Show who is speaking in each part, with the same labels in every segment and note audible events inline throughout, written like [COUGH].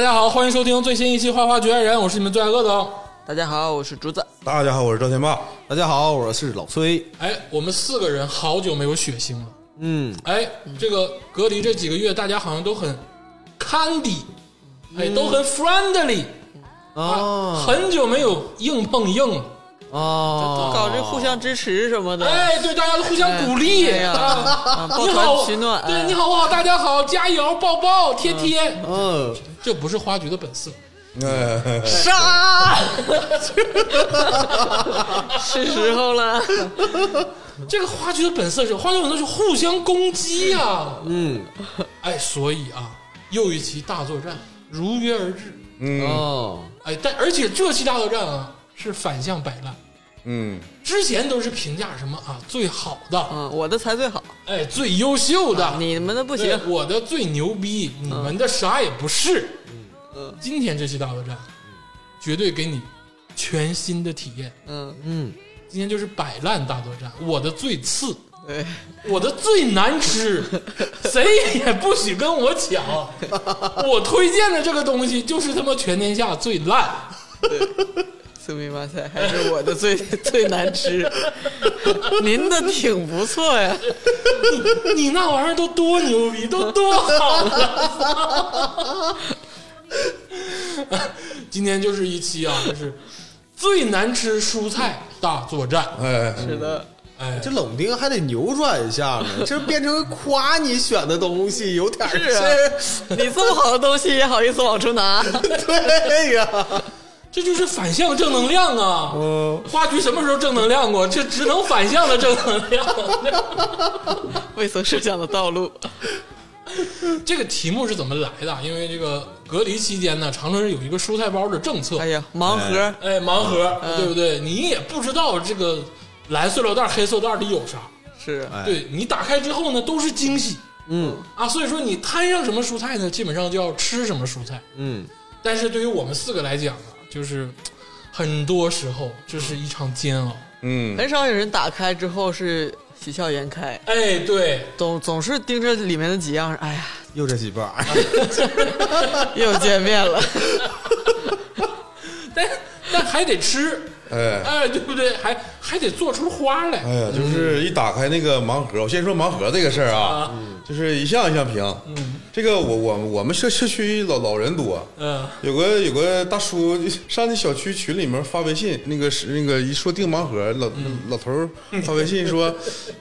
Speaker 1: 家好，欢迎收听最新一期《花花局外人》，我是你们最爱恶哦总。
Speaker 2: 大家好，我是竹子。
Speaker 3: 大家好，我是赵天霸。
Speaker 4: 大家好，我是老崔。
Speaker 1: 哎，我们四个人好久没有血腥了。
Speaker 4: 嗯，
Speaker 1: 哎，这个隔离这几个月，大家好像都很 candy，哎，
Speaker 2: 嗯
Speaker 1: 都很 friendly，、
Speaker 4: 啊
Speaker 1: 很久没有硬碰硬了。
Speaker 4: 啊，
Speaker 2: 搞这互相支持什么的，
Speaker 1: 哎，对，大家都互相鼓励。 [LAUGHS]
Speaker 2: 哎呀
Speaker 1: 啊
Speaker 2: 啊抱
Speaker 1: 你
Speaker 2: 团
Speaker 1: 好，
Speaker 2: 取暖。哎
Speaker 1: 对，你好，我好，大家好，加油，抱抱，贴贴，
Speaker 4: 嗯，
Speaker 1: 这不是花局的本色。
Speaker 3: 哎，
Speaker 2: 杀， [LAUGHS] 是时候了。
Speaker 1: 这个花局的本色是花局的本色是互相攻击呀、嗯，哎，所以啊，又一期大作战如约而至。
Speaker 3: 嗯
Speaker 4: 哦，
Speaker 1: 哎，但而且这期大作战啊是反向摆烂，
Speaker 3: 嗯，
Speaker 1: 之前都是评价什么啊最好的，
Speaker 2: 嗯，我的才最好，
Speaker 1: 哎最优秀的，
Speaker 2: 你们的不
Speaker 1: 对
Speaker 2: 行。
Speaker 1: 我的最牛逼，你们的啥也不是。嗯，今天这期大作战绝对给你全新的体验。
Speaker 2: 嗯，
Speaker 1: 今天就是摆烂大作战，我的最次，
Speaker 2: 对，
Speaker 1: 我的最难吃，谁也不许跟我抢。我推荐的这个东西就是他妈全天下最烂。
Speaker 2: 苏米巴塞还是我的最最难吃。您的挺不错呀，
Speaker 1: 你那玩意儿都多牛逼，都多好了。今天就是一期啊，就是最难吃蔬菜大作战。
Speaker 3: 哎，
Speaker 2: 是的，
Speaker 1: 哎，
Speaker 4: 这冷不丁还得扭转一下呢，
Speaker 3: [LAUGHS]
Speaker 4: 这变成夸你选的东西，有点
Speaker 2: 是啊，你这么好的东西也好意思往出拿？
Speaker 4: 对呀，
Speaker 1: 这就是反向正能量啊！
Speaker 3: 哦
Speaker 4: 嗯
Speaker 1: 花局什么时候正能量过？这只能反向的正能量。
Speaker 2: 未曾设想的道路，
Speaker 1: 这个题目是怎么来的？啊因为这个隔离期间呢，长春市有一个蔬菜包的政策
Speaker 2: 哎，呀，盲盒，
Speaker 1: 哎，盲盒，对不对？你也不知道这个蓝塑料袋、黑塑料袋里有啥，
Speaker 2: 是啊
Speaker 4: 哎
Speaker 1: 对你打开之后呢，都是惊喜。嗯啊，所以说你摊上什么蔬菜呢，基本上就要吃什么蔬菜。
Speaker 4: 嗯，
Speaker 1: 但是对于我们四个来讲啊，就是很多时候这是一场煎熬。
Speaker 3: 嗯，
Speaker 2: 很少有人打开之后是喜笑颜开，
Speaker 1: 哎，对，
Speaker 2: 总总是盯着里面的几样，哎呀， [LAUGHS]
Speaker 4: 又这几瓣儿，
Speaker 2: 又见
Speaker 1: [LAUGHS]
Speaker 2: 面了，
Speaker 1: 但但还得吃，
Speaker 3: 哎，
Speaker 1: 哎，对不对？还还得做出花来。
Speaker 3: 哎呀，就是一打开那个盲盒，我先说盲盒这个事儿啊，就是一项一项评。嗯，这个我我我们社社区老老人多，
Speaker 1: 嗯，
Speaker 3: [LAUGHS] 有个有个大叔上那小区群里面发微信，那个是那个一说订盲盒，老、
Speaker 2: 嗯
Speaker 3: 老头儿发微信说，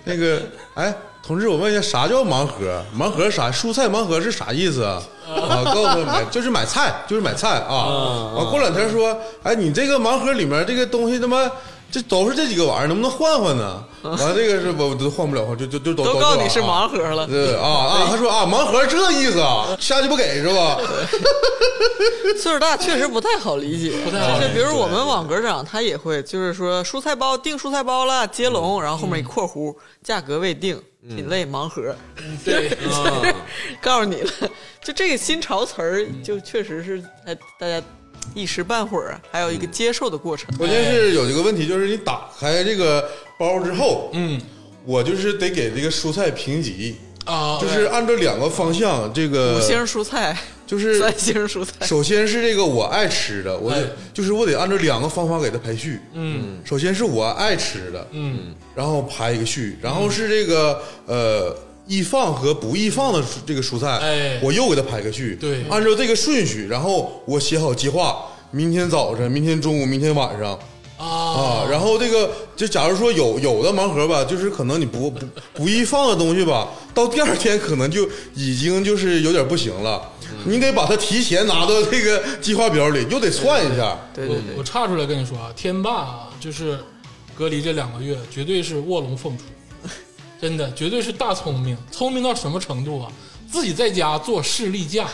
Speaker 3: 那个哎，同志，我问一下，啥叫盲盒？盲盒啥？蔬菜盲盒是啥意思啊？啊，
Speaker 2: [LAUGHS]
Speaker 3: 告诉我买就是买菜，就是买菜
Speaker 2: 嗯
Speaker 3: 啊。啊，过两天说，哎，你这个盲盒里面这个东西他妈。这都是这几个玩意儿，能不能换换呢？
Speaker 2: [LAUGHS]
Speaker 3: 完、了这个是我我都换不了，就就就都
Speaker 2: 都告诉你是
Speaker 3: 啊
Speaker 2: 盲盒了。
Speaker 3: 对啊啊！他说啊，盲盒这意思啊，瞎鸡巴给是吧？
Speaker 2: 岁数大确实不太好理解，
Speaker 1: 不太好理
Speaker 2: 就
Speaker 1: 解
Speaker 2: 是比如我们网格长他也会，就是说蔬菜包订蔬菜包了，接
Speaker 1: 嗯
Speaker 2: 龙，然后后面一括弧，价格未定，品类盲盒，
Speaker 1: 对，
Speaker 2: [LAUGHS] 告诉你了。就这个新潮词儿，就确实是哎大家一时半会儿啊还有一个接受的过程。
Speaker 1: 呃
Speaker 3: 关键是有一个问题，就是你打开这个包之后，
Speaker 1: 嗯
Speaker 3: 我就是得给这个蔬菜评级，
Speaker 1: 啊，
Speaker 3: 就是按照两个方向，这个
Speaker 2: 五星蔬菜，
Speaker 3: 就是
Speaker 2: 三星蔬菜，
Speaker 3: 首先是这个我爱吃的，我
Speaker 1: 哎
Speaker 3: 得就是我得按照两个方法给它排序。
Speaker 1: 嗯
Speaker 3: 首先是我爱吃的，
Speaker 1: 嗯，
Speaker 3: 然后排一个序，然后是这个呃易放和不易放的蔬这个蔬菜，
Speaker 1: 哎
Speaker 3: 我又给它排个序，
Speaker 1: 对
Speaker 3: 按照这个顺序，然后我写好计划，明天早晨、明天中午、明天晚上，
Speaker 1: 啊，
Speaker 3: 啊，然后这个就假如说有有的盲盒吧，就是可能你不不不易放的东西吧，到第二天可能就已经就是有点不行了，你得把它提前拿到这个计划表里，又得算一下。
Speaker 2: 对对
Speaker 1: 我我插出来跟你说啊，天霸啊，就是隔离这两个月，绝对是卧龙
Speaker 2: [LAUGHS]
Speaker 1: 凤雏，真的，绝对是大聪明，聪明到什么程度啊？自己在家做视力
Speaker 2: [LAUGHS]
Speaker 1: 架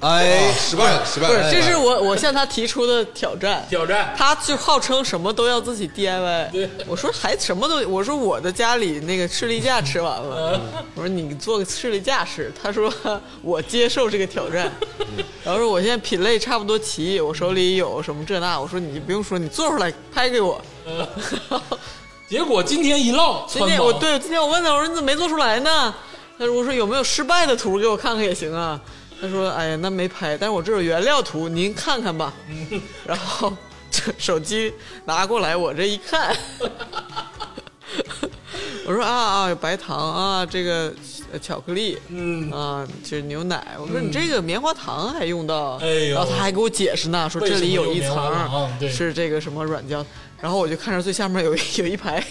Speaker 3: 哎
Speaker 4: 哎，，
Speaker 3: 失败了，失败
Speaker 2: 不是
Speaker 3: 了，，
Speaker 2: 这是我我向他提出的挑战。
Speaker 1: 挑战，
Speaker 2: 他就号称什么都要自己 DIY。
Speaker 1: 对
Speaker 2: 我说还什么都，我说我的家里那个士力架吃完了，我说你做个士力架吃。他说我接受这个挑战，然后说我现在品类差不多齐，我手里有什么这那，我说你不用说，你做出来拍给我。 [LAUGHS]
Speaker 1: 结果今天一唠，
Speaker 2: 今
Speaker 1: 穿
Speaker 2: 天
Speaker 1: 帮
Speaker 2: 我对今天我问他，我说你怎么没做出来呢？他说我说有没有失败的图给我看看也行啊。他说：“哎呀，那没拍，但是我这有原料图，您看看吧。”
Speaker 1: 嗯
Speaker 2: [LAUGHS] 然后这手机拿过来，我这一看，我说：“啊啊，有白糖啊，这个呃巧克力，
Speaker 1: 嗯
Speaker 2: 啊，这牛奶。”我说：“你这个棉花糖还用到？”
Speaker 1: 哎呦
Speaker 2: 然后他还给我解释呢，说
Speaker 1: 为什
Speaker 2: 这
Speaker 1: 么
Speaker 2: 里有
Speaker 1: 用
Speaker 2: 一
Speaker 1: 棉花糖
Speaker 2: 层啊
Speaker 1: 对
Speaker 2: 是这个什么软胶，然后我就看着最下面有一有一排。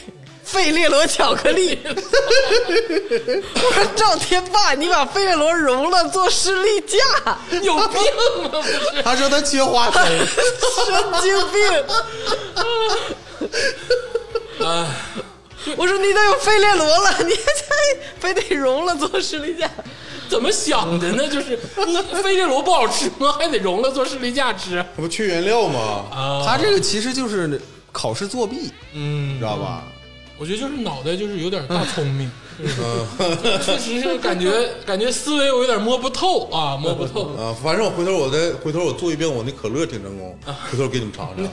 Speaker 2: 费列罗巧克力，我说赵天霸，你把费列罗融了做士力架，
Speaker 1: [LAUGHS] 有病啊吗？不
Speaker 2: [LAUGHS]
Speaker 1: 是，
Speaker 4: 他说他缺花生，
Speaker 2: 神经病！哎我说你都有费列罗了，你还非得融了做士力架？
Speaker 1: 怎么想的呢？就是
Speaker 2: [LAUGHS]
Speaker 1: 你非得萝卜好吃吗？还得融了做士力架吃
Speaker 3: 那不缺原料吗？
Speaker 1: 啊？
Speaker 4: 他这个其实就是考试作弊，
Speaker 1: 嗯
Speaker 4: 你知，道吧？
Speaker 1: 我觉得就是脑袋就是有点大聪明，
Speaker 2: 嗯
Speaker 1: 就是确实是感觉感觉思维我有点摸不透啊，摸不透。
Speaker 3: 啊，反正我回头我再回头我做一遍我那可乐挺成功，回头我给你们尝尝啊。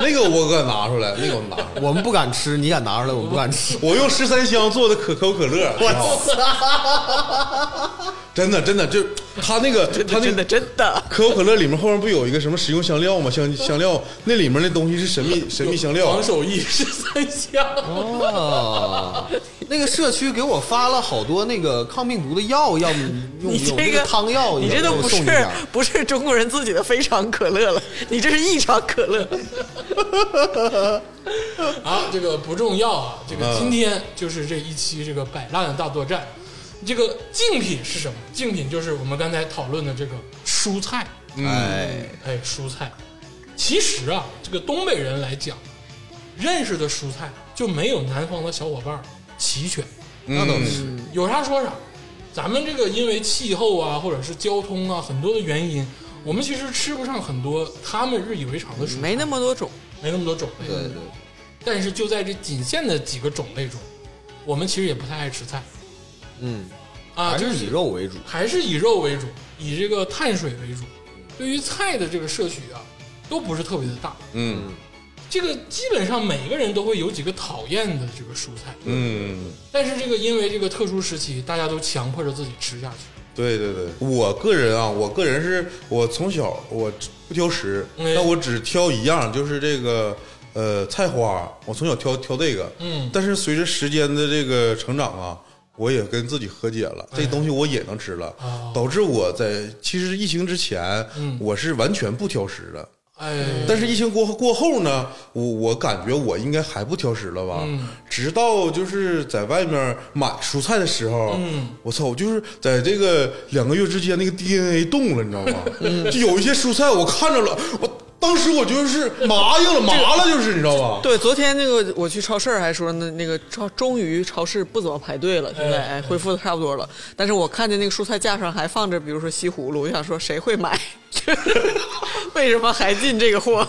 Speaker 3: 那个我可拿出来，那个我拿出来，
Speaker 4: 我们不敢吃，你敢拿出来，我们不敢吃。
Speaker 3: 我用十三香做的可口可乐，我操！真的真的，就他那个他那
Speaker 2: 真的
Speaker 3: 个
Speaker 2: 真的，
Speaker 3: 可口可乐里面后面不有一个什么食用香料吗？香香料那里面那东西是神秘神秘香料
Speaker 1: 王，守义十三香，
Speaker 4: 哦，那个社区给我发了好多那个抗病毒的药，要不你用
Speaker 2: 你
Speaker 4: 有
Speaker 2: 这
Speaker 4: 那
Speaker 2: 个
Speaker 4: 个汤药，
Speaker 2: 你这都
Speaker 4: 有没有
Speaker 2: 不
Speaker 4: 送
Speaker 2: 是
Speaker 4: 你点儿
Speaker 2: 不是中国人自己的非常可乐了，你这是异常可乐。
Speaker 1: 啊，这个不重要啊。这个今天就是这一期这个摆烂的大作战。这个竞品是什么？竞品就是我们刚才讨论的这个蔬菜。
Speaker 3: 嗯
Speaker 4: 哎，
Speaker 1: 哎，蔬菜。其实啊，这个东北人来讲，认识的蔬菜就没有南方的小伙伴儿齐全，
Speaker 3: 那倒是。
Speaker 1: 有啥说啥。咱们这个因为气候啊，或者是交通啊，很多的原因，我们其实吃不上很多他们日以为常的蔬菜，
Speaker 2: 没那么多种，
Speaker 1: 没那么多种类。
Speaker 4: 对对对，
Speaker 1: 但是就在这仅限的几个种类中，我们其实也不太爱吃菜
Speaker 4: 嗯，
Speaker 1: 啊，
Speaker 4: 还
Speaker 1: 就是
Speaker 4: 以肉为主。
Speaker 1: 还是以肉为主，以这个碳水为主。对于菜的这个摄取啊，都不是特别的大。
Speaker 3: 嗯
Speaker 1: 这个基本上每个人都会有几个讨厌的这个蔬菜，
Speaker 3: 嗯，
Speaker 1: 但是这个因为这个特殊时期，大家都强迫着自己吃下去。
Speaker 3: 对对对，我个人啊，我个人是我从小我不挑食，
Speaker 1: 哎
Speaker 3: 但我只挑一样，就是这个呃菜花，我从小挑挑这个。
Speaker 1: 嗯
Speaker 3: 但是随着时间的这个成长啊，我也跟自己和解了，这东西我也能吃了，
Speaker 1: 哦
Speaker 3: 导致我在其实疫情之前，
Speaker 1: 嗯
Speaker 3: 我是完全不挑食的。
Speaker 1: 哎，
Speaker 3: 但是疫情过过后呢，我我感觉我应该还不挑食了吧？
Speaker 1: 嗯
Speaker 3: 直到就是在外面买蔬菜的时候，
Speaker 1: 嗯
Speaker 3: 我操，我就是在这个两个月之间那个 DNA 动了，你知道吗？就有一些蔬菜我看着了，我当时我就是麻硬了，麻了就是，你知道吧？
Speaker 2: 对，昨天那个我去超市儿还说呢，那个超终于超市不怎么排队了，现在
Speaker 1: 哎
Speaker 2: 哎恢复的差不多了。但是我看见那个蔬菜架上还放着，比如说西葫芦，我想说谁会买？ [LAUGHS] 为什么还进这个货？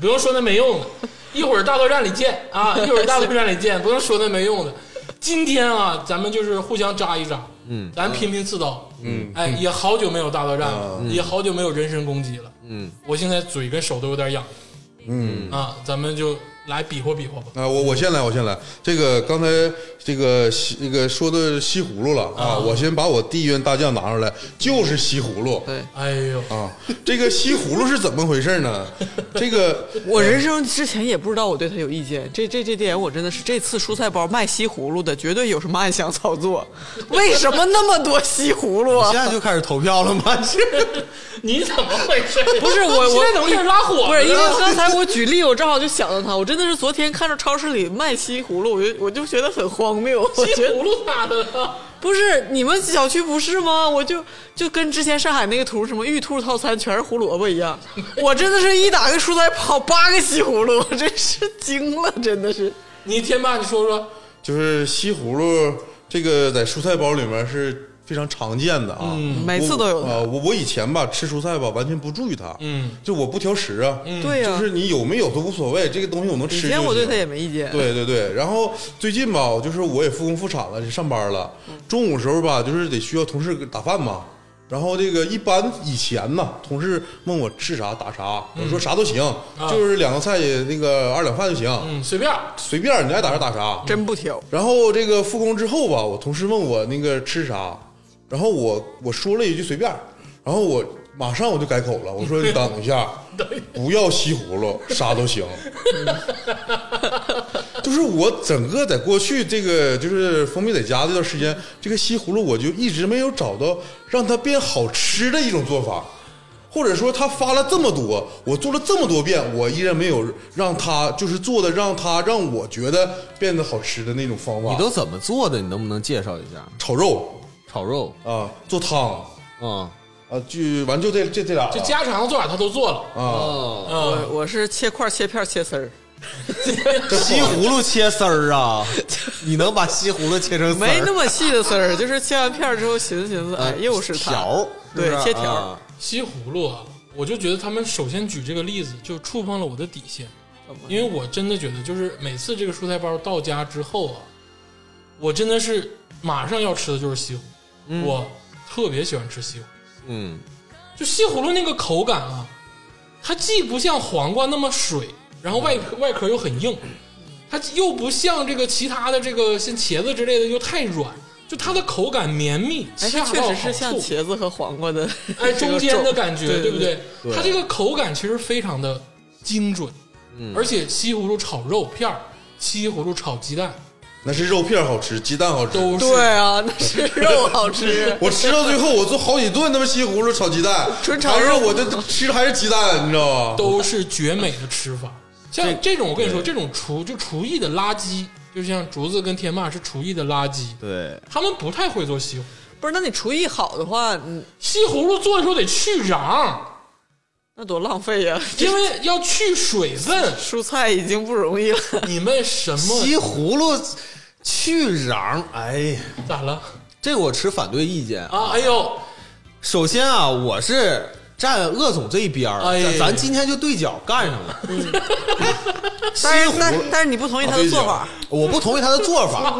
Speaker 1: 不用说那没用的，一会儿大作战里见
Speaker 2: [LAUGHS]
Speaker 1: 啊，一会儿大作战里见，不用说那没用的。今天啊，咱们就是互相扎一扎，嗯，咱拼拼刺刀，嗯，哎，也好久没有大作战了，也好久没有人身攻击了，嗯，我现在嘴跟手都有点痒，嗯啊，咱们就来比划比划吧，
Speaker 3: 啊，我我先来，我先来。这个刚才这个西这个说的西葫芦了啊，我先把我第一员大将拿出来，就是西葫芦。
Speaker 2: 对
Speaker 1: 哎呦，
Speaker 3: 啊，这个西葫芦是怎么回事呢？这个
Speaker 2: 我人生之前也不知道我对他有意见，这这这点我真的是这次蔬菜包卖西葫芦的绝对有什么暗箱操作，为什么那么多西葫芦啊？
Speaker 4: 现在就开始投票
Speaker 2: [LAUGHS]
Speaker 4: 了吗？
Speaker 1: 你怎么回事？
Speaker 2: 不是我，我
Speaker 1: 现在怎么开始拉火了呢？
Speaker 2: 不是因为刚才我举例，我正好就想到他，我真的是昨天看着超市里卖西葫芦，我就我就觉得很荒谬。我
Speaker 1: 西
Speaker 2: 觉得
Speaker 1: 葫芦咋的了？
Speaker 2: 不是你们小区不是吗？我就就跟之前上海那个图什么玉兔套餐全是胡萝卜一 [LAUGHS] 样，我真的是一打开蔬菜跑八个西葫芦，我真是惊了，真的是。
Speaker 1: 你天霸，你说说，
Speaker 3: 就是西葫芦，这个在蔬菜包里面是非常常见的啊，
Speaker 1: 嗯
Speaker 2: 每次都有
Speaker 3: 啊、
Speaker 2: 的
Speaker 3: 我我以前吧吃蔬菜吧，完全不注意它，
Speaker 1: 嗯，
Speaker 3: 就我不挑食啊，
Speaker 2: 对呀
Speaker 3: 就是你有没有都无所谓，这个东西我能吃
Speaker 2: 以
Speaker 3: 就行。
Speaker 2: 前我对
Speaker 1: 嗯
Speaker 2: 他也没意见，
Speaker 3: 对对对，然后最近吧，我就是我也复工复产了，上班了。中午时候吧，就是得需要同事给打饭嘛。然后这个一般以前呢，同事问我吃啥打啥，我说啥都行，就是两个菜那个二两饭就行，
Speaker 1: 啊嗯，随便儿，
Speaker 3: 随便你爱打啥打啥。
Speaker 2: 真不挑。
Speaker 3: 然后这个复工之后吧，我同事问我那个吃啥，然后我我说了一句随便儿，然后我马上我就改口了，我说你等一下，不要西葫芦，啥都行。就是我整个在过去这个就是封闭在家这段时间，这个西葫芦我就一直没有找到让它变好吃的一种做法，或者说他发了这么多，我做了这么多遍，我依然没有让他就是做的让他让我觉得变得好吃的那种方法。
Speaker 4: 你都怎么做的？你能不能介绍一下？
Speaker 3: 炒肉
Speaker 4: 炒肉
Speaker 3: 啊，做汤
Speaker 4: 啊
Speaker 3: 啊，就完就这这这俩了
Speaker 1: 就家常的做法他都做了，
Speaker 3: 啊，
Speaker 4: 哦，
Speaker 1: 嗯，
Speaker 2: 我我是切块儿、切片儿、切丝儿，
Speaker 4: 西葫芦切丝儿啊！
Speaker 2: [LAUGHS]
Speaker 4: 你能把西葫芦切成丝儿？
Speaker 2: 没那么细的丝 [LAUGHS] 儿，就是切完片儿之后寻思寻思，哎，
Speaker 4: 呃
Speaker 2: 又是它
Speaker 4: 条儿，
Speaker 2: 对
Speaker 4: 是不是
Speaker 2: 切条儿
Speaker 4: 啊
Speaker 1: 西葫芦啊，我就觉得他们首先举这个例子就触碰了我的底线，因为我真的觉得就是每次这个蔬菜包到家之后啊，我真的是马上要吃的就是西葫芦，
Speaker 2: 嗯
Speaker 1: 我特别喜欢吃西葫芦。
Speaker 4: 嗯，
Speaker 1: 就西葫芦那个口感啊，它既不像黄瓜那么水，然后
Speaker 2: 嗯
Speaker 1: 外壳外壳又很硬，它又不像这个其他的这个像茄子之类的又太软，就它的口感绵密，
Speaker 2: 哎，
Speaker 1: 恰
Speaker 2: 它
Speaker 1: 到
Speaker 2: 确实是
Speaker 1: 好
Speaker 2: 像
Speaker 1: 处，
Speaker 2: 茄子和黄瓜的
Speaker 1: 哎，
Speaker 2: 这
Speaker 1: 中
Speaker 2: 个
Speaker 1: 间的
Speaker 2: 种
Speaker 1: 感觉，
Speaker 2: 对
Speaker 1: 不
Speaker 2: 对
Speaker 1: 对？它这个口感其实非常的精准，
Speaker 2: 嗯
Speaker 1: 而且西葫芦炒肉片儿，西葫芦炒鸡蛋
Speaker 3: 那是肉片好吃，鸡蛋好吃。。
Speaker 1: 都是
Speaker 2: 对啊， [LAUGHS] 那是肉好吃
Speaker 1: [LAUGHS]
Speaker 3: 我吃到最后，我做好几顿他妈西葫芦炒鸡蛋，
Speaker 2: 纯炒
Speaker 3: 还是
Speaker 2: 肉
Speaker 3: 我这吃的还是鸡蛋，你知道吧？
Speaker 1: 都是绝美的吃法。像这种，我跟你说，这种厨就厨艺的垃圾，就像竹子跟天霸是厨艺的垃圾，
Speaker 4: 对，
Speaker 1: 他们不太会做西葫芦。
Speaker 2: 不是，那你厨艺好的话，嗯，
Speaker 1: 西葫芦做的时候得去瓤，
Speaker 2: 那多浪费呀！。
Speaker 1: 因为要去水分
Speaker 2: 蔬菜已经不
Speaker 1: [LAUGHS]
Speaker 2: 容易了，
Speaker 1: 你们什么
Speaker 4: 西葫芦去瓤，哎，
Speaker 1: 咋了
Speaker 4: 这个我持反对意见啊。
Speaker 1: 啊？哎呦，
Speaker 4: 首先啊，我是站鄂总这一边儿，
Speaker 1: 哎嗯
Speaker 4: 咱咱今天就对角干上了。 [LAUGHS] 西
Speaker 2: 但是
Speaker 4: 葫
Speaker 2: 但
Speaker 4: 芦
Speaker 2: 是但是你不同意
Speaker 1: 啊
Speaker 2: 他的做法，
Speaker 4: 我不同意他的做法，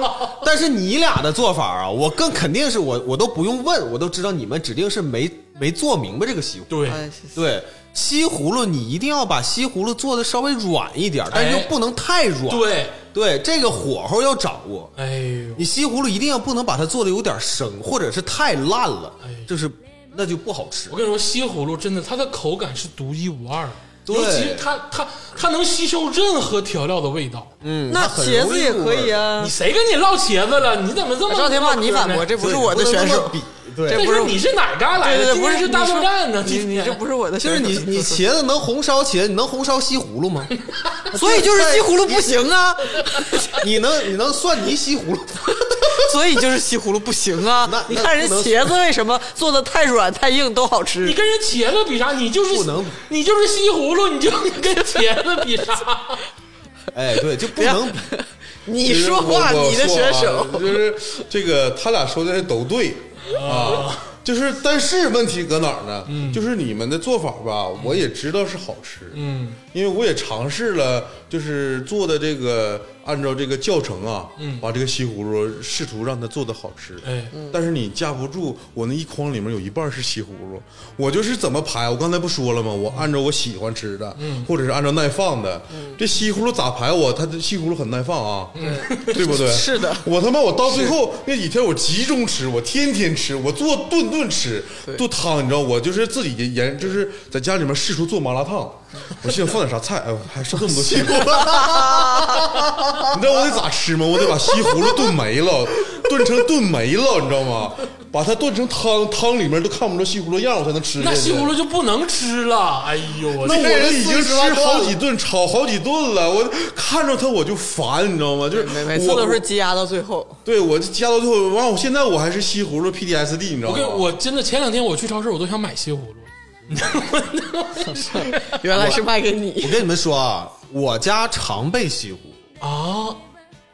Speaker 4: 但是你俩的做法啊，我更肯定是我我都不用问，我都知道你们指定是没没做明白这个西葫芦。
Speaker 1: 对，
Speaker 2: 哎，
Speaker 4: 对，西葫芦你一定要把西葫芦做的稍微软一点，但是
Speaker 1: 哎
Speaker 4: 又不能太软。
Speaker 1: 对，
Speaker 4: 对这个火候要掌握。
Speaker 1: 哎呦，
Speaker 4: 你西葫芦一定要不能把它做的有点生，或者是太烂了
Speaker 1: 哎，
Speaker 4: 就是那就不好吃
Speaker 1: 我。跟你说，西葫芦真的，它的口感是独一无二的，
Speaker 4: 对
Speaker 1: 尤其它它它能吸收任何调料的味道。
Speaker 4: 嗯
Speaker 2: 那茄子也可以。啊
Speaker 1: 你。谁跟你唠茄子了？你怎么这么
Speaker 2: 赵天霸，你反驳，这
Speaker 1: 这
Speaker 2: 不是我的选手。
Speaker 4: 比对，
Speaker 1: 这
Speaker 2: 不是
Speaker 1: 是你是哪儿嘎来
Speaker 2: 对
Speaker 1: 的？今
Speaker 2: 对对，不
Speaker 1: 天哎是
Speaker 2: 你
Speaker 1: 大
Speaker 2: 说
Speaker 1: 作战呢？
Speaker 2: 你
Speaker 1: 今
Speaker 2: 你
Speaker 1: 天
Speaker 2: 这不是我的
Speaker 4: 就
Speaker 2: 选
Speaker 4: 是
Speaker 2: 手，
Speaker 4: 你你茄子能红烧茄子，你能红烧西葫芦吗？
Speaker 2: [LAUGHS] 所以就是西
Speaker 1: [LAUGHS]
Speaker 2: 葫芦不行啊，
Speaker 4: 哎你能你能蒜泥西葫芦？
Speaker 2: [LAUGHS] 所以就是西葫芦不行啊
Speaker 4: 那。
Speaker 2: 你看人
Speaker 4: 那不能
Speaker 2: 茄子为什么做的太软太硬都好
Speaker 1: 你
Speaker 2: 吃？
Speaker 1: 跟人茄子比啥？你就是
Speaker 4: 不能比
Speaker 1: 你就是西葫芦，你就跟茄子比啥？
Speaker 4: 哎，对，就不能比。
Speaker 2: 你说话，
Speaker 3: 我我
Speaker 2: 你的选
Speaker 3: 说
Speaker 1: [LAUGHS]
Speaker 2: 手
Speaker 3: 啊，就是这个，他俩说的都对啊，就是但是问题搁哪儿呢？就是你们的做法吧，我也知道是好吃，
Speaker 1: 嗯，
Speaker 3: 因为我也尝试了，就是做的这个按照这个教程啊，嗯，把这个西葫芦试图让它做的好吃，
Speaker 1: 哎，
Speaker 2: 嗯
Speaker 3: 但是你架不住我那一筐里面有一半是西葫芦，我就是怎么排，我刚才不说了吗？我按照我喜欢吃的，或者是按照耐放的，这西葫芦咋排我？它的西葫芦很耐放啊，
Speaker 1: 嗯
Speaker 3: 对不对？
Speaker 2: 是的
Speaker 3: 我他妈我到最后那几天我集中吃，我天天吃，我做顿顿吃，做汤你知道，我就是自己研，就是在家里面试图做麻辣烫，我寻思放点啥菜，哎呦，还剩这么多西葫芦。 [LAUGHS] 你知道我得咋吃吗？我得把西葫芦炖没了，炖成炖没了，你知道吗？把它炖成汤，汤里面都看不着西葫芦样，我才能吃下
Speaker 1: 那
Speaker 3: 去。
Speaker 1: 西葫芦就不能吃了。哎呦我
Speaker 3: 那
Speaker 1: 去，
Speaker 3: 我已经吃好几顿，炒好几顿了，我看着它我就烦，你知道吗？就是
Speaker 2: 每每次
Speaker 3: 我
Speaker 2: 都是积压到最后。
Speaker 3: 对我就加到最后，完我现在我还是西葫芦 PTSD，你知道
Speaker 1: 我
Speaker 3: 吗？
Speaker 1: 跟我真的前两天我去超市，我都想买西葫芦。
Speaker 2: 原来是卖给
Speaker 4: 我
Speaker 2: 你，
Speaker 4: 跟你们说啊，我家常备西葫芦，
Speaker 1: 啊，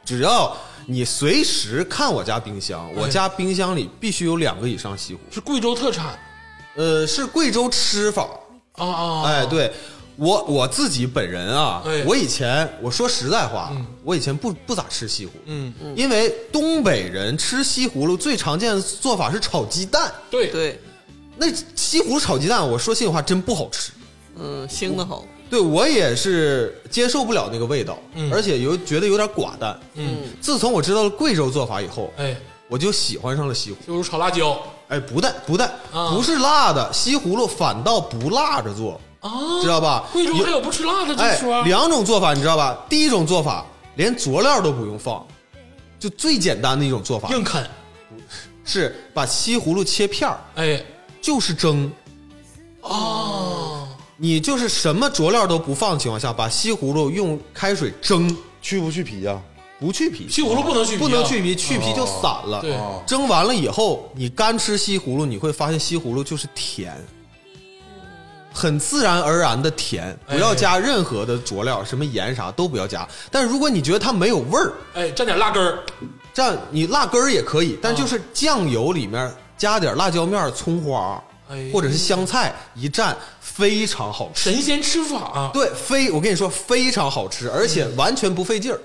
Speaker 4: 只要你随时看我家冰箱，
Speaker 2: 嗯
Speaker 4: 我家冰箱里必须有两个以上西葫芦。
Speaker 1: 是贵州特产
Speaker 4: 呃，是贵州吃法。
Speaker 1: 啊啊！
Speaker 4: 哎，，对我我自己本人啊，
Speaker 1: 哎
Speaker 4: 我以前我说实在话，我以前不不咋吃西葫芦，
Speaker 1: 嗯，
Speaker 4: 因为东北人吃西葫芦最常见的做法是炒鸡蛋。
Speaker 1: 对，
Speaker 2: 对，
Speaker 4: 那西葫芦炒鸡蛋，我说心里话真不好吃。
Speaker 2: 嗯，腥的好，
Speaker 4: 对我也是接受不了那个味道，
Speaker 1: 嗯
Speaker 4: 而且有觉得有点寡淡。
Speaker 1: 嗯，
Speaker 4: 自从我知道了贵州做法以后，
Speaker 1: 哎，
Speaker 4: 我就喜欢上了西葫芦。
Speaker 1: 就是炒辣椒
Speaker 4: 哎，不带不带，
Speaker 1: 啊
Speaker 4: 不是辣的西葫芦，反倒不辣着做，
Speaker 1: 啊，
Speaker 4: 知道吧？
Speaker 1: 贵州还有不吃辣的这
Speaker 4: 哎
Speaker 1: 说，，
Speaker 4: 两种做法你知道吧？第一种做法连佐料都不用放，就最简单的一种做法
Speaker 1: 硬啃，
Speaker 4: 是把西葫芦切片儿，
Speaker 1: 哎，
Speaker 4: 就是蒸。
Speaker 1: 哦，
Speaker 4: 你就是什么佐料都不放的情况下，把西葫芦用开水蒸，
Speaker 3: 去不去皮啊呀、
Speaker 4: 不去皮。
Speaker 1: 西葫芦不能去皮啊
Speaker 4: 不能去皮，去皮就散了。
Speaker 1: 对
Speaker 3: 哦
Speaker 4: 蒸完了以后，你干吃西葫芦，你会发现西葫芦就是甜，很自然而然的甜，
Speaker 1: 哎
Speaker 4: 不要加任何的佐料，什么盐啥都不要加。但如果你觉得它没有味儿，
Speaker 1: 哎，蘸点辣根儿，
Speaker 4: 这样你辣根儿也可以，但
Speaker 1: 啊
Speaker 4: 就是酱油里面加点辣椒面儿、葱花儿
Speaker 1: 哎，
Speaker 4: 或者是香菜一蘸，非常
Speaker 1: [LAUGHS]
Speaker 4: 好吃。
Speaker 1: 神仙吃法啊，
Speaker 4: 对，非我跟你说非常好吃，而且完全不
Speaker 1: [LAUGHS]
Speaker 4: 费劲儿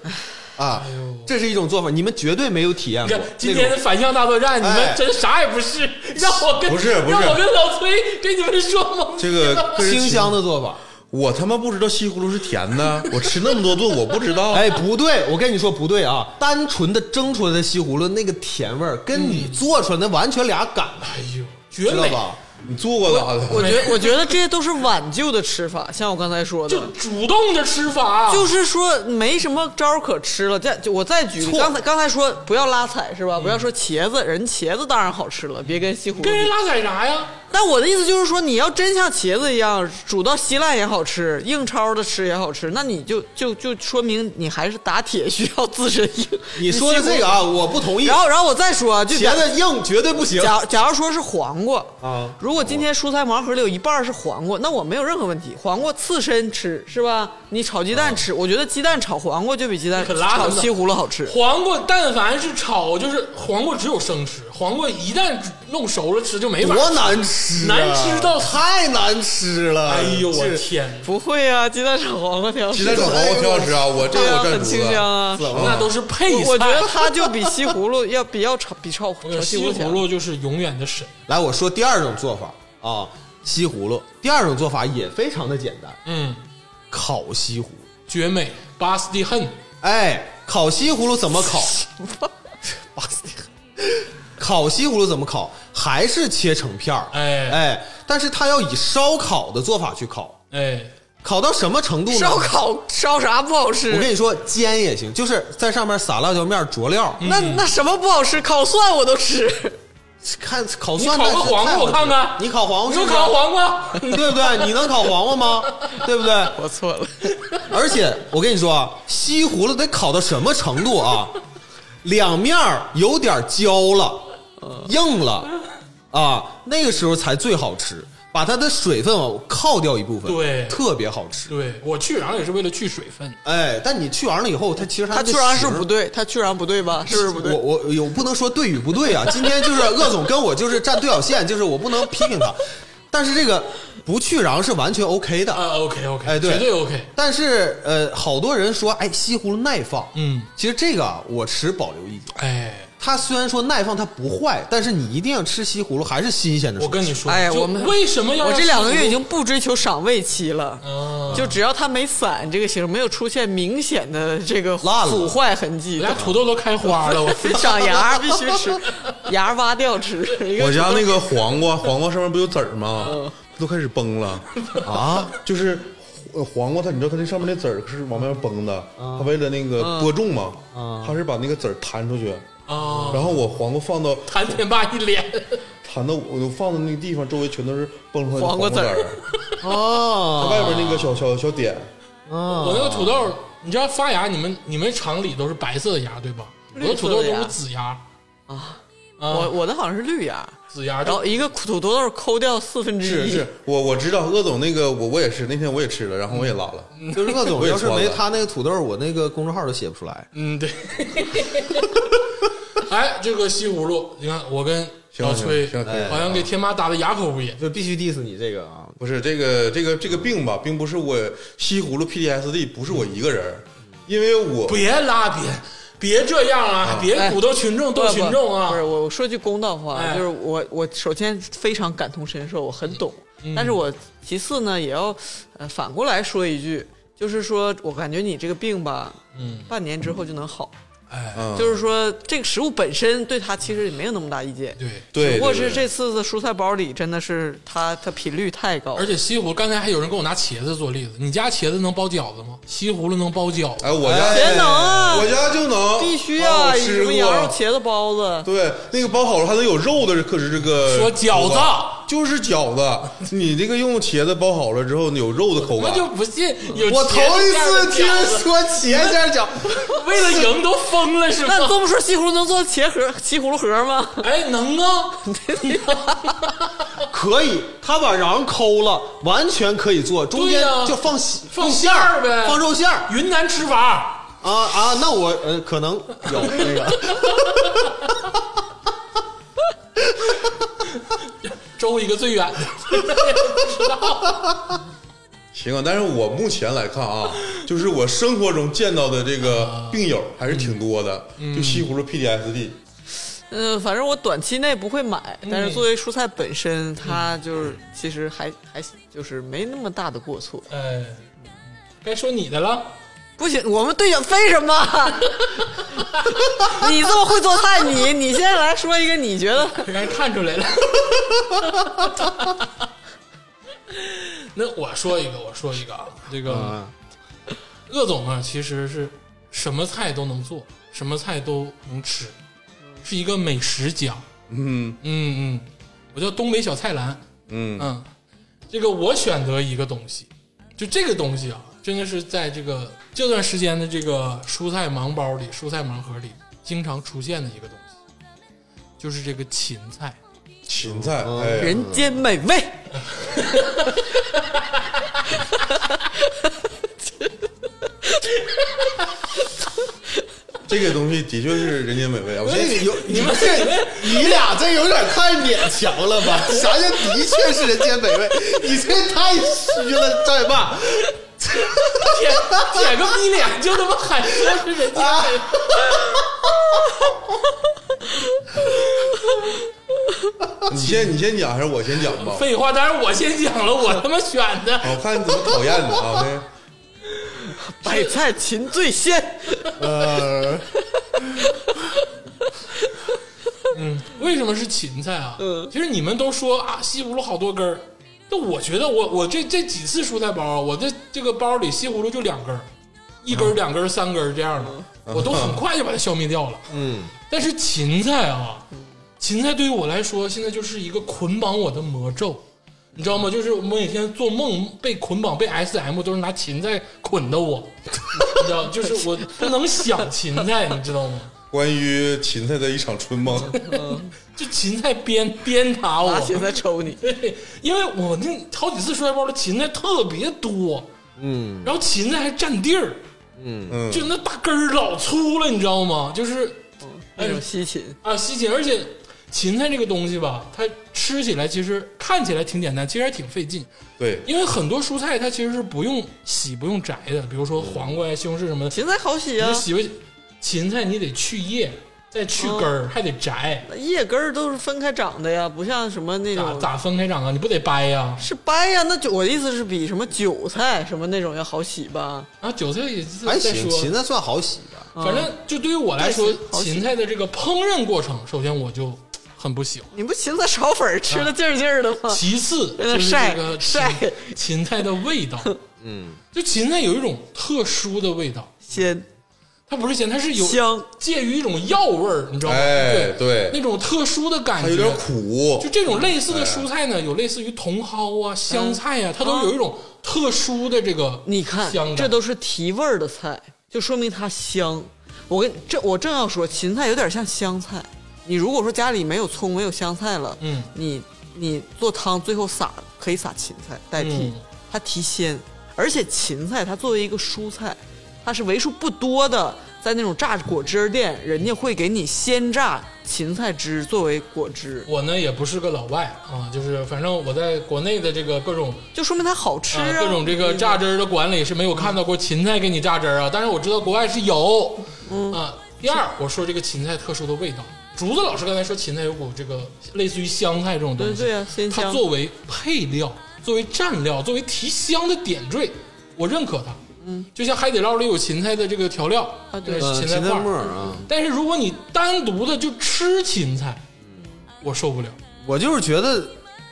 Speaker 4: 啊
Speaker 1: 哎呦！
Speaker 4: 这是一种做法，你们绝对没有体验
Speaker 1: 你
Speaker 4: 过
Speaker 1: 看。今天的反向大作战，你们
Speaker 4: 哎
Speaker 1: 真啥也不
Speaker 4: [LAUGHS]
Speaker 1: 是，让我跟
Speaker 3: 不是不是
Speaker 1: 让我跟老崔给你们说蒙 [LAUGHS]
Speaker 3: 这
Speaker 4: 那
Speaker 3: 个个
Speaker 4: 种
Speaker 3: 人
Speaker 4: 清
Speaker 3: 情
Speaker 4: 香的做法。
Speaker 3: 我他妈不知道西葫芦是甜的，我吃那么多顿我不知道。
Speaker 4: 哎，不对，我跟你说不对啊！单纯的蒸出来的西葫芦那个甜味儿，跟你做出来的完全俩感，
Speaker 1: 哎呦，绝
Speaker 4: 知道
Speaker 1: 美！
Speaker 4: 吧？
Speaker 3: 你做过咋的？
Speaker 2: 我觉我觉得这些都是挽救的吃法，像我刚才说的
Speaker 1: 就，主动的吃法，啊
Speaker 2: 就是说没什么招儿可吃了。再就我再举，
Speaker 4: 错
Speaker 2: 刚才刚才说不要拉踩是吧？不要说茄子，人茄子当然好吃了，别跟西葫芦比。
Speaker 1: 跟人拉踩啥呀？
Speaker 2: 但我的意思就是说，你要真像茄子一样煮到稀烂也好吃，硬焯的吃也好吃，那你就就就说明你还是打铁需要自身硬。
Speaker 4: 你说的这个啊，我不同意。
Speaker 2: 然后然后我再说啊，就假
Speaker 4: 茄子硬绝对不行。
Speaker 2: [LAUGHS] 假假如说是黄瓜
Speaker 4: 啊
Speaker 2: 如果今天蔬菜盲盒里有一半是黄瓜，那我没有任何问题，黄瓜刺身吃是吧？你炒鸡蛋吃，我觉得鸡蛋炒黄瓜就比鸡蛋
Speaker 1: 可拉倒
Speaker 2: 炒
Speaker 1: 吧
Speaker 2: 西葫芦
Speaker 1: [LAUGHS]
Speaker 2: 好吃。
Speaker 1: 黄瓜但凡是炒，就是黄瓜只有生吃，黄瓜一旦弄熟了吃就没法
Speaker 4: 多难吃、啊，
Speaker 1: 难吃到
Speaker 4: 太难吃了！
Speaker 1: 哎呦我
Speaker 4: 是
Speaker 1: 天，
Speaker 2: 不会啊，鸡蛋炒黄瓜挺好吃
Speaker 3: 鸡蛋
Speaker 2: 的
Speaker 3: 炒黄瓜挺好吃啊，我这
Speaker 2: 对啊，
Speaker 3: 我
Speaker 2: 很
Speaker 3: 蘸
Speaker 2: 清
Speaker 3: 熟
Speaker 2: 香
Speaker 3: 了。
Speaker 2: 啊。
Speaker 1: 那都是配菜。
Speaker 2: 我觉得它就比西葫芦要比要炒比炒
Speaker 1: 我跟
Speaker 2: 炒
Speaker 1: 你说西
Speaker 2: 西
Speaker 1: 葫
Speaker 2: 葫
Speaker 1: 芦就是永远的神，
Speaker 4: 来，我说第二种做法啊，西葫芦。第二种做法也非常的简单，
Speaker 1: 嗯，
Speaker 4: 烤西葫芦。
Speaker 1: 绝美，巴斯蒂恨，
Speaker 4: 哎，烤西葫芦怎
Speaker 1: [LAUGHS]
Speaker 4: 么烤？哇塞烤西葫芦怎么烤？还是切成片儿？
Speaker 1: 哎
Speaker 4: 哎，但是它要以烧烤的做法去烤，
Speaker 1: 哎，
Speaker 4: 烤到什么程度呢？
Speaker 2: 烧烤烧啥不好吃？
Speaker 4: 我跟你说，煎也行，就是在上面撒辣椒面儿佐料。
Speaker 1: 嗯
Speaker 2: 那那什么不好吃？烤蒜我都吃。
Speaker 4: 看烤
Speaker 1: 你
Speaker 4: 蒜
Speaker 1: 烤
Speaker 4: 的，
Speaker 1: 个黄瓜我看看
Speaker 4: 你烤黄瓜
Speaker 1: 你
Speaker 4: 是
Speaker 1: 说
Speaker 4: 不是
Speaker 1: 烤，黄瓜，
Speaker 4: [LAUGHS] 对不对？你能烤黄瓜吗？对不对？
Speaker 2: [LAUGHS] 我错了，
Speaker 4: [LAUGHS] 而且我跟你说啊，西葫芦得烤到什么程度啊？两面儿有点焦了，
Speaker 2: 嗯
Speaker 4: 硬了啊，那个时候才最好吃。把它的水分往靠掉一部分，
Speaker 1: 对
Speaker 4: 特别好吃。
Speaker 1: 对我去瓤也是为了去水分，
Speaker 4: 哎，但你去完了以后，它其实它
Speaker 2: 他
Speaker 4: 它
Speaker 2: 去然是
Speaker 4: 不
Speaker 2: 不对，他去然不对吧？是不是不对？
Speaker 4: 我我有不能说对与不对啊，今天就是 [LAUGHS] 鄂总跟我就是站对角线，就是我不能批评他，但是这个不去瓤是完全 OK 的。
Speaker 1: 啊，OK OK，
Speaker 4: 哎对
Speaker 1: 绝对 OK，
Speaker 4: 但是呃，好多人说哎西葫芦耐放，
Speaker 1: 嗯，
Speaker 4: 其实这个啊我持保留意见。
Speaker 1: 哎，
Speaker 4: 它虽然说耐放，它不坏，但是你一定要吃西葫芦还是新鲜的。
Speaker 1: 我跟你说，
Speaker 2: 哎呀
Speaker 1: 就
Speaker 2: 我们
Speaker 1: 为什么要
Speaker 2: 我
Speaker 1: 让
Speaker 2: 这两个
Speaker 1: 西葫芦
Speaker 2: 月已经不追求赏味期了，
Speaker 1: 啊
Speaker 2: 就只要它没散这个形，没有出现明显的这个
Speaker 4: 烂了
Speaker 2: 腐坏痕迹
Speaker 1: 我，家土豆都开花了，我 [LAUGHS]
Speaker 2: 长芽儿必须吃， [LAUGHS] 芽儿挖掉吃。
Speaker 3: [LAUGHS] 我家那
Speaker 2: [LAUGHS]
Speaker 3: 个黄瓜，黄瓜上面不有籽儿
Speaker 2: 嗯
Speaker 3: 吗？都开始
Speaker 2: [LAUGHS]
Speaker 3: 崩了，
Speaker 4: 啊，
Speaker 3: 就是呃黄瓜它，你知道它那上面那籽儿是往外崩的，
Speaker 2: 嗯
Speaker 3: 它为了那个播种嘛，它是把那个籽儿弹出去，
Speaker 1: 啊，
Speaker 3: 然后我黄瓜放到
Speaker 1: 谭天霸一脸，
Speaker 3: 弹到我我放的那个地方，周围全都是蹦出来的
Speaker 2: 黄瓜
Speaker 3: 瓜
Speaker 2: 籽儿啊
Speaker 3: 儿，它
Speaker 4: 哦，
Speaker 3: 外边那个小小小点，
Speaker 2: 嗯
Speaker 1: 我那个土豆，你知道发芽，你们你们厂里都是白色的芽对吧？我的
Speaker 2: 绿色
Speaker 1: 土
Speaker 2: 的芽
Speaker 1: 豆都是紫芽啊，
Speaker 2: 我我的好像是绿芽，
Speaker 1: 紫芽，
Speaker 2: 然后一个土豆儿抠掉四分之
Speaker 3: 是
Speaker 2: 一
Speaker 3: 是，，
Speaker 2: [LAUGHS]
Speaker 3: 我我知道鄂总那个我我也是那天我也吃了，然后我也拉了，
Speaker 2: 嗯
Speaker 4: 就是鄂总
Speaker 3: 我也
Speaker 4: 要是
Speaker 3: 错了
Speaker 4: 没他那个土豆，我那个公众号都写不出来。
Speaker 1: 嗯对， [LAUGHS] 哎，这个西葫芦，你看我跟
Speaker 3: 行
Speaker 1: 老
Speaker 3: 行
Speaker 1: 崔
Speaker 3: 行可以
Speaker 1: 好像给天妈打的哑口无言，
Speaker 4: 就必须 diss 你这个啊！
Speaker 3: 不是这个这个这个病吧，并不是我西葫芦 PTSD 不是我一个人儿，
Speaker 2: 嗯
Speaker 3: 因为我
Speaker 1: 别拉别别这样啊，别鼓捣群众
Speaker 2: 哎不
Speaker 1: 斗群众
Speaker 2: 不
Speaker 1: 啊
Speaker 2: 不是，我我说句公道话，
Speaker 1: 哎
Speaker 2: 就是我我首先非常感同身受，我很懂，
Speaker 1: 嗯
Speaker 2: 但是我其次呢，也要呃反过来说一句，就是说我感觉你这个病吧，嗯，半年之后就能好，
Speaker 1: 哎，
Speaker 2: 就是说这个食物本身对他其实也没有那么大意见。
Speaker 1: 对。
Speaker 3: 对，
Speaker 2: 只不过
Speaker 3: 对
Speaker 2: 是这次的蔬菜包里真的是它它频率太高
Speaker 1: 而，且西葫芦，刚才还有人给我拿茄子做例子，你家茄子能包饺子吗？西葫芦能包饺子，
Speaker 3: 哎，我家
Speaker 2: 谁能啊
Speaker 3: 我家就能，
Speaker 2: 必须
Speaker 3: 啊，
Speaker 2: 啊！
Speaker 3: 我
Speaker 2: 什
Speaker 3: 吃
Speaker 2: 么羊肉
Speaker 3: 过。
Speaker 2: 茄子包子，
Speaker 3: 对，那个包好了还能有肉的，可是这个
Speaker 1: 说饺子
Speaker 3: 口感就是饺子。你这个用茄子包好了之后，有肉的口
Speaker 1: 我
Speaker 3: 感。
Speaker 1: 就不信有
Speaker 4: 我
Speaker 1: 茄
Speaker 4: 头
Speaker 1: 子
Speaker 4: 一
Speaker 1: 馅儿的
Speaker 4: 次听
Speaker 1: 饺子
Speaker 4: 说茄子饺，
Speaker 1: 为了赢都疯了是吧
Speaker 2: 那？这么说西葫芦能做茄盒 [LAUGHS] 西葫芦盒吗？
Speaker 1: 哎，能啊，
Speaker 4: 可以，他把瓤抠了，完全可以做，中间
Speaker 1: 对呀
Speaker 4: 就放西
Speaker 1: 放
Speaker 4: 肉
Speaker 1: 馅儿呗
Speaker 4: 放肉馅儿
Speaker 1: 云南吃法，
Speaker 4: 啊啊！那我呃可能有那个，
Speaker 1: 周一个最远的， [LAUGHS]
Speaker 3: 行啊，但是我目前来看啊，就是我生活中见到的这个病友还是挺多的，就西葫芦 PTSD。
Speaker 2: 嗯，反正我短期内不会买，
Speaker 3: 嗯
Speaker 2: 但是作为蔬菜本身，它就是其实还还就是没那么大的过错。
Speaker 1: 哎，该说你的了，
Speaker 2: 不行，我们队长为什么？
Speaker 3: [LAUGHS]
Speaker 2: 你这么会做菜，你你先来说一个，你觉
Speaker 3: [LAUGHS]
Speaker 2: 得
Speaker 3: 嗯
Speaker 1: 让人看出来了。 [LAUGHS] 那我说一个，我说一个啊，这
Speaker 3: 嗯
Speaker 1: 个
Speaker 4: 啊
Speaker 1: 鄂总啊，其实是什么菜都能做，什么菜都能吃，是一个美食家。
Speaker 3: 嗯
Speaker 1: 嗯嗯，我叫东北小菜篮。
Speaker 3: 嗯
Speaker 1: 嗯，这个我选择一个东西，就这个东西啊，真的是在这个这段时间的这个蔬菜盲包里、蔬菜盲盒里经常出现的一个东西，就是这个芹菜。
Speaker 3: 芹菜，
Speaker 4: 嗯
Speaker 3: 哎呀，
Speaker 2: 人间美味？
Speaker 3: 这个东西的确是人间美味啊！我
Speaker 4: 这
Speaker 3: 先
Speaker 4: 个有你们这你俩这有点太勉强了吧？啥叫的确是人间美味？你这太虚了，张伟爸。
Speaker 1: 舔舔个逼脸就他妈喊说是人家的，
Speaker 3: 你先你先讲还是我先讲吧？
Speaker 1: 废话，当然我先讲了，我他妈选的。
Speaker 3: 我看你怎么讨厌的啊！OK
Speaker 2: 百菜芹最鲜，
Speaker 3: 呃，
Speaker 1: 为什么是芹菜啊？其实你们都说啊，西葫芦好多根儿，但我觉得我我这这几次蔬菜包啊，我这这个包里西葫芦就两根儿，一根儿、两根儿、三根儿这样的，我都很快就把它消灭掉了。
Speaker 4: 嗯，
Speaker 1: 但是芹菜啊，芹菜对于我来说，现在就是一个捆绑我的魔咒，你知道吗？就是我每天做梦被捆绑，被 S M 都是拿芹菜捆的我，你知道，就是我不能想芹菜，你知道吗？
Speaker 3: 关于芹菜的一场春梦，
Speaker 2: [LAUGHS]
Speaker 1: 就芹菜鞭鞭打我，
Speaker 2: 拿芹菜抽你。
Speaker 1: 对， [LAUGHS] 因为我那好几次摔包的芹菜特别多，嗯，然后芹菜还占地儿，
Speaker 3: 嗯，
Speaker 1: 就那大根儿老粗了，你知道吗？就是
Speaker 2: 那种西芹，
Speaker 1: 啊，西芹，而且芹菜这个东西吧，它吃起来其实看起来挺简单，其实还挺费劲，
Speaker 3: 对，
Speaker 1: 因为很多蔬菜它其实是不用洗、不用摘的，比如说黄瓜呀、西红柿什么的，
Speaker 2: 芹菜好洗啊
Speaker 1: 你，洗不洗？芹菜你得去叶，再去根儿，还得摘，
Speaker 2: 那叶根儿都是分开长的呀，不像什么那
Speaker 1: 咋
Speaker 2: 种
Speaker 1: 咋分开长啊？你不得掰呀、
Speaker 2: 是掰呀。那就我的意思是比什么韭菜什么那种要好洗吧？
Speaker 1: 啊，韭菜也
Speaker 4: 还
Speaker 1: 再
Speaker 4: 行，
Speaker 1: 说，
Speaker 4: 哎芹菜算好洗的。
Speaker 1: 反正就对于我来说
Speaker 2: 嗯对，好洗
Speaker 1: 芹菜的这个烹饪过程，首先我就很不喜欢。
Speaker 2: 你不芹菜炒粉儿
Speaker 1: 嗯
Speaker 2: 吃的劲儿劲儿的吗？
Speaker 1: 其次
Speaker 2: 在那
Speaker 1: 就是
Speaker 2: 嗯晒
Speaker 1: 这个芹
Speaker 2: 晒
Speaker 1: [LAUGHS] 芹菜的味
Speaker 3: [LAUGHS]
Speaker 1: 道，嗯，就芹菜有一种特殊的味道，
Speaker 2: 鲜
Speaker 1: 它不是咸，它是有
Speaker 2: 香，
Speaker 1: 介于一种药味儿，你知道吗？
Speaker 3: 哎对
Speaker 1: 那种特殊的感
Speaker 3: 它
Speaker 1: 觉，
Speaker 3: 有点苦哎
Speaker 1: 就，这种类似的蔬菜呢，有类似于茼蒿
Speaker 2: 嗯
Speaker 1: 啊、香菜啊，它都有一种特殊的这个
Speaker 2: 你看
Speaker 1: 香感，
Speaker 2: 这都是提味儿的菜，就说明它香。我跟这我正要说，芹菜有点像香菜。你如果说家里没有葱没有香菜了，
Speaker 1: 嗯
Speaker 2: 你你做汤最后撒可以撒芹菜代替，
Speaker 1: 嗯
Speaker 2: 它提鲜。而且芹菜它作为一个蔬菜，它是为数不多的在那种榨果汁儿店，人家会给你鲜榨芹菜汁作为果汁，
Speaker 1: 我呢也不是个老外啊，就是反正我在国内的这个各种
Speaker 2: 就说明它好吃
Speaker 1: 啊
Speaker 2: 啊。，
Speaker 1: 各种这个榨汁儿的管理是没有看到过芹菜给你榨汁儿啊，但是我知道国外是有。
Speaker 2: 嗯
Speaker 1: 啊，第二，我说这个芹菜特殊的味道，竹子老师刚才说芹菜有股这个类似于香菜这种东
Speaker 2: 对
Speaker 1: 西，
Speaker 2: 对啊，鲜
Speaker 1: 它
Speaker 2: 香。
Speaker 1: 作为配料、作为蘸料、作为提香的点缀，我认可它。嗯，就像海底捞里有芹菜的这个调料
Speaker 2: 啊对
Speaker 1: 这个
Speaker 4: 呃，
Speaker 1: 芹
Speaker 4: 芹
Speaker 1: 菜
Speaker 4: 菜
Speaker 1: 块
Speaker 4: 末
Speaker 1: 儿。
Speaker 4: 儿啊，
Speaker 1: 但是如果你单独的就吃芹菜，
Speaker 2: 嗯
Speaker 1: 我受不了。
Speaker 4: 我就是觉得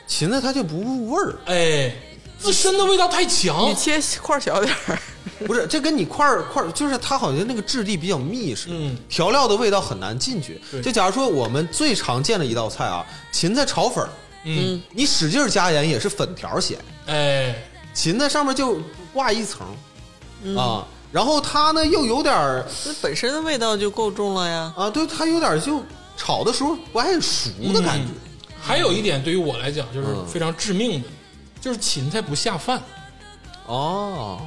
Speaker 4: 芹菜它就不入味儿，
Speaker 1: 哎，自身的味道太强
Speaker 2: 你，切块小点儿，
Speaker 4: 不是，这跟你块儿块儿，就是它好像那个质地比较密实，
Speaker 1: 嗯
Speaker 4: 调料的味道很难进去
Speaker 1: 对。
Speaker 4: 就假如说我们最常见的一道菜啊，芹菜炒粉儿，
Speaker 1: 嗯，
Speaker 4: 你使劲儿加盐也是粉条咸，
Speaker 2: 嗯
Speaker 1: 哎，
Speaker 4: 芹菜上面就挂一层、啊，然后它呢又有点儿
Speaker 2: 那本身的味道就够重了呀。
Speaker 4: 啊，对，它有点儿就炒的时候不太熟的感觉。
Speaker 1: 嗯还有一点对于我来讲就是
Speaker 4: 嗯
Speaker 1: 非常致命的，就是芹菜不下饭。
Speaker 4: 哦，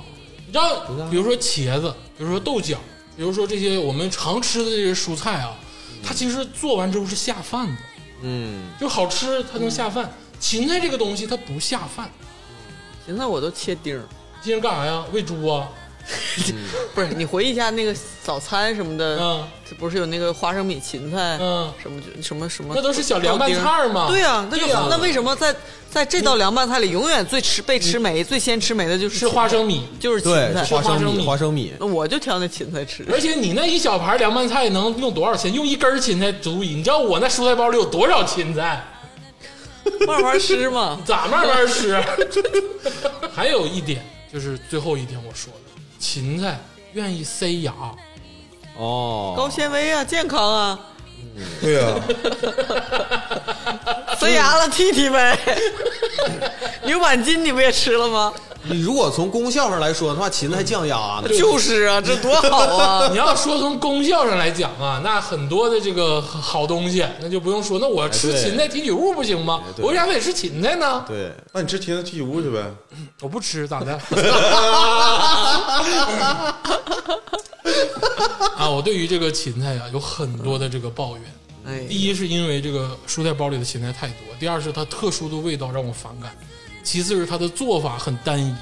Speaker 1: 你知道
Speaker 4: 不下，饭
Speaker 1: 比如说茄子，比如说豆角，比如说这些我们常吃的这些蔬菜啊，它其实做完之后是下饭的。
Speaker 4: 嗯，
Speaker 1: 就好吃，它能下饭。芹菜这个东西它不下饭，
Speaker 2: 芹菜我都切丁儿，
Speaker 1: 今天干啥呀？喂猪啊？
Speaker 2: 不是你回忆一下那个早餐什么的，
Speaker 1: 嗯
Speaker 2: 不是有那个花生米芹菜，
Speaker 1: 嗯，
Speaker 2: 什么就什么什么，
Speaker 1: 那都是小凉拌菜儿嘛。
Speaker 4: 啊
Speaker 2: 对呀、那
Speaker 1: 对
Speaker 2: 就
Speaker 1: 呀
Speaker 2: 那为什么在在这道凉拌菜里，永远最吃被吃没、最先吃没的就是
Speaker 1: 吃花，生米，
Speaker 2: 就是芹
Speaker 4: 对，
Speaker 2: 菜。
Speaker 1: 是花
Speaker 4: 花
Speaker 1: 生
Speaker 4: 生
Speaker 1: 米
Speaker 4: 米，花生米，
Speaker 2: 那我就挑那芹菜吃，
Speaker 1: 而且你那一小盘凉拌菜能用多少钱？用一根儿芹菜足以。你知道我那蔬菜包里有多少芹菜？。
Speaker 2: 慢慢吃嘛
Speaker 1: [LAUGHS] 咋慢慢吃？还有一点就是最后一点我说的，芹菜愿意塞牙。
Speaker 4: 哦，
Speaker 2: 高纤维啊，健康啊，
Speaker 3: 对呀，
Speaker 1: 啊
Speaker 2: 塞牙了剃剃呗。牛板筋你不也吃了吗？
Speaker 4: 你如果从功效上来说的话，芹菜降压呢。
Speaker 2: 就是啊，这多好啊！
Speaker 1: [LAUGHS] 你要说从功效上来讲啊，那很多的这个好东西，那就不用说。那我吃
Speaker 4: 哎对哎
Speaker 1: 芹菜提取物不行吗？
Speaker 4: 对
Speaker 1: 我为啥得吃芹菜呢？
Speaker 4: 对，
Speaker 3: 那你吃芹菜提取物去呗。
Speaker 1: 我不吃咋
Speaker 4: [LAUGHS]
Speaker 1: 的？啊，我对于这个芹菜啊有很多的这个抱怨。
Speaker 2: 哎，
Speaker 1: 第一是因为这个蔬菜包里的芹菜太多，第二是它特殊的味道让我反感，其次是它的做法很单一。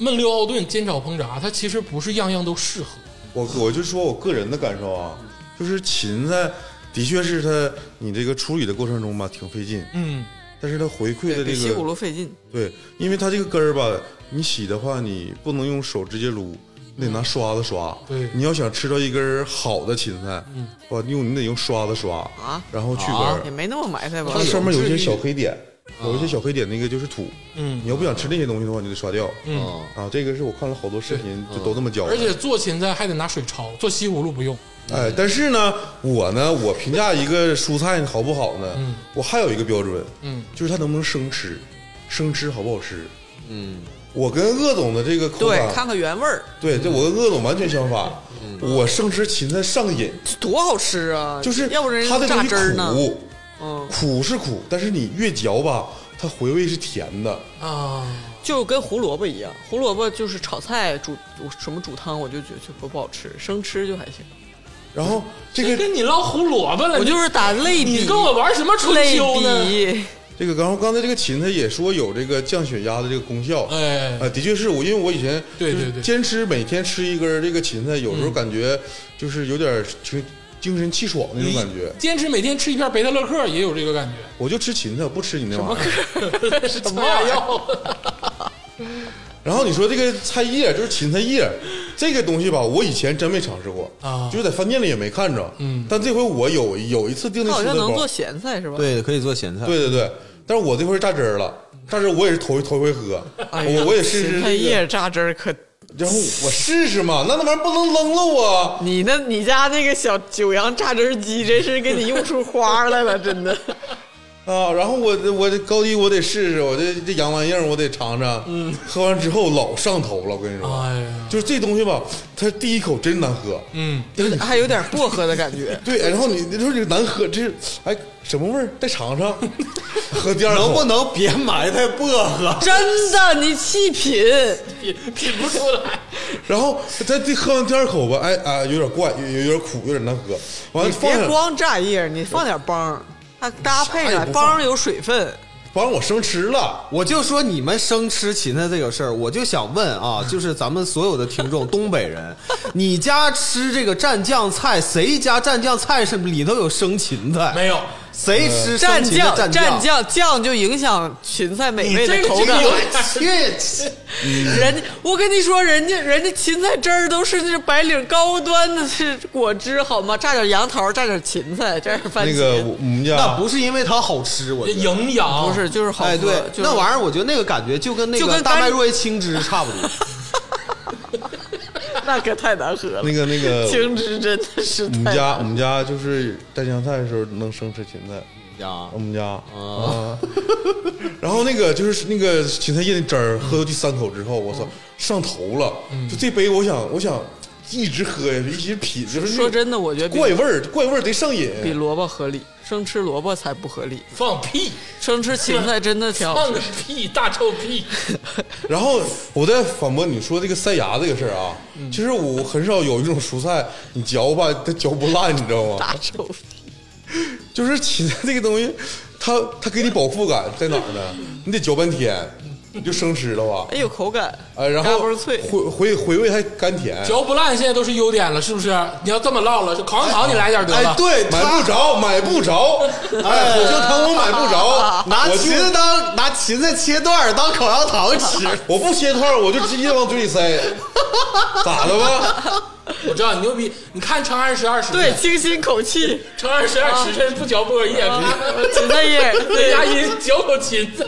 Speaker 1: 焖溜奥顿、煎炒烹炸，它其实不是样样都适合。
Speaker 3: 我我就说我个人的感受啊，就是芹菜的确是它你这个处理的过程中吧挺费劲，
Speaker 1: 嗯，
Speaker 3: 但是它回馈的
Speaker 2: 比
Speaker 3: 这
Speaker 2: 西葫
Speaker 3: 个
Speaker 2: 芦费劲。
Speaker 3: 对，因为它这个根儿吧，你洗的话你不能用手直接撸，你得拿刷子刷。
Speaker 1: 对
Speaker 3: 你要想吃到一根儿好的芹菜，嗯，哇，用你得用刷子刷
Speaker 2: 啊
Speaker 3: 然后去根
Speaker 4: 啊
Speaker 3: 儿
Speaker 2: 也。没那么埋汰吧
Speaker 3: 它？上面有一些小黑点，有一些小黑点，那个就是土。
Speaker 1: 嗯
Speaker 3: 你要不想吃那些东西的话，你得刷掉。
Speaker 1: 嗯
Speaker 4: 嗯
Speaker 3: 啊，这个是我看了好多视频，就
Speaker 2: 嗯
Speaker 3: 都这么教的。
Speaker 1: 而且做芹菜还得拿水焯，做西葫芦不用。
Speaker 3: 哎，但是呢，我呢，我评价一个蔬菜好不好呢？
Speaker 1: 嗯
Speaker 3: 我还有一个标准，
Speaker 1: 嗯，
Speaker 3: 就是它能不能生吃，生吃好不好吃。
Speaker 4: 嗯，
Speaker 3: 我跟鄂总的这个口
Speaker 2: 对，
Speaker 3: 感
Speaker 2: 看，看嗯原味儿，
Speaker 3: 对对，我跟鄂总完全相反。我生吃芹菜上瘾，
Speaker 2: 这多好吃啊！
Speaker 3: 就是
Speaker 2: 嗯要不然
Speaker 3: 它的
Speaker 2: 榨
Speaker 3: 东
Speaker 2: 汁儿
Speaker 3: 西
Speaker 2: 呢？
Speaker 3: 苦，
Speaker 2: 嗯，
Speaker 3: 苦是苦，但是你越嚼吧，它回味是甜的。
Speaker 1: 啊，
Speaker 2: 就跟胡萝卜一样，胡萝卜就是炒菜煮煮什么煮汤，我就觉得就不不好吃，生吃就还行。
Speaker 3: 然后
Speaker 2: [LAUGHS]
Speaker 3: 这
Speaker 1: 谁
Speaker 3: 个
Speaker 1: 跟你唠胡萝卜了？
Speaker 2: 我就是打类比，
Speaker 1: 你跟我玩什么春
Speaker 2: 类
Speaker 1: 秋呢？
Speaker 2: 比，
Speaker 3: 这个，然后刚才这个芹菜也说有这个降血压的这个功效，
Speaker 1: 哎，
Speaker 3: 啊，的确是我，因为我以前
Speaker 1: 对
Speaker 3: 就是
Speaker 1: 对对
Speaker 3: 坚持每天吃一根儿这个芹菜，有时候感觉就是有点儿精精神气爽那种感觉。
Speaker 1: 坚持每天吃一片贝塔乐克也有这个感觉，哎
Speaker 3: 我就吃芹菜，我不吃你那玩意
Speaker 1: [LAUGHS]
Speaker 3: 儿。
Speaker 1: 什么玩意儿？
Speaker 3: 然后你说这个菜叶就是芹菜叶，这个东西吧，我以前真没尝试过
Speaker 1: 啊
Speaker 3: 就是在饭店里也没看着。
Speaker 1: 嗯
Speaker 3: 但这回我有有一次订
Speaker 2: 它
Speaker 3: 那
Speaker 2: 好
Speaker 3: 蔬
Speaker 2: 像
Speaker 3: 菜
Speaker 2: 能
Speaker 3: 包
Speaker 2: 做，咸菜是吧？，
Speaker 4: 对，可以做咸菜。
Speaker 3: 对对对，但是我这回是榨汁儿了，榨汁儿我也是头一头一回喝，
Speaker 2: 哎呀，
Speaker 3: 我我也试试
Speaker 2: 芹菜
Speaker 3: 这个
Speaker 2: 叶榨汁儿可，
Speaker 3: 然后我试试嘛，那那玩意儿不能扔了我。
Speaker 2: 你那你家那个小九阳榨汁机真是给你用出花来了，真的。
Speaker 3: 啊，然后我我这高低我得试试，我这这洋玩意儿我得尝尝。嗯，喝完之后老上头了，我跟你说，
Speaker 4: 嗯
Speaker 1: 哎呀，
Speaker 3: 就是这东西吧，它第一口真难喝。，
Speaker 1: 嗯，
Speaker 2: 有点还有点薄荷的感觉
Speaker 3: 对，然后你你说这个难喝，这是哎什么味儿？再尝
Speaker 4: [LAUGHS]
Speaker 3: 尝，喝第二口
Speaker 4: 能不能别埋汰薄
Speaker 2: [LAUGHS]
Speaker 4: 荷？
Speaker 2: 真的，你细品，
Speaker 1: 品品不出来。
Speaker 3: 然后再再喝完第二口吧，哎啊，有点怪，有有有点苦，有点难喝。完了
Speaker 2: 你
Speaker 3: 放
Speaker 2: 别
Speaker 3: 上，
Speaker 2: 光榨叶，你放点帮儿，它搭配
Speaker 3: 啥也
Speaker 2: 着
Speaker 3: 不放
Speaker 2: 帮儿有水分，
Speaker 3: 不让我生吃了。
Speaker 4: 我就说你们生吃芹菜这个事儿，我就想问啊，就是咱们所有的听众，东北人， [LAUGHS] 你家吃这个蘸酱菜，谁家蘸酱菜是里头有生芹菜？
Speaker 1: 没有，
Speaker 4: 谁吃
Speaker 2: 蘸
Speaker 4: 生芹
Speaker 2: 酱蘸
Speaker 4: 的蘸？
Speaker 2: 酱酱就影响芹菜美
Speaker 1: 你
Speaker 2: 味
Speaker 1: 这
Speaker 2: 的
Speaker 1: 个
Speaker 2: 口
Speaker 1: 就
Speaker 2: 感
Speaker 1: 有。
Speaker 4: 去，
Speaker 2: 人家，我跟你说，人家人家芹菜汁儿都是那白领高端的是果汁好吗？榨点杨桃，榨点芹菜，榨点番茄。
Speaker 3: 那个我我们家
Speaker 4: 那不是因为它好吃，我觉得。
Speaker 1: 营养
Speaker 2: 不是，就是好喝。
Speaker 4: 哎，对，
Speaker 2: 就是、
Speaker 4: 那玩意儿，我觉得那个感觉就跟那
Speaker 2: 就
Speaker 4: 个
Speaker 2: 跟
Speaker 4: 大
Speaker 2: 干
Speaker 4: 麦若叶青汁差不多。
Speaker 2: 儿那可太难喝了。
Speaker 3: 那个那个
Speaker 2: 青汁真的是
Speaker 3: 我们
Speaker 2: 太
Speaker 3: 家我们家就是带香菜的时候能生吃芹菜，
Speaker 4: 呀
Speaker 3: 我，们家
Speaker 2: 哦
Speaker 3: 啊，然后那个就是那个芹菜叶的汁儿，喝到第三口之后，我操，
Speaker 2: 嗯
Speaker 3: 上头了，就这杯我想我想一直喝下去，一直品，就是
Speaker 2: 说
Speaker 3: 这
Speaker 2: 真的，我觉得
Speaker 3: 怪
Speaker 2: 比
Speaker 3: 味儿，怪味儿得上瘾，
Speaker 2: 比萝卜合理，生吃萝卜才不合理，
Speaker 1: 放屁，
Speaker 2: 生吃芹菜真的挺好
Speaker 1: 放
Speaker 2: 吃。
Speaker 1: 个屁，大臭屁，
Speaker 3: 然后我在反驳你说这个塞牙这个事儿啊，
Speaker 2: 嗯
Speaker 3: 其实我很少有一种蔬菜，你嚼吧它嚼不烂，你知道吗？
Speaker 2: [LAUGHS] 大臭屁，
Speaker 3: 就是芹菜这个东西，它它给你饱腹感在哪儿呢？你得嚼半天，你就生吃了吧
Speaker 2: 哎？有口感，
Speaker 3: 呃，然
Speaker 2: 嘎
Speaker 3: 后
Speaker 2: 嘣脆。
Speaker 3: 回回回味还甘甜，
Speaker 1: 嚼不烂现在都是优点了，是不是？你要这么唠了，就口香糖你来点得
Speaker 4: 哎
Speaker 1: 了，，
Speaker 4: 对，
Speaker 3: 买
Speaker 4: 它
Speaker 3: 不着，买不着，哎，口香糖我买不 [LAUGHS] 着，
Speaker 4: 拿
Speaker 3: [LAUGHS] 我
Speaker 4: 芹
Speaker 3: 就
Speaker 4: 菜当拿芹菜切段儿当口香糖
Speaker 3: [LAUGHS]
Speaker 4: 吃，
Speaker 3: 我不切块儿，我就直接往嘴里 [LAUGHS] 塞，咋的吧？
Speaker 1: 我知道你牛逼，你看《长安十二时辰》，
Speaker 2: 对，清新口气，
Speaker 1: 《长安十二时辰》不嚼波一眼
Speaker 2: 啊
Speaker 1: 看， [LAUGHS]
Speaker 2: 芹菜叶，
Speaker 1: 那
Speaker 2: 对
Speaker 1: 牙龈嚼口芹菜，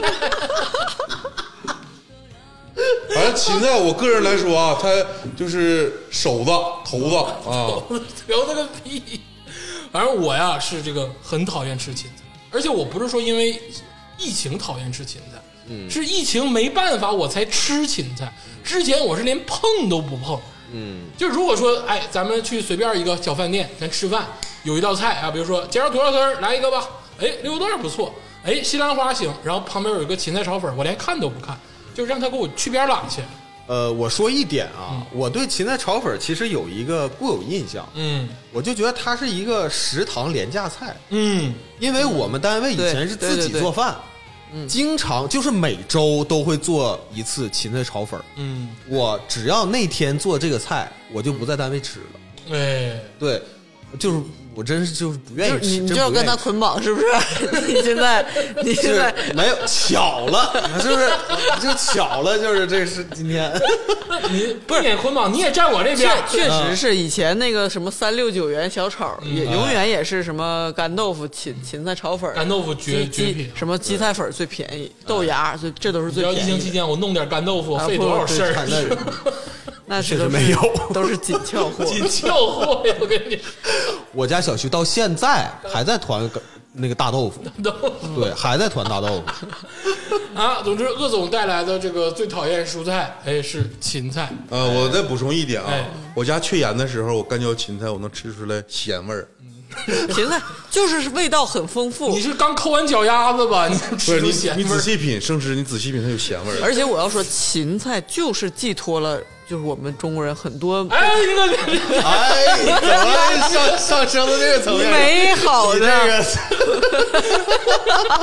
Speaker 3: 反正芹菜，我个人来说啊，它就是手子、头子
Speaker 2: 哎
Speaker 3: 啊，
Speaker 1: [LAUGHS] 嚼那个屁。反正我呀是这个很讨厌吃芹菜，而且我不是说因为疫情讨厌吃芹菜，是疫情没办法我才吃芹菜，之前我是连碰都不碰。就如果说，哎，咱们去随便一个小饭店，咱吃饭有一道菜啊，比如说今儿多少根儿来一个吧，哎，溜肉段儿不错，哎，西兰花行，然后旁边有一个芹菜炒粉，我连看都不看，就让他给我去边儿拉去。
Speaker 4: 呃，我说一点啊，我对芹菜炒粉其实有一个固有印象，
Speaker 1: 嗯
Speaker 4: 我就觉得它是一个食堂廉价菜，
Speaker 1: 嗯，
Speaker 4: 因为我们单位以前是
Speaker 2: 对
Speaker 4: 自
Speaker 2: 对对
Speaker 4: 己
Speaker 2: 对嗯
Speaker 4: 做饭，经常就是每周都会做一次芹菜炒粉。
Speaker 1: 嗯，
Speaker 4: 我只要那天做这个菜，我就不在单位吃了。
Speaker 1: 哎，
Speaker 4: 对，就是我真是就是不愿
Speaker 2: 就
Speaker 4: 意
Speaker 2: 是
Speaker 4: 吃，
Speaker 2: 你你
Speaker 4: 真
Speaker 2: 就要
Speaker 4: 不愿
Speaker 2: 跟他
Speaker 4: 意吃
Speaker 2: 捆绑，是不是？ [LAUGHS] 你现在你
Speaker 4: 就
Speaker 2: 现在
Speaker 4: 是没有巧了，是不是？就巧了，就是这是今天
Speaker 1: 你不是免捆绑，你也站我这边，
Speaker 2: 确实是以前那个什么三六九元小炒，也永远也是什么干豆腐、芹芹菜炒粉、
Speaker 1: 干豆腐绝
Speaker 2: 鸡
Speaker 1: 绝品
Speaker 2: 鸡。什么鸡菜粉最便宜，豆芽最这都是
Speaker 1: 只
Speaker 2: 最
Speaker 1: 要疫
Speaker 2: 便
Speaker 1: 情
Speaker 2: 宜
Speaker 1: 期
Speaker 2: 的。
Speaker 1: 间我弄点干豆腐，
Speaker 2: 啊
Speaker 1: 费多少事
Speaker 4: 惨淡
Speaker 1: 儿？ [LAUGHS]
Speaker 4: 人。
Speaker 2: 那是
Speaker 4: 确实
Speaker 2: 都是
Speaker 4: 没有
Speaker 2: 都是紧俏货。
Speaker 1: 紧俏货呀！我跟你
Speaker 4: 我家小区到现在还在团个那个大豆腐，
Speaker 1: 都
Speaker 4: 对，还在团大豆腐。
Speaker 1: 啊，总之，鄂总带来的这个最讨厌蔬菜，哎，是芹菜。
Speaker 3: 啊，我再补充一点啊
Speaker 1: 哎，
Speaker 3: 我家缺盐的时候，我干嚼芹菜，我能吃出来咸味儿。
Speaker 2: 芹菜就是味道很丰富
Speaker 1: 你，是刚抠完脚丫子吧？你
Speaker 3: 不是
Speaker 1: 吃出
Speaker 3: 你
Speaker 1: 咸
Speaker 3: 你
Speaker 1: 味
Speaker 3: 仔
Speaker 1: 儿？
Speaker 3: 细品生吃，你仔细品它有咸味儿。
Speaker 2: 而且我要说，芹菜就是寄托了就是我们中国人很多
Speaker 1: 哎，你个
Speaker 4: 哎，怎
Speaker 2: [LAUGHS]
Speaker 4: 么上上升到这个 [LAUGHS] 层面？
Speaker 2: 美好
Speaker 4: 你
Speaker 2: 的。
Speaker 4: 这
Speaker 3: [LAUGHS]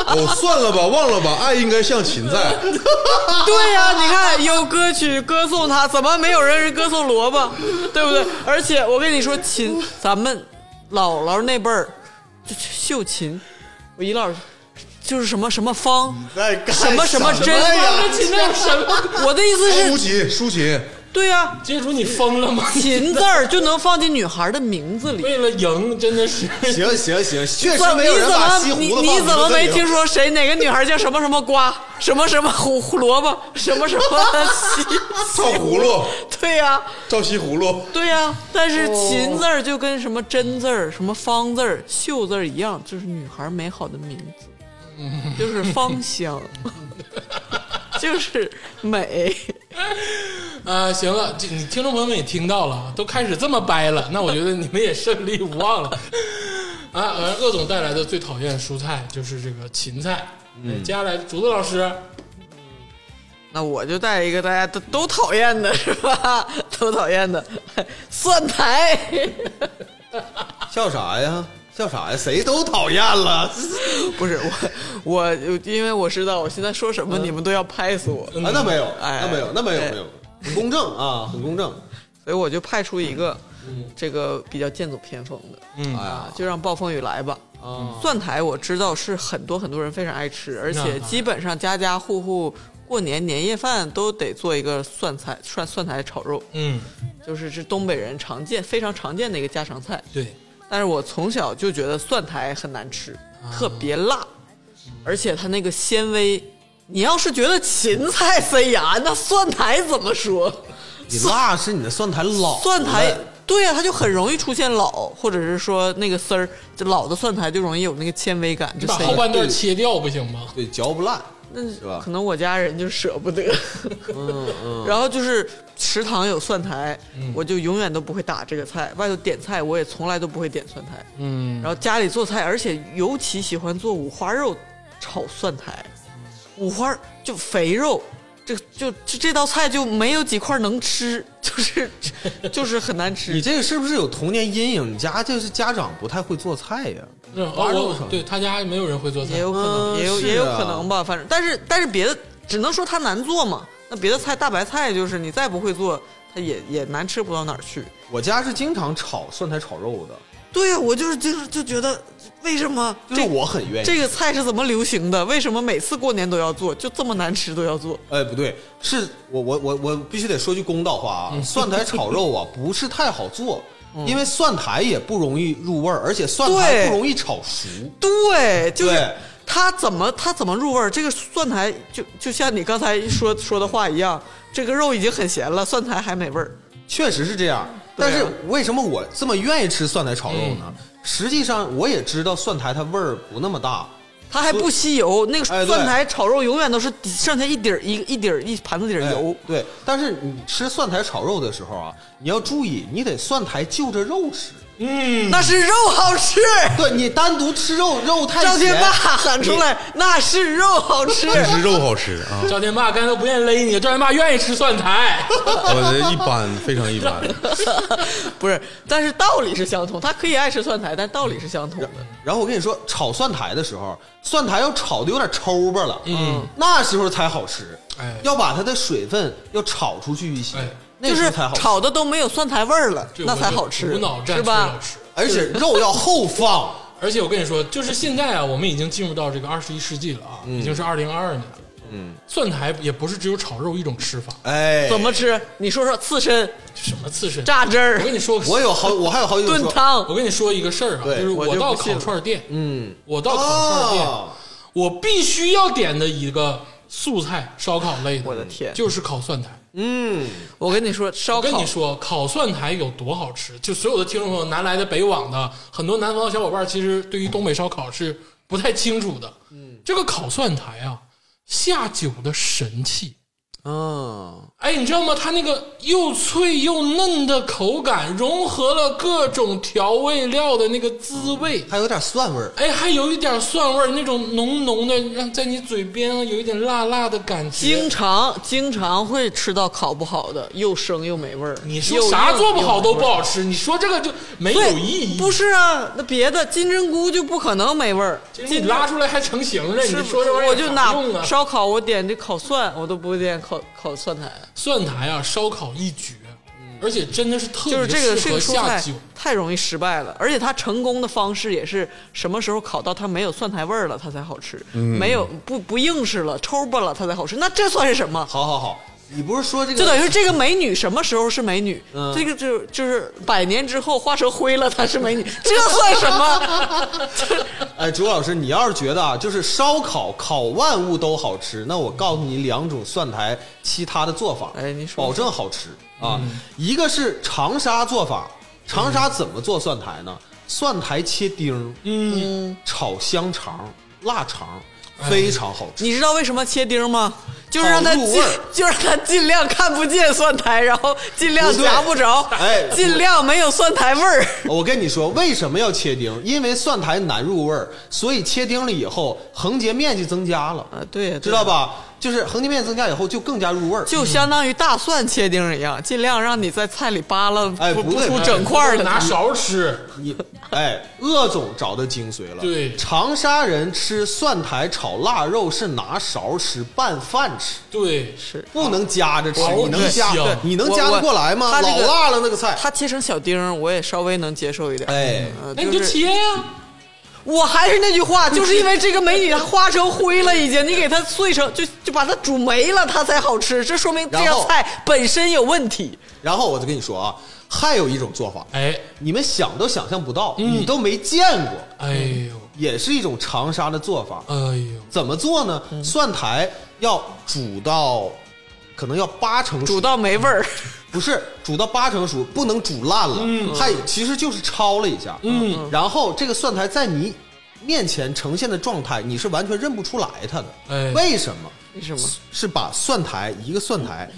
Speaker 3: 哦，算了吧，忘了吧，爱应该像芹菜。
Speaker 2: 对呀、你看有歌曲歌颂他，怎么没有人歌颂萝卜，对不对？而且我跟你说，琴，咱们姥姥那辈儿就就秀琴，我姨姥就是什么什么芳，
Speaker 4: 个
Speaker 2: 什么什么针
Speaker 4: 哎
Speaker 1: 这芹菜有什么？ [LAUGHS]
Speaker 2: 我的意思
Speaker 3: 苏
Speaker 2: 是，
Speaker 3: 芹、舒芹，
Speaker 2: 对呀、
Speaker 1: 接触你疯了吗？ [LAUGHS]
Speaker 2: 琴字儿就能放进女孩的名字里。
Speaker 1: 为了赢，真的是
Speaker 4: 行行
Speaker 2: [LAUGHS]
Speaker 4: 行，确
Speaker 2: 怎
Speaker 4: 实
Speaker 2: 么
Speaker 4: 没
Speaker 2: 你
Speaker 4: 有人
Speaker 2: 怎
Speaker 4: 把
Speaker 2: 么
Speaker 4: 西
Speaker 2: 你
Speaker 4: 葫芦
Speaker 2: 你
Speaker 4: 放
Speaker 2: 怎么没
Speaker 4: 名字里
Speaker 2: 听说谁哪个女孩叫什么什么瓜什么什么胡胡萝卜什么什么
Speaker 4: [LAUGHS]
Speaker 2: 西？
Speaker 3: 照葫芦，
Speaker 2: 对呀、
Speaker 3: 照西葫芦。
Speaker 2: 对呀、但是秦字儿就跟什么真字儿、什么方字儿、秀字儿一样，就是女孩美好的名字，就是芳 [LAUGHS] 香，就是美。
Speaker 1: 啊，行了，这你听众朋友们也听到了，啊都开始这么掰了，那我觉得你们也胜利无望了。啊，呃，鄂总带来的最讨厌蔬菜就是这个芹菜。嗯，接下来竹子老师，
Speaker 2: 那我就带一个大家都都讨厌的是吧？ [LAUGHS] 都讨厌的蒜 [LAUGHS] 苔，
Speaker 4: [LAUGHS] 笑啥呀？笑啥呀？谁都讨
Speaker 2: [LAUGHS]
Speaker 4: 厌了。
Speaker 2: 不是我，我因为我知道我现在说什么你们都要拍死我，
Speaker 4: 啊，那没有，
Speaker 2: 哎
Speaker 4: 那没有，那没有，
Speaker 2: 哎 [LAUGHS]
Speaker 4: 没有，很公正啊，很公正。
Speaker 2: 所以我就派出一个，这个比较剑走偏锋的，
Speaker 1: 嗯
Speaker 2: 啊，就让暴风雨来吧。
Speaker 4: 啊，
Speaker 2: 蒜苔我知道是很多很多人非常爱吃，而且基本上家家户户过年年夜饭都得做一个蒜苔蒜蒜苔炒肉，
Speaker 1: 嗯，
Speaker 2: 就是是东北人常见非常常见的一个家常菜。
Speaker 1: 对，
Speaker 2: 但是我从小就觉得蒜苔很难吃，特别辣，而且它那个纤维，你要是觉得芹菜塞牙，那蒜苔怎么说？
Speaker 4: 你辣是你的蒜苔老，
Speaker 2: 蒜苔，对啊呀、它就很容易出现老，或者是说那个丝儿，就老的蒜苔就容易有那个纤维感，
Speaker 1: 你
Speaker 2: 就
Speaker 1: 把
Speaker 2: 塞
Speaker 1: 后
Speaker 2: 牙。
Speaker 1: 半段切掉不行吗？
Speaker 4: 对，嚼不烂，
Speaker 2: 那
Speaker 4: 是吧
Speaker 2: 可能我家人就舍不得。
Speaker 4: 嗯
Speaker 2: [LAUGHS]
Speaker 4: 嗯，
Speaker 2: 然后就是食堂有蒜苔，我就永远都不会打这个菜。外头点菜，我也从来都不会点蒜苔。
Speaker 1: 嗯，
Speaker 2: 然后家里做菜，而且尤其喜欢做五花肉炒蒜苔，五花就肥肉，这就就这道菜就没有几块能吃，就是 [LAUGHS] 就是很难
Speaker 4: 你
Speaker 2: 吃。
Speaker 4: 这个是不是有童年阴影？你家就是家长不太会做菜呀？
Speaker 1: 那种
Speaker 4: 花肉
Speaker 1: 哦，我对他家没有人会做菜
Speaker 2: 也，有可能，
Speaker 4: 嗯
Speaker 2: 也有
Speaker 4: 是
Speaker 2: 也有
Speaker 4: 啊
Speaker 2: 可能吧，反正但是但是别的只能说它难做嘛。那别的菜大白菜就是你再不会做，它也也难吃不到哪儿去。
Speaker 4: 我家是经常炒蒜苔炒肉的，
Speaker 2: 对呀、我就是就是就觉得为什么
Speaker 4: 就是
Speaker 2: 这
Speaker 4: 我很愿意。
Speaker 2: 这个菜是怎么流行的？为什么每次过年都要做？就这么难吃都要做？
Speaker 4: 哎，不对，是我我我我必须得说句公道话
Speaker 2: 嗯
Speaker 4: 啊，蒜苔炒肉啊不是太好做，因为蒜苔也不容易入味儿，而且蒜苔
Speaker 2: 对
Speaker 4: 不容易炒熟。
Speaker 2: 对，就是
Speaker 4: 对
Speaker 2: 它怎么它怎么入味儿？这个蒜苔就就像你刚才说说的话一样，这个肉已经很咸了，蒜苔还没味儿。
Speaker 4: 确实是这样。
Speaker 2: 对啊嗯
Speaker 4: 但是为什么我这么愿意吃蒜苔炒肉呢？实际上我也知道蒜苔它味儿不那么大，
Speaker 2: 它还不吸油，那个
Speaker 4: 哎对
Speaker 2: 蒜苔炒肉永远都是底剩下一底儿一一底儿一盘子底儿
Speaker 4: 哎
Speaker 2: 油。
Speaker 4: 对，但是你吃蒜苔炒肉的时候啊，你要注意，你得蒜苔就着肉吃。
Speaker 1: 嗯，
Speaker 2: 那是肉好吃，
Speaker 4: 对你单独吃肉，肉太
Speaker 2: 张
Speaker 4: 咸
Speaker 2: 天霸喊出来，那是肉好吃。
Speaker 3: 但是肉好吃啊，
Speaker 1: 赵天霸刚才都不愿意勒你，赵天霸愿意吃蒜
Speaker 2: [LAUGHS]
Speaker 1: 苔，
Speaker 3: 我的一般，非常一般。
Speaker 2: [LAUGHS] 不是，但是道理是相通，他可以爱吃蒜苔，但道理是相通
Speaker 1: 嗯
Speaker 2: 的。
Speaker 4: 然后我跟你说，炒蒜苔的时候，蒜苔要炒的有点抽巴了，嗯，那时候才好吃。
Speaker 1: 哎
Speaker 4: 要把它的水分要炒出去一些，
Speaker 1: 哎
Speaker 4: 那时
Speaker 2: 是
Speaker 4: 候才好吃。
Speaker 2: 炒的都没有蒜苔味儿了，
Speaker 1: 这我
Speaker 2: 那才
Speaker 1: 就
Speaker 2: 好吃，
Speaker 1: 无脑蘸
Speaker 2: 是
Speaker 1: 最
Speaker 2: 吧
Speaker 1: 好？吃。
Speaker 4: 而且肉要后
Speaker 2: [LAUGHS]
Speaker 4: 放。
Speaker 1: 而且我跟你说，就是现在啊，我们已经进入到这个二十一世纪了啊，已经是二零二二年了。嗯，蒜苔也不是只有炒肉一种吃法，
Speaker 4: 哎，
Speaker 2: 怎么吃？你说说，刺身、
Speaker 1: 什么刺身、
Speaker 2: 榨汁
Speaker 1: 我
Speaker 2: 儿
Speaker 1: 跟、你说个，
Speaker 4: 我有好，我还有好几个
Speaker 2: 炖
Speaker 4: 说，
Speaker 1: 我
Speaker 2: 汤，
Speaker 1: 跟你说一个事儿啊，
Speaker 4: 对
Speaker 1: 就是
Speaker 2: 我
Speaker 1: 我
Speaker 2: 就
Speaker 1: 到
Speaker 2: 不信
Speaker 1: 烤
Speaker 2: 了
Speaker 1: 串店，
Speaker 4: 嗯，
Speaker 1: 我到烤串店，
Speaker 4: 哦
Speaker 1: 我必须要点的一个素菜烧烤类的，
Speaker 2: 我的天
Speaker 1: 就是烤蒜苔。
Speaker 4: 嗯，
Speaker 2: 我跟你说，烧
Speaker 1: 我跟
Speaker 2: 烤
Speaker 1: 你说，烤蒜苔有多好吃？就所有的听众朋友，南来的、北往的，很多南方的小伙伴，其实对于东北烧烤是不太清楚的。嗯，这个烤蒜苔啊，下酒的神器。
Speaker 2: 嗯
Speaker 4: 啊，
Speaker 1: 哎，你知道吗？它那个又脆又嫩的口感，融合了各种调味料的那个滋味。
Speaker 4: 还有点蒜味儿。
Speaker 1: 哎，还有一点蒜味儿，那种浓浓的，让在你嘴边啊有一点辣辣的感觉。
Speaker 2: 经常经常会吃到烤不好的，又生又没味儿。
Speaker 1: 你说啥
Speaker 2: 又
Speaker 1: 做不好都
Speaker 2: 又
Speaker 1: 不好吃，你说这个就没
Speaker 2: 对
Speaker 1: 有意义。
Speaker 2: 不是啊，那别的金针菇就不可能没味儿。
Speaker 1: 其实你拉出来还成型了，你
Speaker 2: 是不
Speaker 1: 说这玩意儿
Speaker 2: 我就
Speaker 1: 哪用
Speaker 2: 拿
Speaker 1: 啊？
Speaker 2: 烧烤，我点这烤蒜，我都不会点烤烤蒜苔，
Speaker 1: 蒜苔啊，烧烤一绝，而且真的是特
Speaker 2: 就是
Speaker 1: 别
Speaker 2: 这个这
Speaker 1: 适合
Speaker 2: 个蔬
Speaker 1: 下
Speaker 2: 菜
Speaker 1: 酒。
Speaker 2: 太容易失败了，而且它成功的方式也是什么时候烤到它没有蒜苔味儿了，它才好吃，
Speaker 1: 嗯
Speaker 2: 没有不不硬实了，抽巴了它才好吃，那这算是什么？
Speaker 4: 好好好，你不是说这个
Speaker 2: 就等于是这个美女什么时候是美女？
Speaker 4: 嗯
Speaker 2: 这个就就是百年之后化成灰了，她是美女，这算什么？ [LAUGHS]
Speaker 4: 哎，朱老师，你要是觉得啊，就是烧烤烤万物都好吃，那我告诉你两种蒜苔其他的做法，
Speaker 2: 哎你说嗯
Speaker 4: 保证好吃啊。一个是长沙做法，长沙怎么做蒜苔呢？蒜苔切丁儿，嗯，炒香肠、腊肠，非常好吃。
Speaker 2: 哎你知道为什么切丁吗？就是让他
Speaker 4: 好入
Speaker 2: 尽
Speaker 4: 味儿，
Speaker 2: 就让他尽量看不见蒜苔，然后尽量
Speaker 4: 不对
Speaker 2: 夹不着，
Speaker 4: 哎
Speaker 2: 尽量没有蒜苔味儿。
Speaker 4: 我跟你说，为什么要切丁？因为蒜苔难入味儿，所以切丁了以后，横截面积增加了。
Speaker 2: 啊，对，
Speaker 4: 知道？吧？就是横切面增加以后就更加入味儿。
Speaker 2: 就相当于大蒜切丁一样，尽量让你在菜里扒拉，
Speaker 4: 哎
Speaker 2: 不
Speaker 4: 不对
Speaker 2: 出整块儿的。
Speaker 1: 拿勺吃，
Speaker 4: 你 [LAUGHS] 哎，鄂总找到精髓了。
Speaker 1: 对
Speaker 4: 长沙人吃蒜苔炒腊肉是拿勺吃，拌饭吃，
Speaker 1: 对，
Speaker 2: 是
Speaker 4: 不能夹着吃。
Speaker 2: 啊
Speaker 1: 好
Speaker 4: 你能夹
Speaker 1: 香？
Speaker 4: 你能夹得过来
Speaker 2: 我
Speaker 4: 吗？
Speaker 2: 我他这
Speaker 4: 老
Speaker 2: 个
Speaker 4: 辣了那个菜。
Speaker 2: 它切成小丁儿，我也稍微能接受一点。
Speaker 4: 哎
Speaker 2: 呃
Speaker 1: 那你就是切呀、
Speaker 2: 我还是那句话，就是因为这个美女她化成灰了，已经，你给它碎成，就就把它煮没了，它才好吃。这说明这
Speaker 4: 然
Speaker 2: 道
Speaker 4: 后
Speaker 2: 菜本身有问题。
Speaker 4: 然后我就跟你说啊，还有一种做法，
Speaker 1: 哎
Speaker 4: 你们想都想象不到，
Speaker 2: 嗯
Speaker 4: 你都没见过，
Speaker 1: 哎呦
Speaker 4: 也是一种长沙的做法。
Speaker 2: 嗯
Speaker 1: 哎呦，
Speaker 4: 怎么做呢？蒜苔要煮到，可能要八成熟
Speaker 2: 煮到没味儿，
Speaker 4: 不是煮到八成熟，不能煮烂了，还其实就是焯了一下，嗯，然后这个蒜苔在你面前呈现的状态，你是完全认不出来它的，
Speaker 1: 哎
Speaker 4: 为什么？
Speaker 2: 为什么？
Speaker 4: 是把蒜苔一个蒜苔，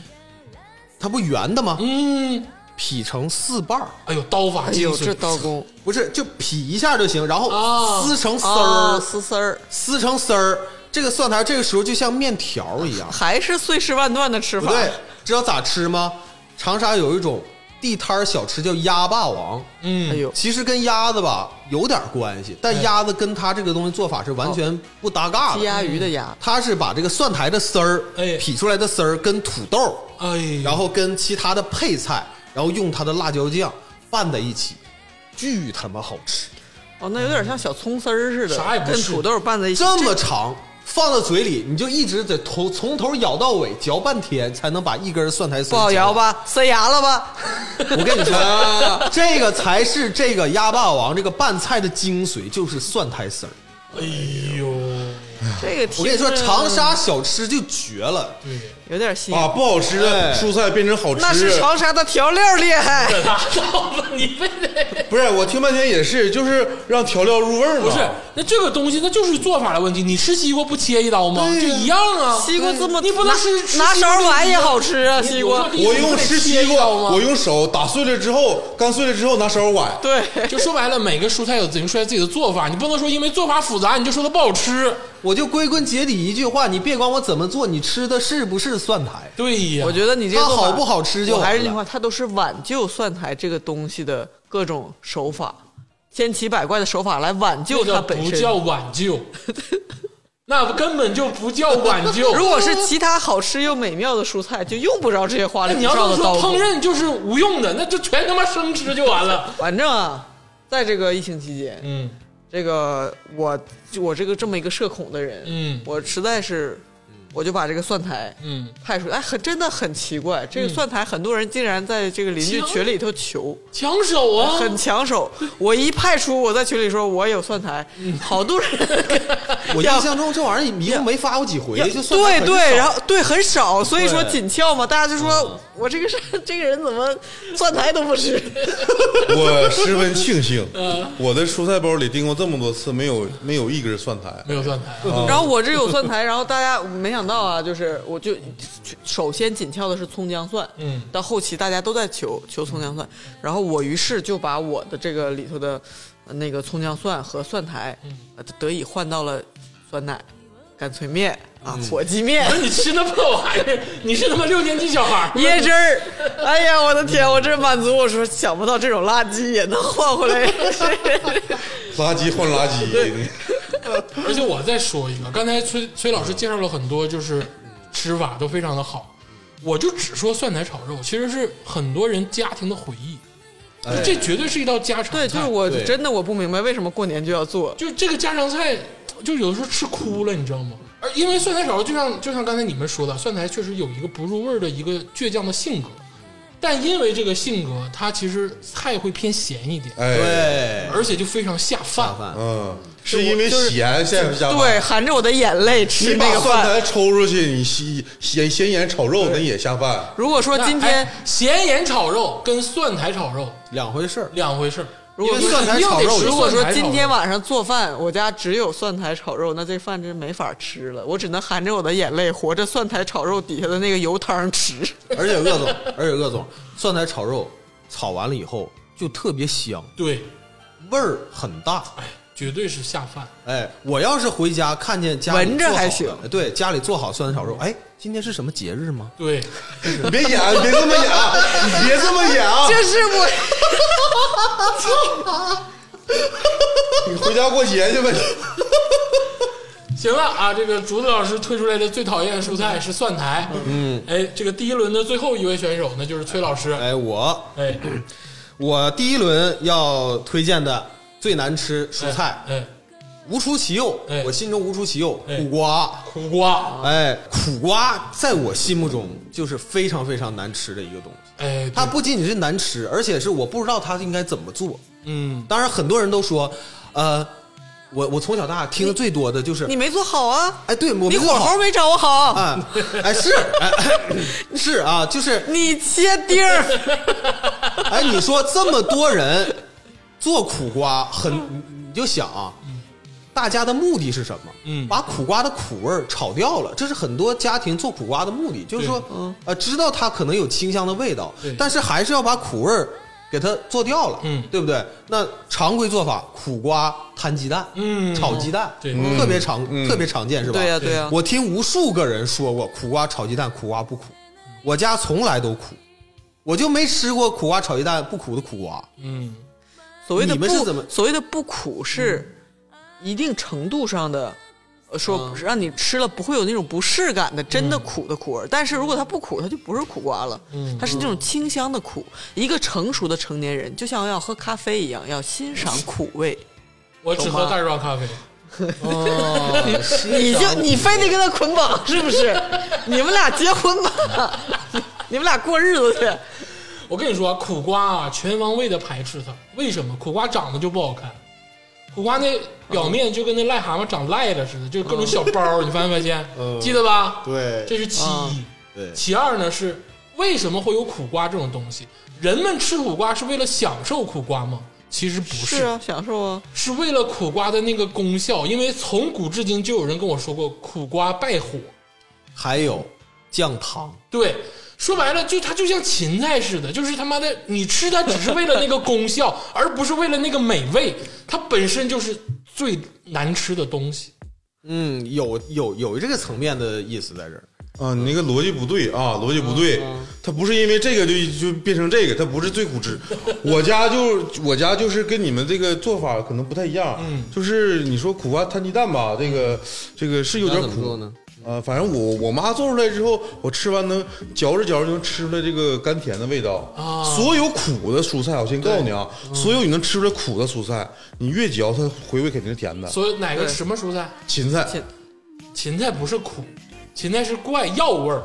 Speaker 4: 它不圆的吗？
Speaker 1: 嗯，
Speaker 4: 劈成四瓣儿，
Speaker 1: 哎呦，刀法
Speaker 2: 哎
Speaker 1: 精
Speaker 2: 呦，
Speaker 1: 髓，
Speaker 2: 这刀工
Speaker 4: 不是就劈一下就行，然后
Speaker 1: 啊
Speaker 4: 撕成丝儿，
Speaker 2: 啊，丝丝儿，
Speaker 4: 撕成丝儿，这个蒜苔这个时候就像面条一样，
Speaker 2: 还是碎尸万段的吃
Speaker 4: 不
Speaker 2: 法。
Speaker 4: 对，知道咋吃吗？长沙有一种地摊儿小吃叫鸭霸王，
Speaker 2: 哎
Speaker 1: 嗯，
Speaker 2: 呦，
Speaker 4: 其实跟鸭子吧有点关系，但鸭子跟它这个东西做法是完全不搭嘎
Speaker 2: 鸡
Speaker 4: 的。
Speaker 2: 哎哦鸭鱼的鸭，
Speaker 4: 它是把这个蒜苔的丝儿
Speaker 1: 哎，
Speaker 4: 劈出来的丝儿跟土豆，
Speaker 1: 哎呦，
Speaker 4: 然后跟其他的配菜，然后用它的辣椒酱拌在一起，巨他妈好吃！
Speaker 2: 哦，那有点像小葱丝儿似的，
Speaker 1: 啥也不
Speaker 2: 跟
Speaker 1: 是
Speaker 2: 土豆拌在一起。
Speaker 4: 这么长放到嘴里，你就一直得头从头咬到尾，嚼半天才能把一根蒜苔丝
Speaker 2: 不好
Speaker 4: 嚼
Speaker 2: 摇
Speaker 4: 完？
Speaker 2: 吧，啊塞牙了
Speaker 4: [LAUGHS]
Speaker 2: 吧？
Speaker 4: 我跟
Speaker 2: [LAUGHS]
Speaker 4: 你说，这个才是这个鸭霸王这个拌菜的精髓，就是蒜苔丝儿。
Speaker 1: 哎呦， [LAUGHS]
Speaker 2: 这个
Speaker 4: 我跟你说，长沙小吃就绝了。
Speaker 1: 对，
Speaker 2: 有点新。
Speaker 3: 把啊不好吃的
Speaker 4: 哎
Speaker 3: 蔬菜变成好吃。
Speaker 2: 那是长沙的调料厉害，
Speaker 1: 拉倒吧，你非得
Speaker 3: 不是，我听半天也是，就是让调料入味儿嘛。
Speaker 1: 不是，
Speaker 2: 啊
Speaker 1: 那这个东西那就是做法的问题，你吃西瓜不切一刀吗？就一样啊，
Speaker 2: 西瓜这么
Speaker 1: 你不能吃吃
Speaker 2: 拿拿
Speaker 1: 西瓜
Speaker 2: 勺
Speaker 1: 就
Speaker 2: 崴
Speaker 1: 一
Speaker 2: 也
Speaker 1: 样
Speaker 2: 好吃啊，西瓜。
Speaker 1: 你
Speaker 3: 我
Speaker 1: 你
Speaker 3: 用
Speaker 1: 不得
Speaker 3: 吃
Speaker 1: 切一
Speaker 3: 西瓜，
Speaker 1: 刀吗
Speaker 3: 我用手打碎了之后，干碎了之后拿勺崴。
Speaker 2: 对，
Speaker 1: 就说白了，每个蔬菜有自己蔬菜自己的做法，你不能说因为做法复杂你就说它不好吃。
Speaker 4: 我就归根结底一句话，你别管我怎么做，你吃的是不是蒜 [LAUGHS] 苔？
Speaker 1: 对呀，
Speaker 2: 我觉得你这个
Speaker 4: 它
Speaker 2: 做法
Speaker 4: 好不好吃就
Speaker 2: 我还是
Speaker 4: 好
Speaker 2: 那
Speaker 4: 了
Speaker 2: 句话，它都是挽救蒜苔这个东西的各种手法，千奇百怪的手法来挽救
Speaker 1: 这
Speaker 2: 它
Speaker 1: 个
Speaker 2: 本
Speaker 1: 不
Speaker 2: 身。
Speaker 1: 叫挽救， [LAUGHS] 那根本就不叫挽救。
Speaker 2: [LAUGHS] 如果是其他好吃又美妙的蔬菜，就用不着这些花里
Speaker 1: 哎你
Speaker 2: 胡
Speaker 1: 要这么
Speaker 2: 哨
Speaker 1: 说
Speaker 2: 的刀，
Speaker 1: 烹
Speaker 2: 工。
Speaker 1: 饪就是无用的，那就全他妈生吃就完了。
Speaker 2: 反正啊，在这个疫情期间，
Speaker 1: 嗯
Speaker 2: 这个我我这个这么一个社恐的人，
Speaker 1: 嗯
Speaker 2: 我实在是，我就把这个蒜苔
Speaker 1: 嗯，
Speaker 2: 派出来，哎，很真的很奇怪，这个蒜苔很多人竟然在这个邻居
Speaker 1: 行
Speaker 2: 群里头求，
Speaker 1: 抢手啊！
Speaker 2: 很抢手。我一派出，我在群里说我有蒜苔，
Speaker 1: 嗯
Speaker 2: 好多人 [LAUGHS]
Speaker 4: 我印
Speaker 2: 要
Speaker 4: 象中这玩意儿一共没发过几回，就蒜
Speaker 2: 对
Speaker 4: 苔很
Speaker 2: 对，
Speaker 4: 少
Speaker 2: 然后对很少，所以说
Speaker 4: 对嗯
Speaker 2: 紧俏嘛，大家就说我这个是这个人怎么蒜苔都不吃，
Speaker 3: [LAUGHS] 我十分
Speaker 2: [LAUGHS]
Speaker 3: 庆幸，
Speaker 2: 嗯
Speaker 3: 我的蔬菜包里叮过这么多次，没有没有一根蒜苔。
Speaker 1: 没有蒜苔
Speaker 4: 嗯
Speaker 1: 啊，
Speaker 2: [LAUGHS] 然后我这有蒜苔，然后大家没想到啊，就是我就首先紧俏的是葱姜蒜，
Speaker 1: 嗯，
Speaker 2: 到后期大家都在求求葱姜蒜，
Speaker 4: 嗯
Speaker 2: 然后我于是就把我的这个里头的呃那个葱姜蒜和蒜苔，
Speaker 4: 嗯
Speaker 2: 呃得以换到了酸奶、干脆面啊、
Speaker 4: 嗯
Speaker 2: 火鸡
Speaker 1: [LAUGHS]
Speaker 2: 面
Speaker 1: 不、是哎你吃那破玩意儿，你是他妈六年级小孩儿
Speaker 2: 椰汁儿，哎呀，我的天，我真满足！我说想不到这种垃圾也能换回来，
Speaker 3: 垃圾换垃圾，
Speaker 1: 而且我再说一个，刚才崔崔老师介绍了很多，就是吃法都非常的好。我就只说蒜苔炒肉，其实是很多人家庭的回忆，就这绝对是一道家常菜。
Speaker 2: [LAUGHS] 对，就是我
Speaker 4: 对
Speaker 2: 真的我不明白为什么过年就要做，
Speaker 1: 就这个家常菜，就有的时候吃哭了，你知道吗？而因为蒜苔炒肉，就像就像刚才你们说的，蒜苔确实有一个不入味儿的一个倔强的性格，但因为这个性格，它其实菜会偏咸一点，
Speaker 3: 哎，
Speaker 4: 对，
Speaker 1: 而且就非常下饭。
Speaker 4: 饭
Speaker 3: 嗯，是因为咸下不下饭
Speaker 2: 对，含着我的眼泪
Speaker 3: 你
Speaker 2: 吃那
Speaker 3: 把
Speaker 2: 个
Speaker 3: 蒜
Speaker 2: 饭。
Speaker 3: 苔抽出去，你咸咸咸盐炒肉，那也下饭。
Speaker 2: 如果说
Speaker 1: 那
Speaker 2: 今天
Speaker 1: 哎咸盐炒肉跟蒜苔炒肉
Speaker 4: 两回事儿。
Speaker 1: 两回事儿，
Speaker 2: 如果
Speaker 1: 因为
Speaker 4: 蒜苔
Speaker 1: 一定
Speaker 4: 炒
Speaker 1: 得
Speaker 4: 肉
Speaker 1: 吃
Speaker 4: 如
Speaker 2: 如果
Speaker 1: 蒜
Speaker 2: 说
Speaker 1: 苔
Speaker 2: 今
Speaker 1: 炒
Speaker 2: 天
Speaker 1: 肉
Speaker 2: 晚上做饭，我家只有蒜苔炒肉，那这饭真没法吃了。我只能含着我的眼泪，活着蒜苔炒肉底下的那个油汤 [LAUGHS] 吃。
Speaker 4: 而且鄂总， [LAUGHS] 而且鄂总，蒜苔炒肉炒完了以后就特别香，
Speaker 1: 对
Speaker 4: 味儿很大，
Speaker 1: 绝对是下饭。
Speaker 4: 哎，我要是回家看见家里
Speaker 2: 闻着
Speaker 4: 做好
Speaker 2: 还
Speaker 4: 的
Speaker 2: 行
Speaker 4: 对，家里做好酸菜炒肉。哎，今天是什么节日吗？
Speaker 1: 对，
Speaker 3: 你别演，你别这么演，你别这么演啊！
Speaker 2: 就是我，
Speaker 3: 你回家过节去吧。
Speaker 1: 行了啊，这个竹子老师推出来的最讨厌的蔬菜是蒜苔。嗯，哎，这个第一轮的最后一位选手呢，就是崔老师。
Speaker 4: 哎，我
Speaker 1: 哎，
Speaker 4: 我第一轮要推荐的最难吃蔬菜，
Speaker 1: 哎，
Speaker 4: 无出其右
Speaker 1: 哎。
Speaker 4: 我心中无出其右，
Speaker 1: 哎
Speaker 4: 苦瓜。
Speaker 1: 苦瓜。
Speaker 4: 哎，苦瓜在我心目中就是非常非常难吃的一个东西。
Speaker 1: 哎，
Speaker 4: 它
Speaker 1: 对
Speaker 4: 不仅仅是难吃，而且是我不知道它应该怎么做。
Speaker 1: 嗯，
Speaker 4: 当然，很多人都说，呃，我我从小到大听的最多的就
Speaker 2: [LAUGHS]
Speaker 4: 是
Speaker 2: 你，没做好啊，
Speaker 4: 哎，对，我没
Speaker 2: 你
Speaker 4: 做
Speaker 2: 火
Speaker 4: 好
Speaker 2: 候没掌握好，
Speaker 4: 啊，哎是， [COUGHS] 哎是啊，就是
Speaker 2: 你切丁儿，
Speaker 4: [LAUGHS] 哎，你说这么多人做苦瓜，很你你就想啊，大家的目的是什么？
Speaker 1: 嗯
Speaker 4: 把苦瓜的苦味儿炒掉了，这是很多家庭做苦瓜的目的，就是说
Speaker 1: 对，
Speaker 2: 嗯
Speaker 4: 呃，知道它可能有清香的味道
Speaker 1: 对，
Speaker 4: 但是还是要把苦味儿给它做掉了，
Speaker 1: 嗯
Speaker 4: 对不对？那常规做法，苦瓜摊鸡蛋，
Speaker 1: 嗯
Speaker 4: 炒鸡蛋，
Speaker 1: 对
Speaker 4: 特别常，特别常见，是
Speaker 2: [LAUGHS] 嗯
Speaker 4: 吧？
Speaker 2: 对呀对呀，
Speaker 4: 我听无数个人说过，苦瓜炒鸡蛋，苦瓜不苦。我家从来都苦，我就没吃过苦瓜炒鸡蛋不苦的苦啊瓜。
Speaker 1: 嗯，
Speaker 2: 所谓的
Speaker 4: 你们是怎么
Speaker 2: 不所谓的不苦是一定程度上的，呃说让你吃了不会有那种不适感的真的苦的苦味儿。但是如果它不苦，它就不是苦瓜了，它是那种清香的苦。一个成熟的成年人就像要喝咖啡一样，要欣赏苦 [LAUGHS] 味。
Speaker 1: 我只喝
Speaker 2: 懂吗
Speaker 1: 大肉咖啡。
Speaker 4: 哦，
Speaker 2: 你就你非得跟他捆绑是不是？你们俩结婚吧， [LAUGHS] 你们俩过日子去。
Speaker 1: 我跟你说，苦瓜啊，全方位的排斥它。为什么？苦瓜长得就不好看，苦瓜那表面就跟那癞蛤蟆长癞了似的，就是各种小包儿，你发没发现？
Speaker 4: 嗯
Speaker 1: 记得吧？
Speaker 4: 对
Speaker 1: 这是其一。
Speaker 4: 对
Speaker 1: 其二呢是为什么会有苦瓜这种东西？人们吃苦瓜是为了享受苦瓜吗？其实不是，
Speaker 2: 是啊，享受啊，
Speaker 1: 是为了苦瓜的那个功效。因为从古至今就有人跟我说过，苦瓜败火。
Speaker 4: 还有酱汤，
Speaker 1: 对，说白了，就它就像芹菜似的，就是他妈的，你吃它只是为了那个功效，而不是为了那个美味，它本身就是最难吃的东西。
Speaker 4: 嗯，有有有这个层面的意思在这儿。
Speaker 3: 啊，你那个逻辑不对啊，
Speaker 4: 嗯
Speaker 3: 逻辑不对，它不是因为这个就就变成这个，它不是最苦汁。
Speaker 4: [LAUGHS]
Speaker 3: 我家就我家就是跟你们这个做法可能不太一样，
Speaker 1: 嗯
Speaker 3: 就是你说苦瓜摊鸡蛋吧，这个这个是有点
Speaker 4: 嗯那怎么做
Speaker 3: 苦
Speaker 4: 呢。
Speaker 3: 啊，反正我我妈做出来之后，我吃完能嚼着嚼着就能吃出来这个甘甜的味道。
Speaker 1: 啊
Speaker 3: 所有苦的蔬菜，我先告诉你啊，
Speaker 4: 嗯
Speaker 3: 所有你能吃出来苦的蔬菜，你越嚼它回味肯定是甜的。
Speaker 1: 所以哪个
Speaker 2: 对
Speaker 1: 什么蔬菜？
Speaker 3: 芹菜，
Speaker 2: 芹
Speaker 1: 芹菜不是苦，芹菜是怪药味儿。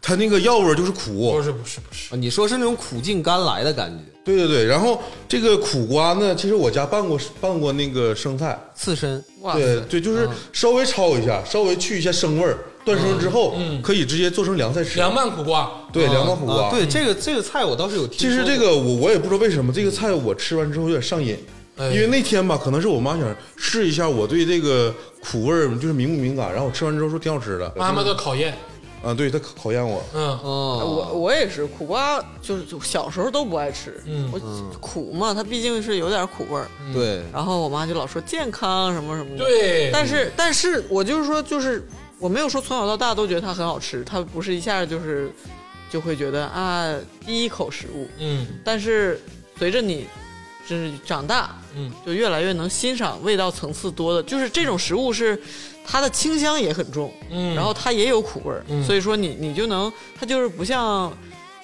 Speaker 3: 它那个药味儿就是苦。
Speaker 1: 不是不是不是，
Speaker 4: 啊你说是那种苦尽甘来的感觉，
Speaker 3: 对对对，然后这个苦瓜呢，其实我家拌过拌过那个生菜，
Speaker 4: 刺身
Speaker 2: 哇
Speaker 3: 对对，就是稍微焯一下，稍微去一下生味儿，断生之后，可以直接做成凉菜吃。
Speaker 1: 凉拌苦瓜。
Speaker 3: 对凉拌
Speaker 4: 啊
Speaker 3: 苦瓜，
Speaker 4: 啊对这个这个菜我倒是有听
Speaker 3: 其
Speaker 4: 说
Speaker 3: 实
Speaker 4: 过。
Speaker 3: 这个我我也不知道为什么这个菜我吃完之后有点上瘾，因为那天吧，可能是我妈想试一下我对这个苦味儿就是敏不敏感，然后我吃完之后说挺好吃的，
Speaker 1: 妈妈的考验，
Speaker 3: 啊，对她考考验我，
Speaker 1: 嗯，
Speaker 4: 哦，
Speaker 2: 我我也是苦瓜，就是就小时候都不爱吃，
Speaker 1: 嗯
Speaker 2: 我苦嘛，它毕竟是有点苦味儿。
Speaker 4: 嗯对，
Speaker 2: 然后我妈就老说健康什么什么的，。
Speaker 1: 对，
Speaker 2: 但是但是我就是说，就是我没有说从小到大都觉得它很好吃，它不是一下就是就会觉得啊第一口食物，
Speaker 1: 嗯
Speaker 2: 但是随着你就是长大，
Speaker 1: 嗯，
Speaker 2: 就越来越能欣赏味道层次多的，就是这种食物是它的清香也很重，
Speaker 1: 嗯
Speaker 2: 然后它也有苦味儿，
Speaker 1: 嗯
Speaker 2: 所以说你你就能它就是不像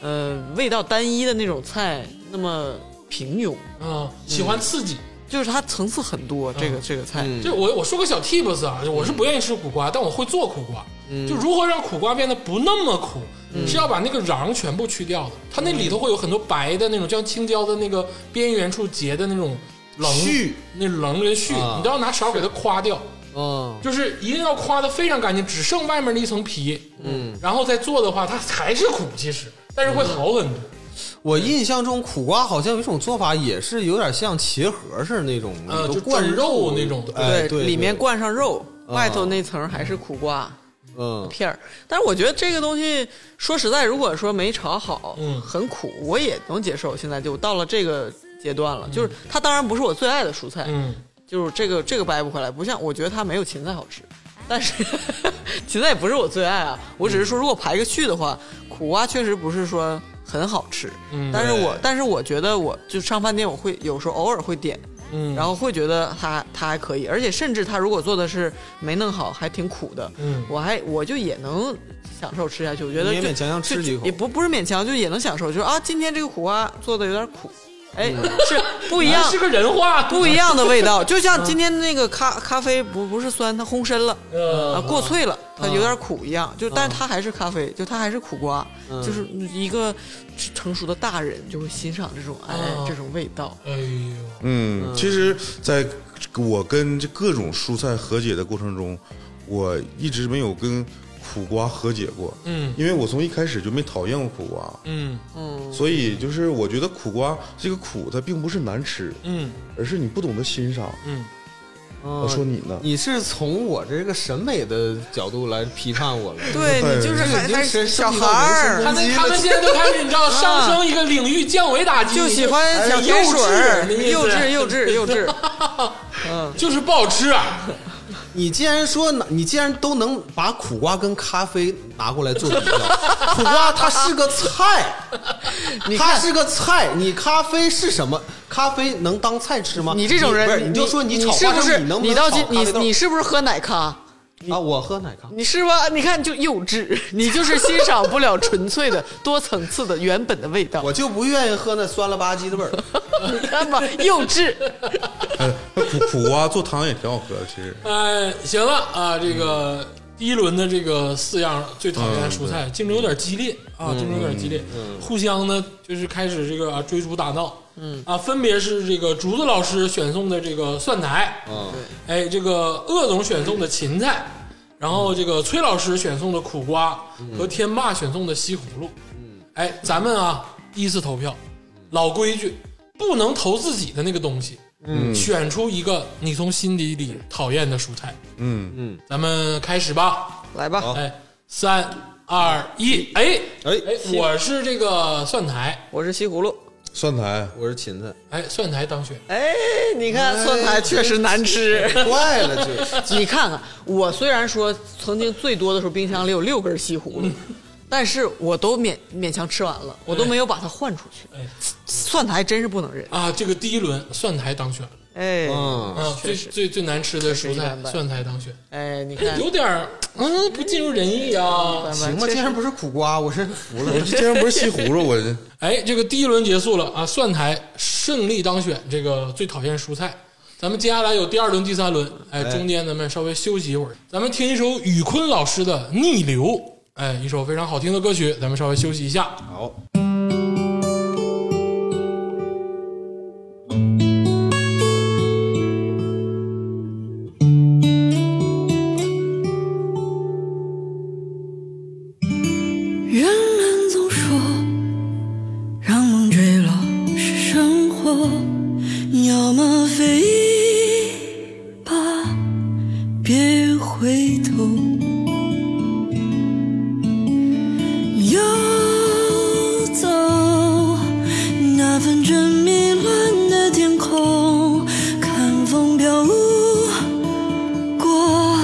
Speaker 2: 呃味道单一的那种菜那么平庸，
Speaker 1: 嗯，喜欢刺激。
Speaker 2: 就是它层次很多。这个这个菜，
Speaker 1: 就我我说个小 tips 啊，我是不愿意吃苦瓜，但我会做苦瓜。
Speaker 2: 嗯
Speaker 1: 就如何让苦瓜变得不那么苦，是要把那个瓤全部去掉的。它那
Speaker 2: 嗯
Speaker 1: 里头会有很多白的那种，像青椒的那个边缘处结的那种棱
Speaker 4: 絮，
Speaker 1: 那棱跟絮，
Speaker 4: 啊
Speaker 1: 你都要拿勺给它刮掉。
Speaker 4: 嗯
Speaker 1: 就是一定要刮的非常干净，只剩外面的一层皮，嗯，然后再做的话，它还是苦，其实，但是会
Speaker 2: 嗯
Speaker 1: 好很多。
Speaker 4: 我印象中苦瓜好像有一种做法，也是有点像茄盒似的那种，
Speaker 1: 呃
Speaker 4: 你都
Speaker 1: 就
Speaker 4: 灌
Speaker 1: 整肉那种
Speaker 4: 哎对，
Speaker 2: 里面
Speaker 4: 对
Speaker 2: 灌上肉，外头那层还是苦瓜。
Speaker 4: 嗯
Speaker 2: 片儿，但是我觉得这个东西，说实在，如果说没炒好，
Speaker 1: 嗯
Speaker 2: 很苦，我也能接受。现在就到了这个阶段了，就是它当然不是我最爱的蔬菜，
Speaker 1: 嗯，
Speaker 2: 就是这个这个掰不回来，不像我觉得它没有芹菜好吃，但是 [LAUGHS] 芹菜也不是我最爱啊，我只是说如果排个序的话，苦瓜确实不是说很好吃，
Speaker 1: 嗯
Speaker 2: 但是我
Speaker 4: 对
Speaker 2: 但是我觉得我就上饭店我会有时候偶尔会点，
Speaker 1: 嗯，
Speaker 2: 然后会觉得它它还可以，而且甚至它如果做的是没弄好，还挺苦的，
Speaker 1: 嗯
Speaker 2: 我还我就也能享受吃下去，我觉得
Speaker 4: 你也
Speaker 2: 就
Speaker 4: 勉强像吃
Speaker 2: 就
Speaker 4: 几口
Speaker 2: 也不不是勉强，就也能享受，就是啊，今天这个苦瓜做的有点苦，哎，
Speaker 4: 嗯
Speaker 2: 是不一
Speaker 4: [LAUGHS]
Speaker 2: 样
Speaker 1: 还，哎是个人话，
Speaker 2: 不一样的味 [LAUGHS] 道，就像今天那个咖咖啡不不是酸，它烘身了。啊，
Speaker 1: 呃，
Speaker 2: 过脆了，它有点苦一样，就但是它还是咖啡，就它还是苦瓜，就是一个成熟的大人就会欣赏这种哎
Speaker 1: 哦
Speaker 2: 这种味道，
Speaker 1: 哎呦，
Speaker 3: 嗯，其实，在我跟这各种蔬菜和解的过程中，我一直没有跟苦瓜和解过，
Speaker 1: 嗯
Speaker 3: 因为我从一开始就没讨厌过苦瓜，
Speaker 1: 嗯
Speaker 3: 所以就是我觉得苦瓜这个苦它并不是难吃，
Speaker 1: 嗯
Speaker 3: 而是你不懂得欣赏。
Speaker 1: 嗯，
Speaker 4: 嗯
Speaker 3: 我说你呢？
Speaker 4: 你是从我这个审美的角度来批判我了。
Speaker 2: 对
Speaker 3: 对
Speaker 2: 你就是
Speaker 4: 这个
Speaker 2: 还
Speaker 4: 已经
Speaker 2: 还
Speaker 4: 是
Speaker 2: 小
Speaker 4: 涉及
Speaker 2: 孩
Speaker 4: 到人
Speaker 1: 他
Speaker 4: 身
Speaker 2: 儿，
Speaker 4: 攻
Speaker 1: 们
Speaker 4: 击
Speaker 1: 他们
Speaker 4: 了
Speaker 1: 现在都开始，
Speaker 2: [LAUGHS]
Speaker 1: 你知道，上升一个领域，降维打击，
Speaker 2: 啊就喜欢
Speaker 1: 哎
Speaker 2: 小
Speaker 1: 幼
Speaker 2: 甜水儿
Speaker 1: 稚，
Speaker 4: 啊
Speaker 1: 你意思
Speaker 2: 幼稚幼稚幼
Speaker 4: [LAUGHS]
Speaker 2: 稚，嗯，
Speaker 1: 就是不好吃啊，
Speaker 4: 你既然说拿，你既然都能把苦瓜跟咖啡拿过来做比
Speaker 2: [LAUGHS]
Speaker 4: 较，苦瓜它是个菜，它是个菜，你咖啡是什么？咖啡能当菜吃吗？
Speaker 2: 你这种
Speaker 4: 不是
Speaker 2: 人，
Speaker 4: 你就说
Speaker 2: 你
Speaker 4: 炒
Speaker 2: 是
Speaker 4: 花
Speaker 2: 不是
Speaker 4: 生米能不
Speaker 2: 你
Speaker 4: 能
Speaker 2: 到
Speaker 4: 炒
Speaker 2: 今
Speaker 4: 咖
Speaker 2: 你
Speaker 4: 啡豆
Speaker 2: 你是不是喝奶咖？
Speaker 4: 啊，我喝奶咖。
Speaker 2: 你是吧？你看就幼稚，你就是欣赏不了纯粹的、多层次的原本的味道。
Speaker 4: 我就不愿意喝那酸了吧唧
Speaker 2: [LAUGHS]
Speaker 4: 的味儿，
Speaker 2: 你看吧，幼稚。
Speaker 3: [LAUGHS] 哎，那苦苦瓜做汤也挺好喝的，其实。
Speaker 1: 呃，行了啊，这个第一轮的这个四样最讨厌的蔬菜，竞争有点激烈啊，竞争有点激烈，互相呢就是开始这个啊追逐打闹，嗯啊，分别是这个竹子老师选送的这个蒜苔，
Speaker 4: 嗯，
Speaker 1: 哎，这个鄂总选送的芹菜，然后这个崔老师选送的苦瓜和天霸选送的西葫芦，嗯，哎，咱们啊依次投票，老规矩，不能投自己的那个东西。嗯，选出一个你从心底里讨厌的蔬菜，
Speaker 3: 嗯，
Speaker 1: 咱们开始吧。
Speaker 2: [LAUGHS] 来吧，
Speaker 4: 好
Speaker 1: 哎，三二一，哎
Speaker 4: 哎
Speaker 1: 哎，我是这个蒜苔，
Speaker 2: 我是西葫芦。
Speaker 3: 蒜苔，
Speaker 4: 我是芹菜， [LAUGHS]
Speaker 1: 哎，蒜苔当选。
Speaker 2: 哎，你看蒜苔确实难吃。
Speaker 4: 坏了
Speaker 2: [LAUGHS]
Speaker 4: 就
Speaker 2: 你看看，我虽然说曾经最多的时候冰箱里有六根西葫芦，但是我都勉勉强吃完了，我都没有把它换出去。
Speaker 1: 哎
Speaker 2: 蒜苔真是不能忍。
Speaker 1: 啊，这个第一轮蒜苔当选，
Speaker 2: 哎，
Speaker 4: 嗯，
Speaker 1: 啊，最
Speaker 2: 确实
Speaker 1: 最最难吃的蔬
Speaker 2: 一
Speaker 1: 菜
Speaker 2: 般般
Speaker 1: 蒜苔当选，
Speaker 2: 哎，你看，
Speaker 1: 有点儿嗯不尽如人意啊。
Speaker 4: 行吧，
Speaker 2: 确
Speaker 4: 既
Speaker 2: 实
Speaker 4: 然不是苦瓜，我真服了
Speaker 3: 我。这竟然不是西葫芦，我 [LAUGHS] 这
Speaker 1: 哎，这个第一轮结束了啊，蒜苔顺利当选这个最讨厌蔬菜。咱们接下来有第二轮、第三轮，哎，中间咱们稍微休息一会儿，咱们听一首宇坤老师的《逆流》，哎，一首非常好听的歌曲，咱们稍微休息一下。
Speaker 4: 好，
Speaker 5: 人们总说，让梦坠落是生活，要么飞吧，别回头。游走那纷争迷乱的天空，看风飘舞过，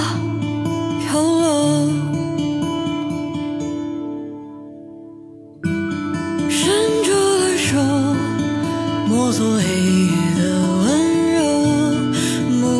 Speaker 5: 飘落。伸出了手，摸索黑夜的温柔，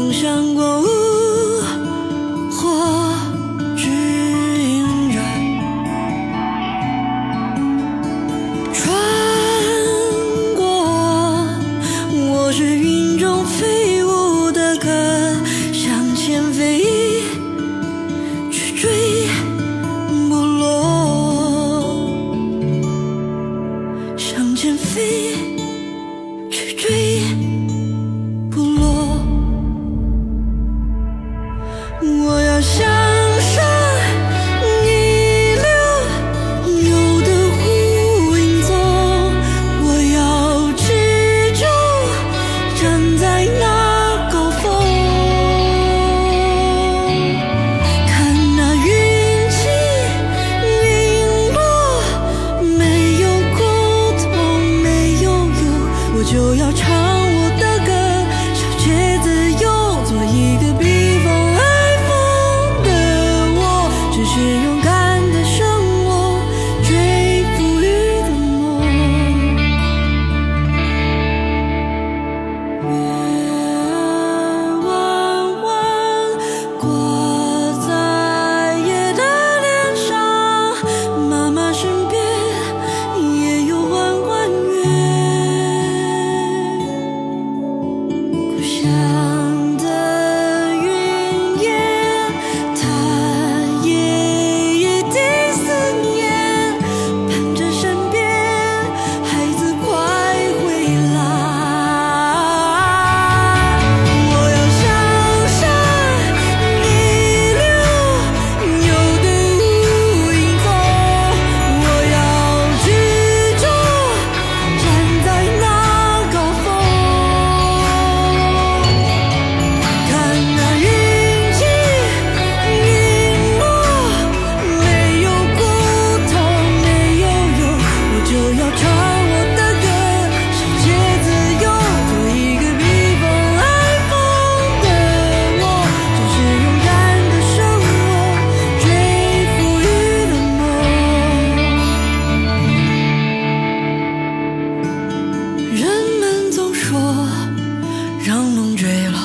Speaker 5: 让梦坠落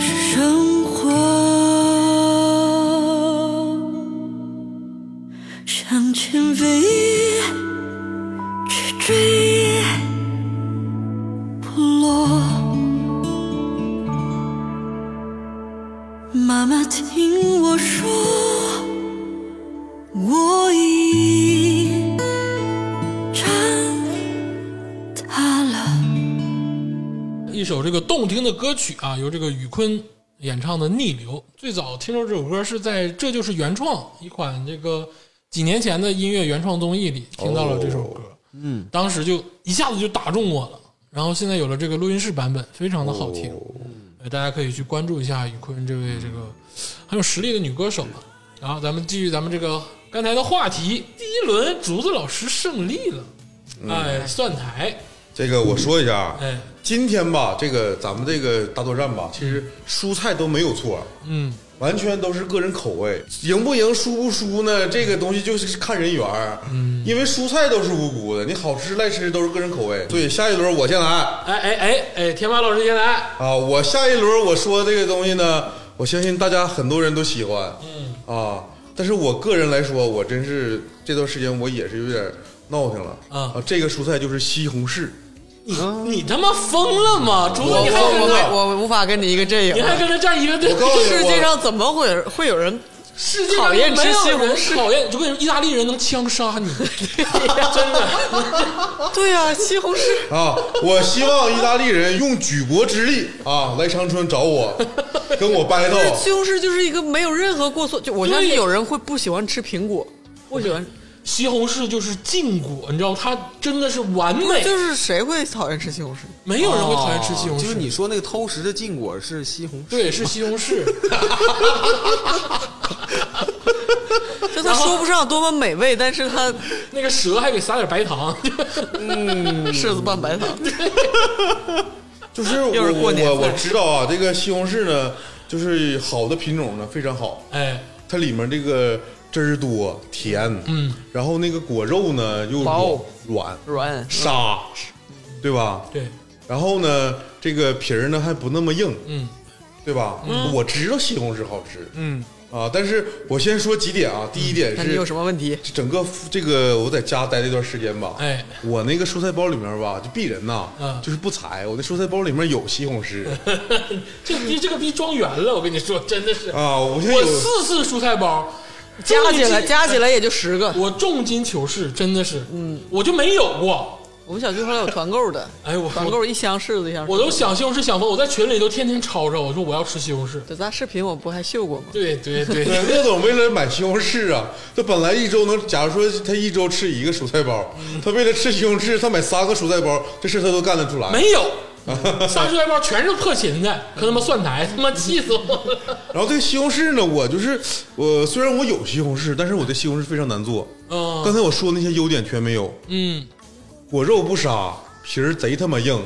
Speaker 5: 是生活。向前飞，去追，不落。妈妈听我说，我已长大了。
Speaker 1: 一首这个动听的歌曲啊，由这个宇坤演唱的《逆流》。最早听说这首歌是在《这就是原创》一款这个几年前的音乐原创综艺里听到了这首歌，嗯，当时就一下子就打中我了。然后现在有了这个录音室版本，非常的好听，呃大家可以去关注一下宇坤这位这个很有实力的女歌手吧。然后咱们继续咱们这个刚才的话题，第一轮竹子老师胜利了，哎，蒜苔，
Speaker 3: 这个我说一下啊，
Speaker 1: 哎，
Speaker 3: 今天吧，这个咱们这个大作战吧，其实蔬菜都没有错，
Speaker 1: 嗯，
Speaker 3: 完全都是个人口味，赢不赢、输不输呢？这个东西就是看人缘儿，因为蔬菜都是无辜的，你好吃赖吃都是个人口味。所以下一轮我先来
Speaker 1: 哎哎哎哎，天霸老师先来。
Speaker 3: 啊，我下一轮我说这个东西呢，我相信大家很多人都喜欢，嗯啊，但是我个人来说，我真是这段时间我也是有点闹腾了
Speaker 1: 啊
Speaker 3: 这个蔬菜就是西红柿。
Speaker 1: 你
Speaker 2: 嗯
Speaker 1: 你他妈疯了吗？竹子，
Speaker 3: 我
Speaker 1: 你还
Speaker 3: 疯
Speaker 1: 跟
Speaker 3: 了
Speaker 1: 他，
Speaker 2: 我我无法跟你一个阵营啊
Speaker 1: 你。还跟他站一个队
Speaker 3: 我？告诉你，
Speaker 2: 世界上怎么会有会有人
Speaker 1: 世界上
Speaker 2: 讨厌吃
Speaker 1: 没有
Speaker 2: 西红
Speaker 1: 人
Speaker 2: 柿
Speaker 1: 讨厌，就跟意大利人能枪杀
Speaker 2: [LAUGHS]
Speaker 1: 你， [LAUGHS] 真的。
Speaker 2: 对啊，西红柿
Speaker 3: 啊！我希望意大利人用举国之力啊来长春找我，跟我 battle。
Speaker 2: 西红柿就是一个没有任何过错，就我相信有人会不喜欢吃苹果，不喜欢，
Speaker 1: 西红柿就是禁果，你知道，它真的是完美，
Speaker 2: 就是谁会讨厌吃西红 [LAUGHS] 柿？
Speaker 1: 没有人会讨厌吃西红
Speaker 4: 哦就是
Speaker 1: 柿。
Speaker 4: 你说那个偷食的禁果是西红柿，
Speaker 1: 对，是西红柿。
Speaker 2: [LAUGHS] 就它说不上多么美味，但是它
Speaker 1: 那个蛇还给撒点白糖，嗯
Speaker 2: 柿子拌
Speaker 1: [LAUGHS]
Speaker 2: 白糖，
Speaker 3: 就是我
Speaker 2: 又是过年
Speaker 3: 我我
Speaker 2: 菜
Speaker 3: 知道啊，这个西红柿呢，就是好的品种呢非常好，
Speaker 1: 哎，
Speaker 3: 它里面这个汁儿多甜，嗯，然后那个果肉呢又
Speaker 2: 薄哦嗯
Speaker 3: 软
Speaker 2: 软
Speaker 3: 沙，对吧？
Speaker 1: 对，
Speaker 3: 然后呢，这个皮儿呢还不那么硬，
Speaker 1: 嗯
Speaker 3: 对吧？
Speaker 2: 嗯
Speaker 3: 我知道西红柿好吃
Speaker 1: 嗯，
Speaker 3: 啊，但是我先说几点啊，第一点
Speaker 2: 嗯那
Speaker 3: 是
Speaker 2: 你有什么问题？
Speaker 3: 整个这个我在家待这段时间吧，
Speaker 1: 哎
Speaker 3: 我那个蔬菜包里面吧，就鄙人呐，
Speaker 1: 嗯
Speaker 3: 就是不裁，我那蔬菜包里面有西
Speaker 2: [LAUGHS]
Speaker 3: 红柿
Speaker 1: 这逼这个逼装圆了，我跟你说，真的是。
Speaker 3: [LAUGHS] 啊，我现在
Speaker 1: 我
Speaker 3: 有
Speaker 1: 四次蔬菜包，
Speaker 2: 哎加起来
Speaker 1: 重金
Speaker 2: 加起来也就十个。
Speaker 1: 我重金求是，真的是，嗯，我就没有过。
Speaker 2: 我们小区后来有团购的，
Speaker 1: [LAUGHS] 哎我
Speaker 2: 团购一箱柿子一箱，
Speaker 1: 我都想西红柿想疯，我在群里都天天吵吵，我说我要吃西红柿。
Speaker 2: 对咱视频我不还秀过吗？
Speaker 1: 对对对，
Speaker 3: 对乐总为了买西红柿啊，他本来一周能，假如说他一周吃一个蔬菜包，
Speaker 1: 嗯
Speaker 3: 他为了吃西红柿，他买三个蔬菜包，这事他都干得出来。
Speaker 1: 没
Speaker 3: [LAUGHS]
Speaker 1: 有，仨蔬菜包全是破芹菜和他妈蒜苔，他妈气死我了。
Speaker 3: 然后这个西红柿呢，我就是我虽然我有西红柿，但是我的西红柿非常难做。刚
Speaker 1: 嗯
Speaker 3: 才我说那些优点全没有，
Speaker 1: 嗯，
Speaker 3: 果肉不沙，皮儿贼他妈硬，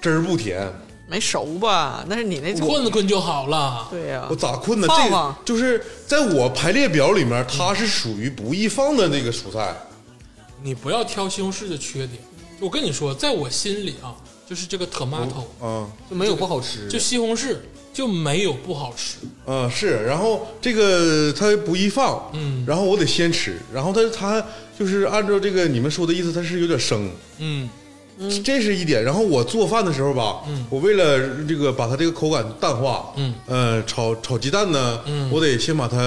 Speaker 3: 汁儿不甜。
Speaker 1: 啊
Speaker 2: 没熟吧？那是你那种。
Speaker 1: 困困就好了。
Speaker 2: 对呀、
Speaker 3: 我咋困呢？
Speaker 2: 放
Speaker 3: 这个
Speaker 2: 放
Speaker 3: 就是在我排列表里面，它是属于不易放的那个蔬菜。
Speaker 1: 你不要挑西红柿的缺点，我跟你说，在我心里啊，就是这个 tomato，
Speaker 3: 嗯
Speaker 4: 就没有不好吃的。
Speaker 1: 就西红柿就没有不好吃。
Speaker 3: 嗯，是。然后这个它不易放，嗯，然后我得先吃。然后它它就是按照这个你们说的意思，它是有点生，
Speaker 1: 嗯，
Speaker 3: 这是一点。然后我做饭的时候吧，我为了这个把它这个口感淡化，
Speaker 1: 嗯，
Speaker 3: 呃，炒炒鸡蛋呢，我得先把它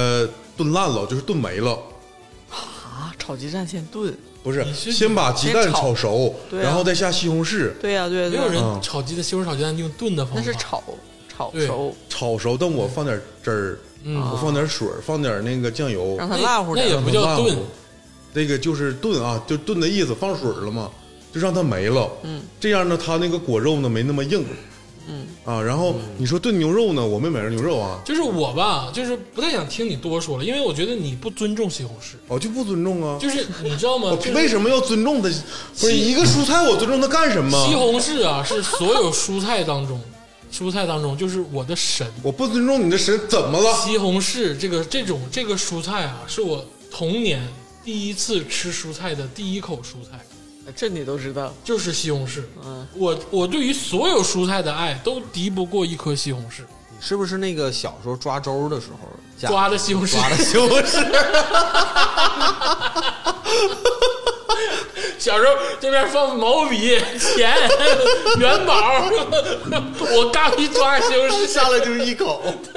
Speaker 3: 炖烂了，就是炖没了。
Speaker 2: 啊，炒鸡蛋先炖。
Speaker 3: 不是，
Speaker 1: 是
Speaker 3: 先把鸡蛋
Speaker 2: 先炒
Speaker 3: 炒熟，
Speaker 2: 对啊
Speaker 3: 然后再下西红柿，
Speaker 2: 对呀、对呀、
Speaker 1: 没
Speaker 2: 对呀
Speaker 1: 有人
Speaker 3: 嗯
Speaker 1: 炒鸡蛋西红柿炒鸡蛋用炖的方法，
Speaker 2: 那是炒炒
Speaker 1: 对
Speaker 2: 熟，
Speaker 3: 炒熟，但我放点汁儿，我放点水儿，放点那个酱油，
Speaker 2: 让它
Speaker 1: 那
Speaker 2: 辣乎
Speaker 1: 那
Speaker 2: 点
Speaker 1: 也
Speaker 2: 儿。
Speaker 1: 不叫
Speaker 3: 炖
Speaker 1: 炖，，
Speaker 3: 这个就是炖啊，就炖的意思，放水了嘛，就让它没了。嗯，这样呢，它那个果肉呢没那么硬。嗯啊，然后你说炖牛肉呢，我没买着牛肉啊，
Speaker 1: 就是我吧，就是不太想听你多说了，因为我觉得你不尊重西红柿。
Speaker 3: 我就不尊重啊。
Speaker 1: 就是你知道吗
Speaker 3: [LAUGHS] 我？
Speaker 1: 就是
Speaker 3: 为什么要尊重它？不是一个蔬菜，我尊重它干什
Speaker 1: 西
Speaker 3: 么？
Speaker 1: 红柿啊，是所有蔬菜当中，蔬菜当中就是我的神。
Speaker 3: 我不尊重你的神怎么了？
Speaker 1: 西红柿这个这种这个蔬菜啊，是我童年第一次吃蔬菜的第一口蔬菜。
Speaker 2: 这你都知道，
Speaker 1: 就是西红柿。嗯，我我对于所有蔬菜的爱都敌不过一颗西红柿，
Speaker 4: 你是不是那个小时候抓周的时候家
Speaker 1: 抓的西红
Speaker 4: 抓的
Speaker 1: 柿。
Speaker 4: 西红柿？
Speaker 1: [LAUGHS] 小时候这边放毛笔、钱、 [LAUGHS] 元宝， [LAUGHS] 我刚一抓西红柿
Speaker 4: [LAUGHS] 下来就是一口。
Speaker 3: [LAUGHS]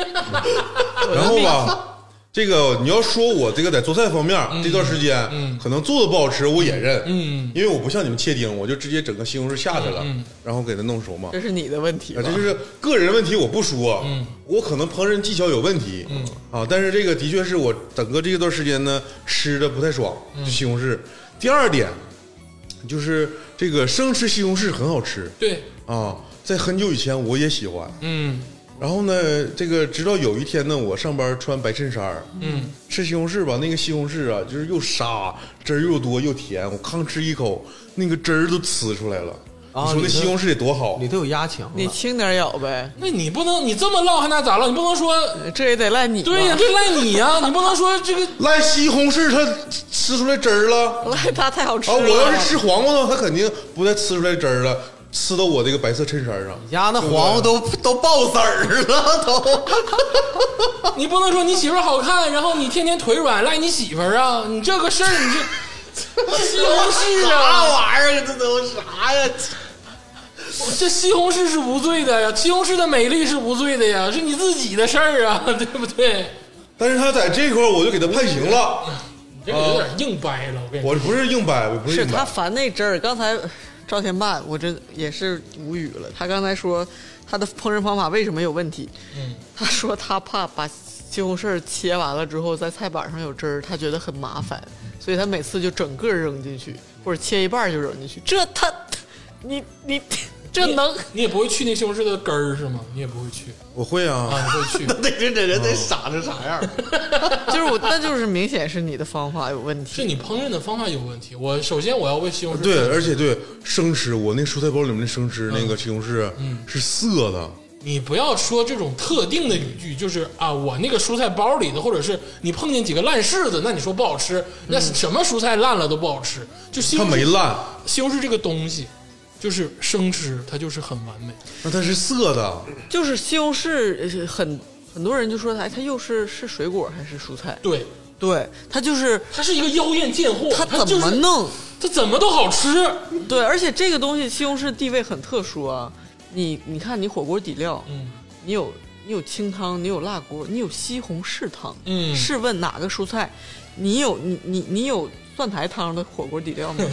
Speaker 3: 然后吧，
Speaker 1: [LAUGHS]
Speaker 3: 这个你要说我这个在做菜方面、
Speaker 1: 嗯
Speaker 3: 这段时间，可能做的不好吃我也认，嗯，因为我不像你们切丁，我就直接整个西红柿下去了，
Speaker 1: 嗯
Speaker 3: 然后给它弄熟嘛。
Speaker 2: 这是你的问题
Speaker 3: 啊，
Speaker 2: 吧
Speaker 3: 这就是个人问题，我不说。我可能烹饪技巧有问题，啊，但是这个的确是我整个这段时间呢吃的不太爽，就西红柿。第二点就是这个生吃西红柿很好吃
Speaker 1: 对，
Speaker 3: 啊，在很久以前我也喜欢。
Speaker 1: 嗯
Speaker 3: 然后呢，这个直到有一天呢，我上班穿白衬衫儿
Speaker 1: 嗯，
Speaker 3: 吃西红柿吧，那个西红柿啊，就是又沙汁儿又多又甜，我吭吃一口，那个汁儿都呲出来了。
Speaker 4: 啊
Speaker 3: 你说
Speaker 4: [LAUGHS]
Speaker 3: 那
Speaker 4: 你这
Speaker 3: 西红柿得多好啊
Speaker 4: 里？头有压强了，
Speaker 2: 你轻点咬呗，
Speaker 1: 那你不能你这么唠还那咋唠？你不能说
Speaker 2: 这也得赖你
Speaker 1: [LAUGHS]
Speaker 2: 吧。
Speaker 1: 对呀、这赖你呀、你不能说这个
Speaker 3: 赖西红柿它吃出来汁儿了啊！
Speaker 2: 赖它太好吃了。
Speaker 3: 我要是吃黄瓜呢，它肯定不再吃出来汁儿了，吃到我这个白色衬衫上。
Speaker 4: 你家那黄瓜都都爆籽儿
Speaker 1: [LAUGHS]
Speaker 4: 了，都。
Speaker 1: 你不能说你媳妇儿好看，然后你天天腿软赖你媳妇儿啊！你这个事儿，你 [LAUGHS] 这西红柿
Speaker 4: 啥
Speaker 1: 啊，
Speaker 4: 玩意儿？这都啥 [LAUGHS] 呀？
Speaker 1: 这西红柿是无罪的呀，西红柿的美丽是无罪的呀，是你自己的事儿啊， [LAUGHS] 对不对？
Speaker 3: 但是他在这块儿我就给他判刑
Speaker 2: 嗯
Speaker 3: 了，
Speaker 1: 你这个有点硬掰了，我跟你说。
Speaker 3: 我不是硬掰，我不
Speaker 2: 是
Speaker 3: 硬
Speaker 2: 他
Speaker 3: 掰。
Speaker 2: 烦那阵儿，刚才赵天霸，我这也是无语了。他刚才说他的烹饪方法为什么有问题？嗯，他说他怕把西红柿切完了之后在菜板上有汁儿，他觉得很麻烦，所以他每次就整个扔进去，或者切一半儿就扔进去。这他，你你这能 [LAUGHS]
Speaker 1: 你你也不会去那西红柿的根儿是吗？你也不会去
Speaker 3: 我会
Speaker 1: 啊，
Speaker 3: 啊，
Speaker 1: 你会 [LAUGHS] 去
Speaker 4: 得这这人得傻成啥样？
Speaker 2: 就是我，那就是明显是你的方法有问
Speaker 1: 是
Speaker 2: 题。
Speaker 1: 你烹饪的方法有问题。我首先我要为西红柿
Speaker 3: 对，而且对生吃，我那蔬菜包里面的生吃那个西红柿
Speaker 2: 嗯
Speaker 3: 是涩的，
Speaker 1: 你不要说这种特定的语句，就是啊，我那个蔬菜包里的，或者是你碰见几个烂柿子，那你说不好
Speaker 2: 嗯
Speaker 1: 吃，那什么蔬菜烂了都不好吃。就西
Speaker 3: 它
Speaker 1: 红
Speaker 3: 没
Speaker 1: 柿，
Speaker 3: 烂，
Speaker 1: 西红柿这个东西，就是生吃，它就是很完美。
Speaker 3: 那它是涩的。
Speaker 2: 就是西红柿呃很很多人就说哎，它又是是水果还是蔬菜？
Speaker 1: 对，
Speaker 2: 对，它就是
Speaker 1: 它是一个妖艳贱货，它
Speaker 2: 它怎
Speaker 1: 就
Speaker 2: 么
Speaker 1: 是
Speaker 2: 弄？
Speaker 1: 它怎么都好吃。
Speaker 2: 对，而且这个东西西红柿地位很特殊啊。你你看，你火锅底料，
Speaker 1: 嗯
Speaker 2: 你有你有清汤，你有辣锅，你有西红柿汤。
Speaker 1: 嗯
Speaker 2: 试问哪个蔬菜？你有你你你有蒜苔汤的火锅底料
Speaker 1: [LAUGHS]
Speaker 2: 吗？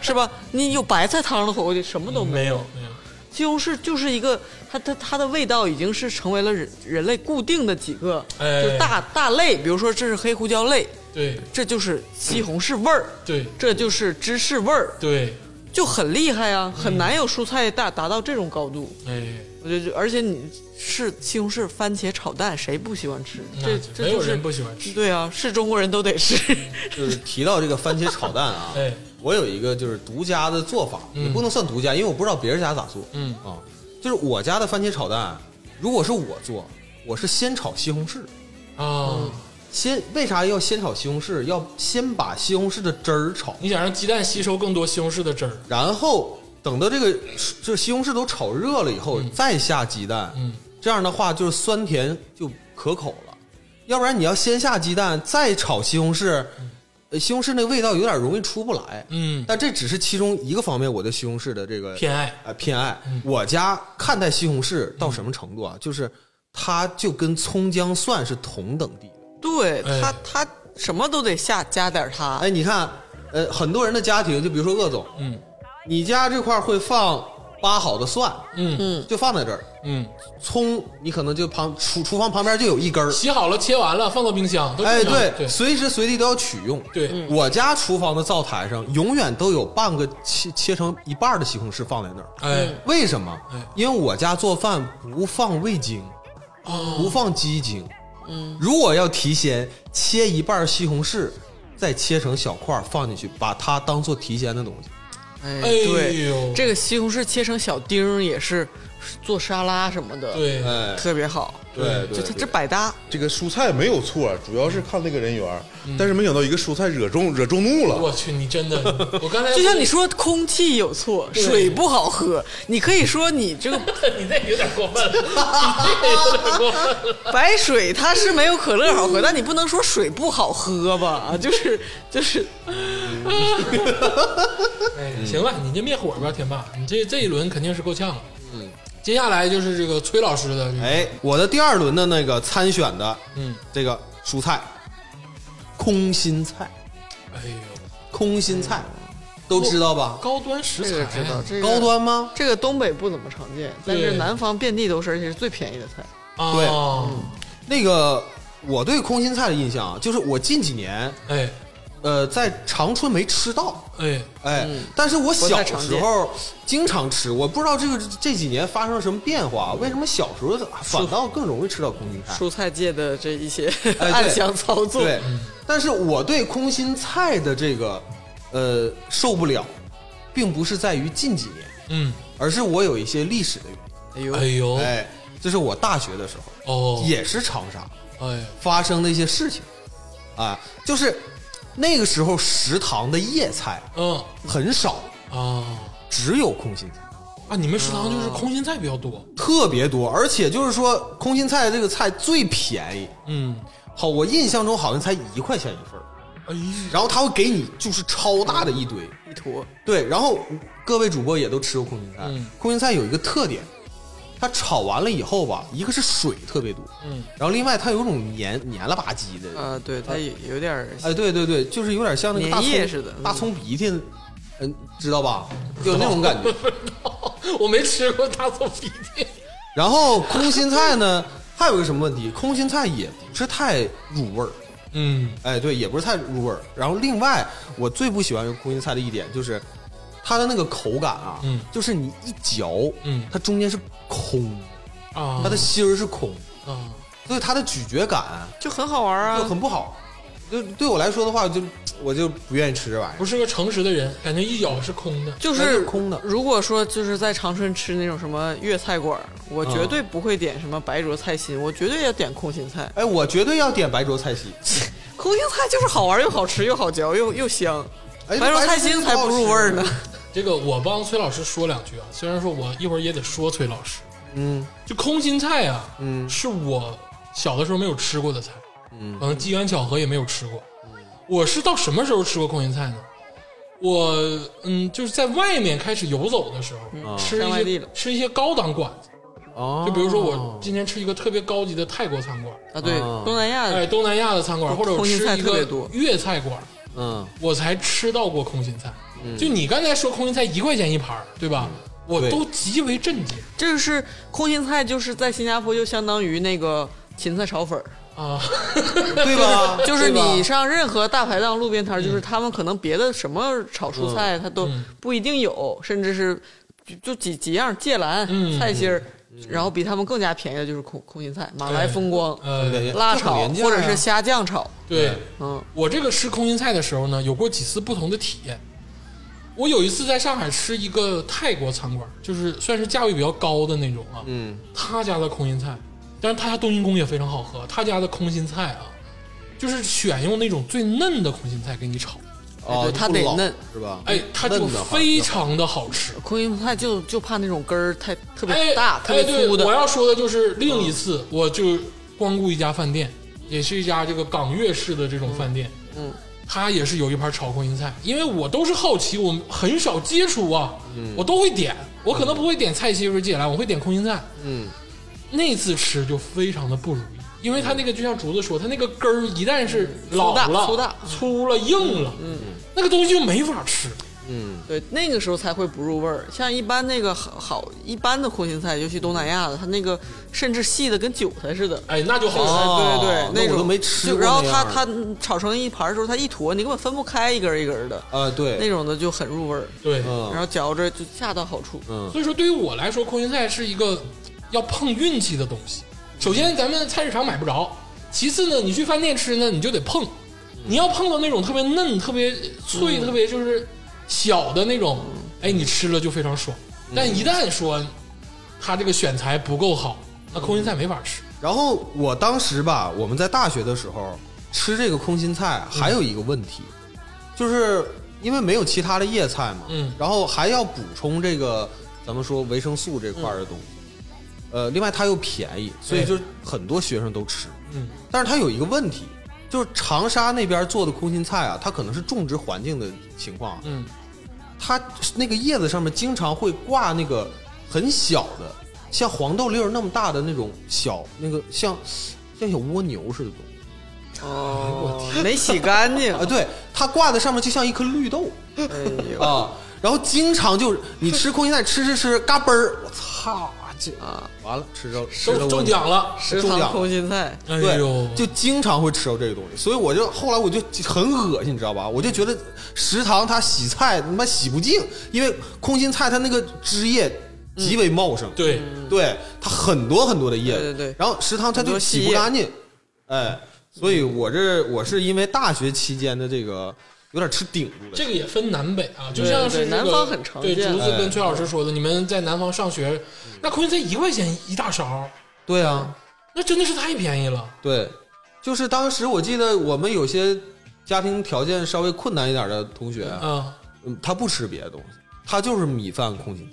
Speaker 2: 是吧？你有白菜汤的火锅底，什么都没有。
Speaker 1: 没有没有，
Speaker 2: 西红柿就是一个，它它它的味道已经是成为了人人类固定的几个，
Speaker 1: 哎
Speaker 2: 就大大类，比如说这是黑胡椒类，
Speaker 1: 对
Speaker 2: 这就是西红柿味儿，
Speaker 1: 对
Speaker 2: 这就是芝士味儿，
Speaker 1: 对，
Speaker 2: 就很厉害啊，
Speaker 1: 嗯
Speaker 2: 很难有蔬菜大达到这种高度。
Speaker 1: 哎，
Speaker 2: 我觉得，而且你是西红柿、番茄炒蛋，谁不喜欢吃？
Speaker 1: 那
Speaker 2: 这
Speaker 1: 就
Speaker 2: 这
Speaker 1: 没
Speaker 2: 就
Speaker 1: 有
Speaker 2: 是
Speaker 1: 人不喜欢吃。
Speaker 2: 对啊，是中国人都得吃。
Speaker 4: 就是提到这个番茄炒
Speaker 1: [LAUGHS]
Speaker 4: 蛋啊
Speaker 1: 哎，
Speaker 4: 我有一个就是独家的做法，
Speaker 1: 嗯
Speaker 4: 也不能算独家，因为我不知道别人家咋做。
Speaker 1: 嗯
Speaker 4: 啊，就是我家的番茄炒蛋，如果是我做，我是先炒西红柿。
Speaker 1: 啊，
Speaker 2: 嗯
Speaker 4: 先为啥要先炒西红柿？要先把西红柿的汁儿炒，
Speaker 1: 你想让鸡蛋吸收更多西红柿的汁儿，
Speaker 4: 然后等到这个这西红柿都炒热了以后，再下鸡蛋。
Speaker 1: 嗯，
Speaker 4: 这样的话就是酸甜就可口了。要不然你要先下鸡蛋，再炒西红柿，呃西红柿那味道有点容易出不来。
Speaker 1: 嗯
Speaker 4: 但这只是其中一个方面，我对西红柿的这个
Speaker 1: 偏爱嗯
Speaker 4: 啊偏爱。我家看待西红柿到什么程度啊？就是它就跟葱姜蒜是同等地的。
Speaker 2: 对
Speaker 1: 哎
Speaker 2: 他，他什么都得下加点儿它。
Speaker 4: 哎，你看，呃，很多人的家庭，就比如说鄂总，
Speaker 1: 嗯
Speaker 4: 你家这块儿会放扒好的蒜，
Speaker 1: 嗯
Speaker 2: 嗯，
Speaker 4: 就放在这儿。
Speaker 1: 嗯，
Speaker 4: 葱，你可能就旁厨厨房旁边就有一根儿，
Speaker 1: 洗好了切完了放到冰箱，都正
Speaker 4: 哎，
Speaker 1: 常
Speaker 4: 对，
Speaker 1: 对
Speaker 4: 随时随地都要取用。
Speaker 1: 对
Speaker 4: 我家厨房的灶台上永远都有半个切切成一半儿的西红柿放在那儿，
Speaker 1: 哎
Speaker 4: 为什么
Speaker 1: 哎？
Speaker 4: 因为我家做饭不放味精，
Speaker 1: 哦
Speaker 4: 不放鸡精。嗯，如果要提鲜，切一半儿西红柿，再切成小块儿放进去，把它当做提鲜的东西。
Speaker 2: 哎，
Speaker 1: 哎
Speaker 2: 对，
Speaker 1: 呦，
Speaker 2: 这个西红柿切成小丁儿也是做沙拉什么的，，
Speaker 1: 对，
Speaker 4: 哎，
Speaker 2: 特别好。
Speaker 4: 对
Speaker 2: 就它
Speaker 4: 对，
Speaker 2: 这百搭，
Speaker 3: 这个蔬菜没有错，主要是看那个人缘儿。
Speaker 2: 嗯
Speaker 3: 但是没想到一个蔬菜惹中惹众怒了，
Speaker 1: 我去，你真的，我刚才
Speaker 2: 就像你说，空气有错，水不好喝，你可以说你这 [LAUGHS] 个
Speaker 1: 你这有点过
Speaker 2: [LAUGHS]
Speaker 1: 分了，你这有点过分了。
Speaker 2: 白水它是没有可乐好喝，但你不能说水不好喝吧？就是就是，
Speaker 1: 哎，
Speaker 4: 嗯
Speaker 1: 行了，你就灭火吧，天霸，你这这一轮肯定是够呛了。嗯，接下来就是这个崔老师的这个，
Speaker 4: 哎，我的第二轮的那个参选的
Speaker 1: 嗯，
Speaker 4: 这个蔬菜，空心菜，
Speaker 1: 哎呦，
Speaker 4: 空心
Speaker 1: 哎
Speaker 4: 菜，都知道吧？
Speaker 1: 高端食
Speaker 2: 这个
Speaker 1: 材啊
Speaker 2: 知
Speaker 4: 哎
Speaker 2: 道，这个
Speaker 4: 高端吗？
Speaker 2: 这个东北不怎么常见，但是
Speaker 1: 对
Speaker 2: 南方遍地都是，而且是最便宜的菜。
Speaker 1: 啊，
Speaker 4: 对那个我对空心菜的印象啊，就是我近几年
Speaker 1: 哎
Speaker 4: 呃在长春没吃到，
Speaker 1: 哎，
Speaker 4: 哎
Speaker 2: 嗯，
Speaker 4: 但是我小
Speaker 2: 不太常
Speaker 4: 时
Speaker 2: 见
Speaker 4: 候经常吃，我不知道这个这几年发生了什么变化，为什么小时候反倒更容易吃到空心菜？
Speaker 2: 蔬菜界的这一些
Speaker 4: 哎对
Speaker 2: 暗箱操作，
Speaker 4: 对，但是我对空心菜的这个呃受不了，并不是在于近几年，
Speaker 1: 嗯，
Speaker 4: 而是我有一些历史的原因。
Speaker 2: 哎呦，
Speaker 1: 哎呦，
Speaker 4: 哎，这是我大学的时候，
Speaker 1: 哦，
Speaker 4: 也是长沙
Speaker 1: 哎，
Speaker 4: 发生的一些事情，啊，就是那个时候食堂的叶菜
Speaker 1: 嗯
Speaker 4: 很少，
Speaker 1: 啊
Speaker 4: 只有空心菜。
Speaker 1: 啊，你们食堂就是空心菜比较多，
Speaker 4: 特别多，而且就是说空心菜这个菜最便宜，
Speaker 1: 嗯，
Speaker 4: 好，我印象中好像才一块钱一份儿
Speaker 1: 哎呀，
Speaker 4: 然后他会给你就是超大的一堆，
Speaker 2: 一坨，
Speaker 4: 对，然后各位主播也都吃过空心菜，
Speaker 1: 嗯
Speaker 4: 空心菜有一个特点，它炒完了以后吧，一个是水特别多，
Speaker 1: 嗯，
Speaker 4: 然后另外它有种黏黏了吧唧的，
Speaker 2: 啊，对，它也有点儿
Speaker 4: 哎，对对对，就是有点像那个大
Speaker 2: 粘液
Speaker 4: 葱
Speaker 2: 似的嗯
Speaker 4: 大葱鼻涕，嗯，知道吧？就那种
Speaker 2: [LAUGHS]
Speaker 4: 感觉。
Speaker 1: 我没吃过大葱皮的，
Speaker 4: 然后空心菜呢，还有一个什么问题？空心菜也不是太入味儿。
Speaker 1: 嗯
Speaker 4: 哎，对，也不是太入味儿。然后另外，我最不喜欢空心菜的一点就是它的那个口感啊，
Speaker 1: 嗯
Speaker 4: 就是你一嚼，
Speaker 1: 嗯
Speaker 4: 它中间是空的，
Speaker 1: 啊，
Speaker 4: 它的芯儿是空，
Speaker 1: 啊，
Speaker 4: 所以它的咀嚼感
Speaker 2: 就很好玩
Speaker 4: 就
Speaker 2: 啊。
Speaker 4: 很不好。就对我来说的话，就我就不愿意吃这玩意
Speaker 1: 不
Speaker 4: 儿。
Speaker 1: 是个诚实的人，感觉一咬是空的，
Speaker 2: 就
Speaker 4: 那
Speaker 2: 是
Speaker 4: 是空的
Speaker 2: 如果说就是在长春吃那种什么粤菜馆儿，我绝对不会点什么白灼菜心，我绝对要点空心菜。
Speaker 4: 哎，我绝对要点白灼菜心。
Speaker 2: 空心菜就是好玩儿又好吃又好嚼又又香，
Speaker 4: 哎，
Speaker 2: 白灼菜心才不入味儿呢。
Speaker 1: 这个我帮崔老师说两句啊，虽然说我一会儿也得说崔老师，
Speaker 4: 嗯
Speaker 1: 就空心菜啊，
Speaker 4: 嗯
Speaker 1: 是我小的时候没有吃过的菜，
Speaker 4: 嗯
Speaker 1: 可能机缘巧合也没有吃过。我是到什么时候吃过空心菜呢？我嗯，就是在外面开始游走的时候，吃
Speaker 2: 上外
Speaker 1: 一
Speaker 2: 地
Speaker 1: 些
Speaker 2: 了
Speaker 1: 吃一些高档馆子，
Speaker 4: 嗯哦，
Speaker 1: 就比如说我今天吃一个特别高级的泰国餐馆，
Speaker 2: [LAUGHS] 啊，对
Speaker 4: 哦，
Speaker 2: 东南亚
Speaker 1: 哎，东南亚的餐馆，或者我
Speaker 2: 空心
Speaker 1: 吃
Speaker 2: 菜
Speaker 1: 一
Speaker 2: 特别
Speaker 1: 个
Speaker 2: 多
Speaker 1: 粤菜馆，
Speaker 4: 嗯
Speaker 1: 我才吃到过空心菜。就你刚才说空心菜一块钱一盘儿，对吧？我
Speaker 4: 嗯对
Speaker 1: 都极为震惊
Speaker 2: 这是空心菜，就是在新加坡就相当于那个芹菜炒粉儿，
Speaker 4: [LAUGHS]
Speaker 1: 啊！
Speaker 4: 对吧？
Speaker 2: [LAUGHS] 就是
Speaker 4: 对吧
Speaker 2: 你上任何大排档、路边摊儿，就是他们可能别的什么炒蔬菜，它都
Speaker 1: 嗯
Speaker 2: 不一定有，甚至是就就几几样芥蓝
Speaker 1: 嗯、
Speaker 2: 菜心儿，然后比他们更加便宜的就是空空心菜、马来风光、
Speaker 1: 呃，
Speaker 4: 对
Speaker 2: 辣
Speaker 4: 就很
Speaker 2: 炒
Speaker 4: 廉价
Speaker 2: 或者
Speaker 4: 呀
Speaker 2: 是虾酱炒，
Speaker 1: 对
Speaker 2: 嗯，
Speaker 1: 我这个吃空心菜的时候呢，有过几次不同的体验。我有一次在上海吃一个泰国餐馆，就是算是价位比较高的那种啊。
Speaker 4: 嗯
Speaker 1: 他家的空心菜，但是他家冬阴功也非常好喝。他家的空心菜啊，就是选用那种最嫩的空心菜给你炒，
Speaker 4: 哦
Speaker 2: 对，它
Speaker 4: 就不
Speaker 2: 得
Speaker 4: 老
Speaker 2: 嫩
Speaker 4: 是吧？
Speaker 1: 哎，它就
Speaker 4: 嫩的话
Speaker 1: 非常的好吃。
Speaker 2: 空心菜就就怕那种根儿太特
Speaker 1: 哎
Speaker 2: 别大、特别
Speaker 1: 哎对
Speaker 2: 粗
Speaker 1: 我
Speaker 2: 的，嗯
Speaker 1: 要说的就是另一次，我就光顾一家饭店，也是一家这个港粤式的这种饭店。
Speaker 2: 嗯嗯
Speaker 1: 他也是有一盘炒空心菜，因为我都是好奇，我很少接触啊，
Speaker 2: 嗯
Speaker 1: 我都会点，我可能不会点菜心或者芥蓝，我会点空心菜。
Speaker 4: 嗯，
Speaker 1: 那次吃就非常的不如意，因为它那个就像竹子说，它那个根儿一旦是老
Speaker 2: 大
Speaker 1: 了、
Speaker 2: 粗大嗯
Speaker 1: 粗了、硬了，那个东西就没法吃。
Speaker 4: 嗯
Speaker 2: 对，那个时候才会不入味儿。像一般那个好好一般的空心菜，尤其东南亚的，它那个甚至细的跟韭菜似的。
Speaker 1: 哎，那就好吃。
Speaker 4: 哦
Speaker 2: 对对对，
Speaker 4: 那我
Speaker 2: 种
Speaker 4: 都没吃
Speaker 2: 就
Speaker 4: 过
Speaker 2: 然后
Speaker 4: 那
Speaker 2: 它
Speaker 4: 样
Speaker 2: 它炒成一盘儿的时候，它一坨，你根本分不开一根儿一根儿的，
Speaker 4: 啊，对，
Speaker 2: 那种的就很入味儿，
Speaker 1: 对，
Speaker 4: 嗯
Speaker 2: 然后嚼着就恰到好处。
Speaker 4: 嗯
Speaker 1: 所以说，对于我来说，空心菜是一个要碰运气的东西。首先，
Speaker 4: 嗯
Speaker 1: 咱们菜市场买不着；其次呢，你去饭店吃呢，你就得碰。
Speaker 4: 嗯嗯
Speaker 1: 你要碰到那种特别嫩、特别脆、特别就是小的那种，哎，你吃了就非常爽。但一旦说它这个选材不够好，那空心菜没法吃。
Speaker 4: 然后我当时吧，我们在大学的时候吃这个空心菜，还有一个问题，就是因为没有其他的叶菜嘛，
Speaker 1: 嗯
Speaker 4: 然后还要补充这个咱们说维生素这块儿的东西，
Speaker 1: 嗯
Speaker 4: 呃，另外它又便宜，所以就很多学生都吃，
Speaker 1: 嗯，
Speaker 4: 但是它有一个问题，就是长沙那边做的空心菜啊，它可能是种植环境的情况啊，
Speaker 1: 嗯，
Speaker 4: 它那个叶子上面经常会挂那个很小的，像黄豆粒儿那么大的那种小那个像像小蜗牛似的东西哎
Speaker 2: 哦，没洗干净，
Speaker 4: 啊，对，它挂在上面就像一颗绿豆
Speaker 2: 哎呦
Speaker 4: 啊，然后经常就是你吃空心菜吃吃吃，嘎嘣儿，我操，这
Speaker 2: 啊，
Speaker 4: 完了吃着吃着
Speaker 1: 中中奖了，
Speaker 2: 食
Speaker 4: 中
Speaker 2: 堂
Speaker 4: 奖
Speaker 2: 空心菜，
Speaker 1: 哎
Speaker 4: 对
Speaker 1: 呦，，
Speaker 4: 就经常会吃到这个东西，所以我就后来我就很恶心，你知道吧？我就觉得食堂它洗菜他妈洗不净，因为空心菜它那个枝叶极为茂盛，
Speaker 1: 对，
Speaker 4: 对，它很多很多的叶子，
Speaker 2: 对对对
Speaker 4: 然后食堂它
Speaker 2: 很
Speaker 4: 就
Speaker 2: 多细
Speaker 4: 洗不干净，哎，所以我这我是因为大学期间的这个有点吃顶住了，
Speaker 1: 这个也分南北啊，就像是、这
Speaker 2: 对
Speaker 1: 个、
Speaker 2: 南方很常
Speaker 1: 对
Speaker 2: 见
Speaker 1: 竹子跟崔老师说的，你们在南方上学，那空心菜一块钱一大勺，
Speaker 4: 对啊，
Speaker 1: 那真的是太便宜了。
Speaker 4: 对，就是当时我记得我们有些家庭条件稍微困难一点的同学，
Speaker 1: 啊，
Speaker 4: 嗯他不吃别的东西，他就是米饭空心菜。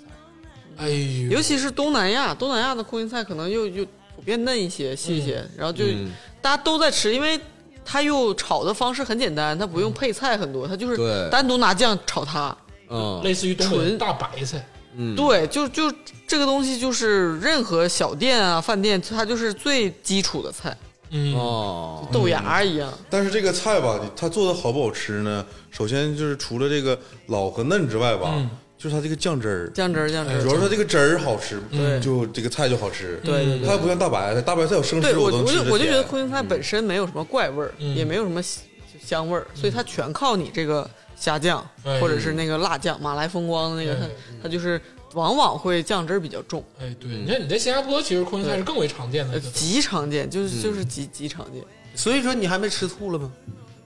Speaker 1: 哎呦，
Speaker 4: 嗯
Speaker 2: 尤其是东南亚，东南亚的空心菜可能又又普遍嫩一些、细一些，然后就、
Speaker 4: 嗯
Speaker 2: 大家都在吃，因为它又炒的方式很简单，它不用配菜很多，它就是
Speaker 4: 嗯对
Speaker 2: 单独拿酱炒它。
Speaker 4: 嗯
Speaker 1: 类似于东北的
Speaker 2: 纯
Speaker 1: 大白菜，
Speaker 4: 嗯，
Speaker 2: 对，就就这个东西，就是任何小店啊、饭店，它就是最基础的菜，
Speaker 1: 嗯，
Speaker 4: 哦，
Speaker 2: 豆芽一样。
Speaker 3: 但是这个菜吧，你它做的好不好吃呢？首先就是除了这个老和嫩之外吧，
Speaker 1: 嗯
Speaker 3: 就是它这个酱汁儿，
Speaker 2: 酱汁儿，酱汁
Speaker 1: 哎
Speaker 3: 主要
Speaker 2: 儿。
Speaker 3: 是它这个汁儿好吃，
Speaker 2: 对
Speaker 3: 就这个菜就好吃。
Speaker 2: 对对
Speaker 3: 它还不像大白菜，大白菜有生
Speaker 2: 对
Speaker 3: 吃
Speaker 2: 我，
Speaker 3: 都
Speaker 2: 我
Speaker 3: 能吃
Speaker 2: 就
Speaker 3: 着
Speaker 2: 我就觉得
Speaker 3: 甜
Speaker 2: 空心菜本身没有什么怪味儿，
Speaker 1: 嗯
Speaker 2: 也没有什么香香味儿，所以它全靠你这个虾酱、
Speaker 1: 哎
Speaker 2: 或者是那个辣酱，马来风光的那个，它
Speaker 1: 哎
Speaker 2: 它就是往往会酱汁儿比较重，
Speaker 1: 哎，对，你看你在新加坡，其实空心菜是更为常见的
Speaker 2: 呃
Speaker 1: 一个。
Speaker 2: 极常见，
Speaker 1: 嗯
Speaker 2: 就是就是极极常见。
Speaker 4: 所以说你还没吃吐了吗？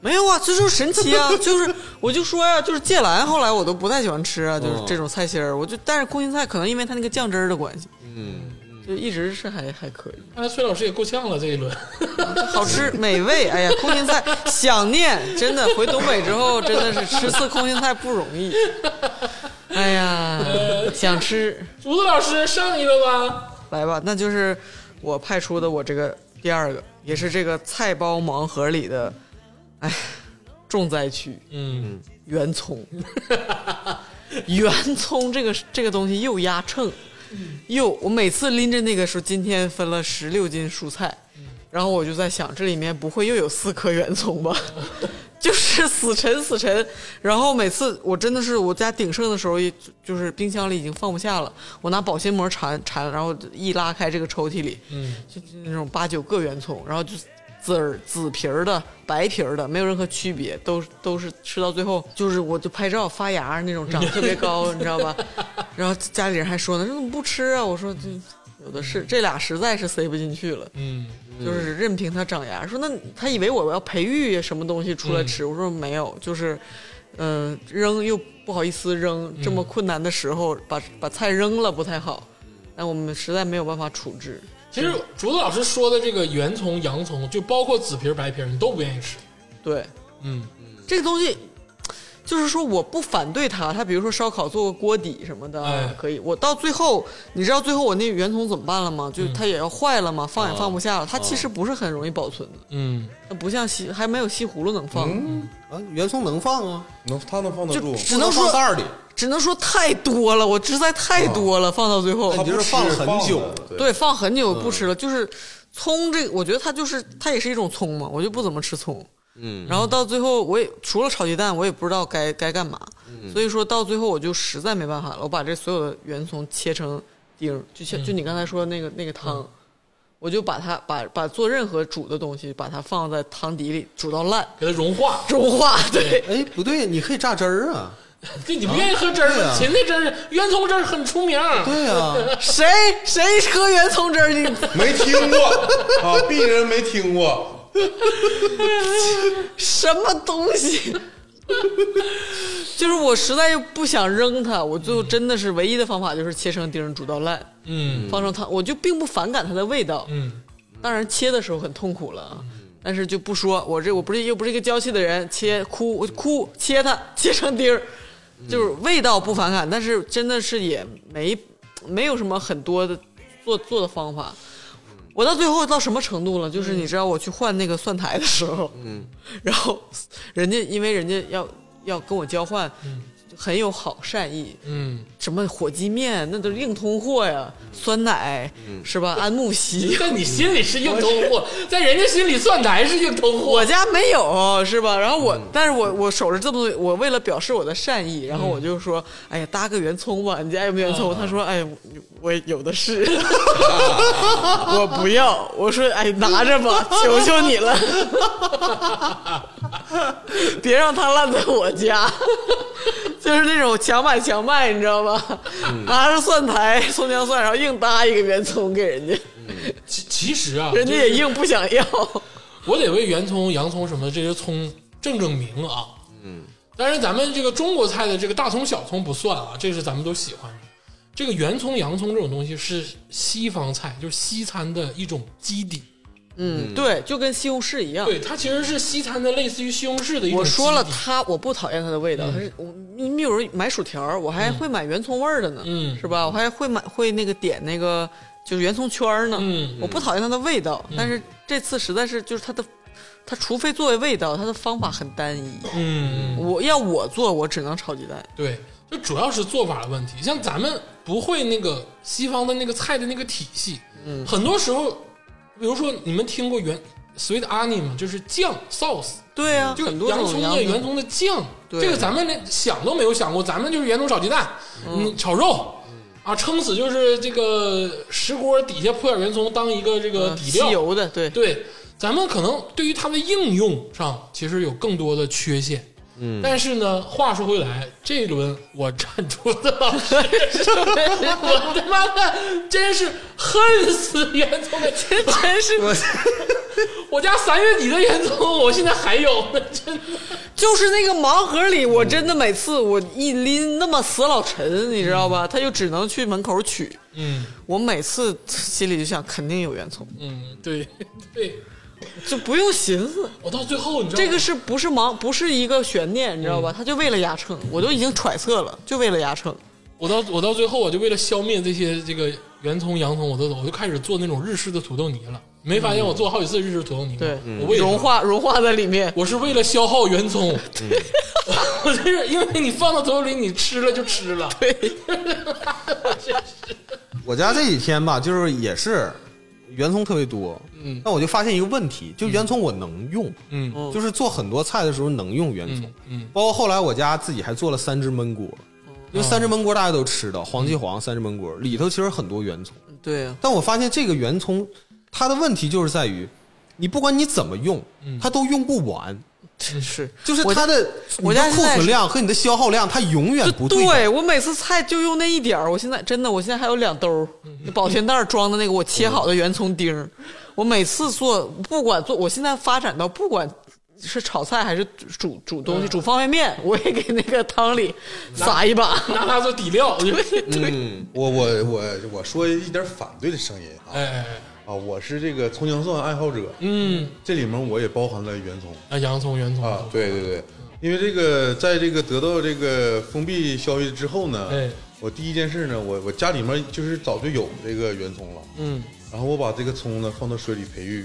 Speaker 2: 没有啊，这就是神奇 [LAUGHS] 啊！就是我就说呀、就是芥蓝，后来我都不太喜欢吃啊，就是这种菜心儿。我就但是空心菜可能因为它那个酱汁儿的关系，嗯，就一直是还还可以，
Speaker 1: 看来崔老师也够呛了这一轮，
Speaker 2: 好吃美味。哎呀，空心菜想念，真的回东北之后真的是吃次空心菜不容易。哎 [LAUGHS] 呀，想吃
Speaker 1: 竹子老师上一个吧。
Speaker 2: 来吧，那就是我派出的我这个第二个，也是这个菜包盲盒里的，哎，重灾区。
Speaker 1: 嗯，
Speaker 2: 圆葱， [LAUGHS] 圆葱这个这个东西又压秤，又我每次拎着那个说今天分了十六斤蔬菜，然后我就在想这里面不会又有四颗圆葱吧？ [LAUGHS] 就是死沉死沉，然后每次我真的是我家鼎盛的时候，也就是冰箱里已经放不下了，我拿保鲜膜缠缠，然后一拉开这个抽屉里，
Speaker 1: 嗯，
Speaker 2: 就就那种八九个圆葱，然后就籽儿紫皮儿的、白皮儿的，没有任何区别，都是都是吃到最后，就是我就拍照发芽儿那种，长得特别高，你知道吧？ [LAUGHS] 然后家里人还说呢，这怎么不吃啊？我说这有的是，这俩实在是塞不进去了。
Speaker 1: 嗯，
Speaker 2: 就是任凭它长芽。说那他以为我要培育什么东西
Speaker 1: 嗯
Speaker 2: 出来吃，我说没有，就是，嗯、扔又不好意思扔，这
Speaker 1: 嗯
Speaker 2: 么困难的时候把把菜扔了不太好，但我们实在没有办法处置。
Speaker 1: 其实竹子老师说的这个圆葱、洋葱，就包括紫皮儿、白皮儿，你都不愿意吃。
Speaker 2: 对，
Speaker 1: 嗯，
Speaker 2: 这个东西。就是说，我不反对它，它比如说烧烤做个锅底什么的、
Speaker 1: 哎
Speaker 2: 可以。我到最后，你知道最后我那圆葱怎么办了吗？
Speaker 1: 嗯
Speaker 2: 就它也要坏了嘛，放也
Speaker 1: 哦
Speaker 2: 放不下了。它其实不是很容易保存的，
Speaker 1: 嗯，
Speaker 2: 它不像西还没有西葫芦能放。
Speaker 4: 啊，圆葱能放啊，
Speaker 3: 能它能放得
Speaker 2: 就
Speaker 3: 住，
Speaker 2: 只能说
Speaker 4: 放袋儿里，
Speaker 2: 只能说太多了，我实在太多了，放到最后
Speaker 3: 它，
Speaker 4: 就是
Speaker 3: 不吃
Speaker 4: 放很
Speaker 3: 放
Speaker 4: 久
Speaker 3: 的对
Speaker 2: 对，放很久不吃了。就是葱这，我觉得它就是它也是一种葱嘛，我就不怎么吃葱。嗯，然后到最后，我也除了炒鸡蛋，我也不知道该该干嘛，所以说到最后我就实在没办法了，我把这所有的圆葱切成丁儿，就像就你刚才说的那个那个汤，我就把它把把做任何煮的东西，把它放在汤底里煮到烂，
Speaker 1: 给它融化。
Speaker 2: 融化，
Speaker 4: [LAUGHS]
Speaker 2: 对，
Speaker 4: 哎，不对，你可以榨汁儿啊，
Speaker 1: 对，你不愿意喝汁儿
Speaker 4: 对
Speaker 1: 吗？
Speaker 4: 啊
Speaker 1: 芹菜汁儿、圆葱汁儿很出名儿。
Speaker 4: 对啊，
Speaker 2: 谁谁喝圆葱汁儿？你
Speaker 3: 没听过
Speaker 2: [LAUGHS]
Speaker 3: 啊，鄙人没听过。
Speaker 2: 什么东西？ [LAUGHS] 就是我实在又不想扔它，我最后真的是唯一的方法就是切成丁儿煮到烂，
Speaker 1: 嗯
Speaker 2: 放上汤，我就并不反感它的味道。
Speaker 1: 嗯，
Speaker 2: 当然切的时候很痛苦了啊，但是就不说，我这我不是又不是一个娇气的人，切哭我哭切它切成丁儿，
Speaker 1: 嗯
Speaker 2: 就是味道不反感，但是真的是也没没有什么很多的做做的方法。我到最后到什么程度了？
Speaker 1: 嗯
Speaker 2: 就是你知道我去换那个蒜苔的时候，嗯，然后人家因为人家要要跟我交换，就很有好善意，
Speaker 1: 嗯，
Speaker 2: 什么火鸡面那都是硬通货呀，酸奶是吧？安慕希，
Speaker 1: 在你心里是硬通货，在人家心里蒜苔是硬通货
Speaker 2: 我。家没有是吧？然后我，但是我我守着这么多，我为了表示我的善意，然后我就说，哎呀，搭个圆葱吧，你家有没有圆葱？他说，哎呀，我有的是，啊 [LAUGHS] 我不要。我说，哎，拿着吧，求求你了， [LAUGHS] 别让它烂在我 [LAUGHS] 家。就是那种强买强卖，你知道吗？拿着蒜苔、葱姜蒜，然后硬搭一个圆葱给人家，
Speaker 1: 其其实啊，
Speaker 2: 人家也硬不想要。
Speaker 1: 我得为圆葱、洋葱什么的这些葱正正名啊。嗯，但是咱们这个中国菜的这个大葱、小葱不算啊，这是咱们都喜欢的。这个圆葱、洋葱这种东西是西方菜，就是西餐的一种基底。
Speaker 2: 嗯，对，就跟西红柿一样。
Speaker 1: 对，它其实是西餐的类似于西红柿的一种。
Speaker 2: 我说了，，它我不讨厌它的味道，
Speaker 1: 嗯
Speaker 2: 它是我你比如买薯条儿，我还会买圆葱味儿的呢，
Speaker 1: 嗯
Speaker 2: 是吧？我还会买会那个点那个就是圆葱圈儿呢，
Speaker 1: 嗯嗯
Speaker 2: 我不讨厌它的味道，但是这次实在是就是它的，它除非作为味道，它的方法很单一。
Speaker 1: 嗯，
Speaker 2: 我要我做，我只能炒鸡蛋，
Speaker 1: 对，就主要是做法的问题。像咱们不会那个西方的那个菜的那个体系，嗯，很多时候，比如说你们听过原 sweet onion 吗？就是酱 sauce，
Speaker 2: 对呀、
Speaker 1: 嗯就
Speaker 2: 很多
Speaker 1: 洋
Speaker 2: 种
Speaker 1: 葱
Speaker 2: 洋
Speaker 1: 的圆葱的酱，
Speaker 2: 对
Speaker 1: 这个咱们连想都没有想过，咱们就是圆葱炒鸡蛋，嗯，炒肉。啊，撑死就是这个石锅底下铺点圆葱当一个这个
Speaker 2: 呃
Speaker 1: 底
Speaker 2: 吸
Speaker 1: 料，
Speaker 2: 油的，对，
Speaker 1: 对，咱们可能对于它的应用上，其实有更多的缺陷。嗯，但是呢，话说回来，这一轮我站 [LAUGHS] 出的老师，我他妈的真是恨死袁总了，真
Speaker 2: 真是
Speaker 1: 我家三月底的袁总，我现在还有呢，真的。
Speaker 2: 就是那个盲盒里，我
Speaker 1: 嗯
Speaker 2: 真的每次我一拎那么死老沉，你知道吧？他就只能去门口取。
Speaker 1: 嗯
Speaker 2: 我每次心里就想，肯定有圆葱，
Speaker 1: 嗯，对对，
Speaker 2: 就不用寻思，
Speaker 1: 我到最后你知道
Speaker 2: 这
Speaker 1: 吗
Speaker 2: 个是不是盲，不是一个悬念，你知道吧？他就为了压秤，我都已经揣测了，就为了压秤。
Speaker 1: 我到我到最后，我就为了消灭这些这个圆葱、洋葱，我都我就开始做那种日式的土豆泥了。你没发现我做好几次日式土豆泥吗？
Speaker 2: 对，
Speaker 1: 我为啥
Speaker 2: 融化融化在里面。
Speaker 1: 我是为了消耗圆葱，我就是因为你放到嘴里，你吃了就吃了。
Speaker 4: 我家这几天吧，就是也是圆葱特别多，嗯，但我就发现一个问题，就圆葱我能用，
Speaker 1: 嗯
Speaker 2: 哦
Speaker 4: 就是做很多菜的时候能用圆葱，
Speaker 1: 嗯嗯
Speaker 4: 包括后来我家自己还做了三只焖锅，
Speaker 2: 哦
Speaker 4: 因为三只焖锅大家都吃的，黄记
Speaker 2: 嗯
Speaker 4: 煌三只焖锅里头其实很多圆葱，
Speaker 2: 对啊，
Speaker 4: 但我发现这个圆葱它的问题就是在于，你不管你怎么用，它都用不完。
Speaker 2: 是，
Speaker 4: 就是
Speaker 2: 嗯我
Speaker 4: 它的
Speaker 2: 我
Speaker 4: 你
Speaker 2: 家
Speaker 4: 的库
Speaker 2: 现在
Speaker 4: 存
Speaker 2: 是
Speaker 4: 量和你的消耗量，它永远
Speaker 2: 就
Speaker 4: 不
Speaker 2: 对哦
Speaker 4: 等
Speaker 2: 我每次菜就用那一点儿，我现在真的，我现在还有两兜儿，那保鲜袋儿装的那个我切好的圆葱丁儿，我每次做不管做，我现在发展到不管。是炒菜还是煮煮东西？煮方便面，我也给那个汤里撒一把。
Speaker 1: 拿它做底料，我就
Speaker 4: 嗯
Speaker 3: 我我我我说一点反对的声音啊
Speaker 1: 哎哎哎，
Speaker 3: 啊！我是这个葱姜蒜爱好者，
Speaker 1: 嗯，
Speaker 3: 这里面我也包含了圆葱
Speaker 1: 啊，洋葱、圆葱
Speaker 3: 啊，，对对对，因为这个在这个得到这个封闭消息之后呢，
Speaker 1: 哎
Speaker 3: 我第一件事呢，我我家里面就是早就有这个圆葱了，
Speaker 1: 嗯
Speaker 3: 然后我把这个葱呢放到水里培育，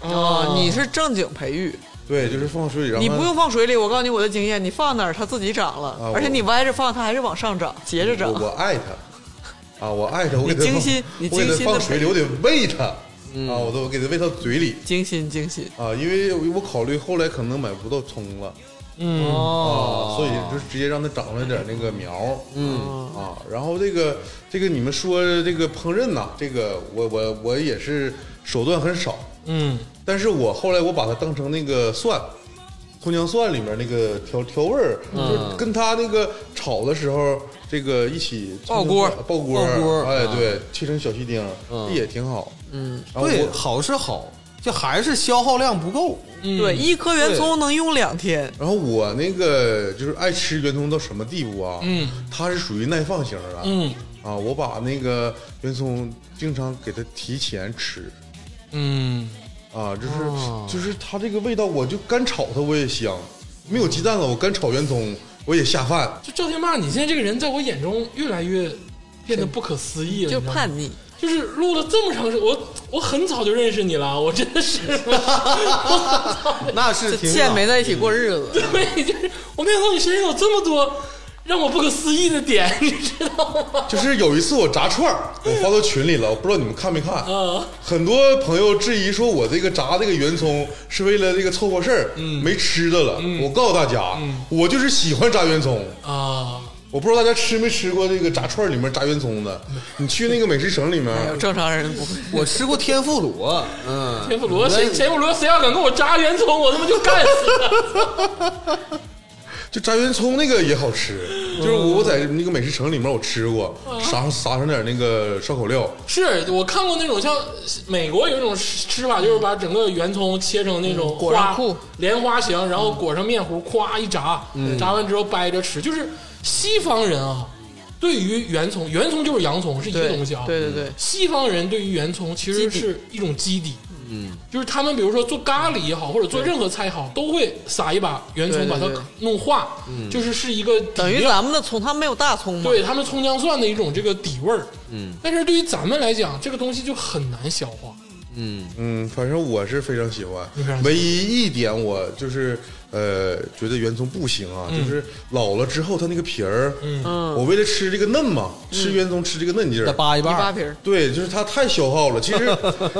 Speaker 2: 啊，你是正经培育，
Speaker 3: 对，就是放水里，哦然
Speaker 2: 嗯
Speaker 3: 后
Speaker 2: 你不用放水里。我告诉你我的经验，你放哪儿它自己长了，
Speaker 3: 啊我嗯
Speaker 2: 而且你歪着放它还是往上长，斜着长
Speaker 3: 我。我爱它啊，我爱它，我给它
Speaker 2: [LAUGHS] 你精
Speaker 3: 放
Speaker 2: 心你
Speaker 3: 我给它
Speaker 2: 精心地嗯
Speaker 3: 放水里，我得喂它啊，我都我给它喂到嘴里
Speaker 2: 精心精心，
Speaker 3: 啊，因为我考虑后来可能买不到葱了。
Speaker 1: 嗯，
Speaker 3: 啊，所以就是直接让它长出来点那个苗，嗯啊，然后这个这个你们说这个烹饪呐、这个我我我也是手段很少，
Speaker 1: 嗯
Speaker 3: 但是我后来我把它当成那个蒜，葱姜蒜里面那个调调味儿，就是跟它那个炒的时候这个一起
Speaker 2: 爆锅
Speaker 3: 爆锅，
Speaker 4: 爆锅
Speaker 3: 哎
Speaker 4: 啊
Speaker 3: 对，切成小细丁，这也挺好，嗯，然后
Speaker 4: 对，
Speaker 3: 我
Speaker 2: [LAUGHS]
Speaker 4: 好是好，就还是消耗量不够。
Speaker 2: 对，一颗圆葱能用两天。
Speaker 3: 然后我那个就是爱吃圆葱到什么地步啊？
Speaker 1: 嗯，
Speaker 3: 它是属于耐放型的。
Speaker 1: 嗯
Speaker 3: 啊，我把那个圆葱经常给它提前吃
Speaker 1: 嗯，
Speaker 3: 啊，就是、
Speaker 2: 哦
Speaker 3: 就是它这个味道，我就干炒它我也香，没有鸡蛋了，我干炒圆葱我也下饭。
Speaker 1: 就赵天霸，你现在这个人在我眼中越来越变得不可思议了，
Speaker 2: 就
Speaker 1: 你知道吗
Speaker 2: 叛逆，
Speaker 1: 就是录了这么长时间，我我很早就认识你了，我真的是，我操，
Speaker 4: 那是
Speaker 2: 这
Speaker 4: 挺
Speaker 2: 见
Speaker 4: 好
Speaker 2: 没在一起过日子，
Speaker 1: 对，就是我没想到你身上有这么多让我不可思议的点，你知道吗？
Speaker 3: 就是有一次我炸串儿，我发到群里了，我不知道你们看没看。
Speaker 2: 嗯
Speaker 1: 啊，
Speaker 3: 很多朋友质疑说，我这个炸这个圆葱是为了这个凑合事儿，
Speaker 2: 嗯
Speaker 3: 没吃的了。我告诉大家，我就是喜欢炸圆葱。
Speaker 1: 啊，
Speaker 3: 我不知道大家吃没吃过那个炸串儿里面炸圆葱的，你去那个美食城里面，
Speaker 2: 哎呦
Speaker 4: 嗯
Speaker 2: 正常人不会。
Speaker 4: [LAUGHS] 我吃过天妇罗，
Speaker 1: [LAUGHS]
Speaker 4: 嗯，
Speaker 1: 天妇罗谁天妇罗谁要敢跟我扎圆葱，我他妈就干死他！
Speaker 3: 就炸圆葱那个也好吃。
Speaker 1: 嗯
Speaker 3: 就是我我在那个美食城里面我吃过，撒上撒上点那个烧烤料，
Speaker 1: [LAUGHS] 是我看过那种像美国有一种吃法，就是把整个圆葱切成那种
Speaker 2: 裹上
Speaker 1: 花
Speaker 2: 嗯裤嗯
Speaker 1: 莲花形，然后裹上面糊，咵一炸，炸完之后掰着吃。就是西方人啊，对于圆葱，圆葱就是洋葱，是一个
Speaker 2: 对
Speaker 1: 东西啊。
Speaker 2: 对对
Speaker 4: 嗯
Speaker 2: 对，
Speaker 1: 西方人对于圆葱其实是一种基底，嗯，就是他们比如说做咖喱也好，或者做任何菜也好，都会撒一把圆葱
Speaker 2: 对
Speaker 1: 把
Speaker 2: 对
Speaker 1: 它
Speaker 2: 对
Speaker 1: 弄化，就是是一个底
Speaker 2: 等于
Speaker 1: 料
Speaker 2: 咱们的葱，他没有大葱嘛，
Speaker 1: 对他们葱姜蒜的一种这个底味儿，嗯，但是对于咱们来讲，这个东西就很难消化，
Speaker 3: 嗯，反正我是非常喜欢
Speaker 1: 你非常喜。欢
Speaker 3: 唯一一点我就是呃，觉得圆葱不行啊，
Speaker 1: 嗯
Speaker 3: 就是老了之后它那个皮儿，嗯，我为了吃这个嫩嘛，
Speaker 1: 嗯
Speaker 3: 吃圆葱吃这个嫩劲
Speaker 4: 再
Speaker 3: 儿。
Speaker 4: 扒一
Speaker 2: 一扒
Speaker 4: 半，
Speaker 2: 皮儿。
Speaker 3: 对，就是它太消耗了。其实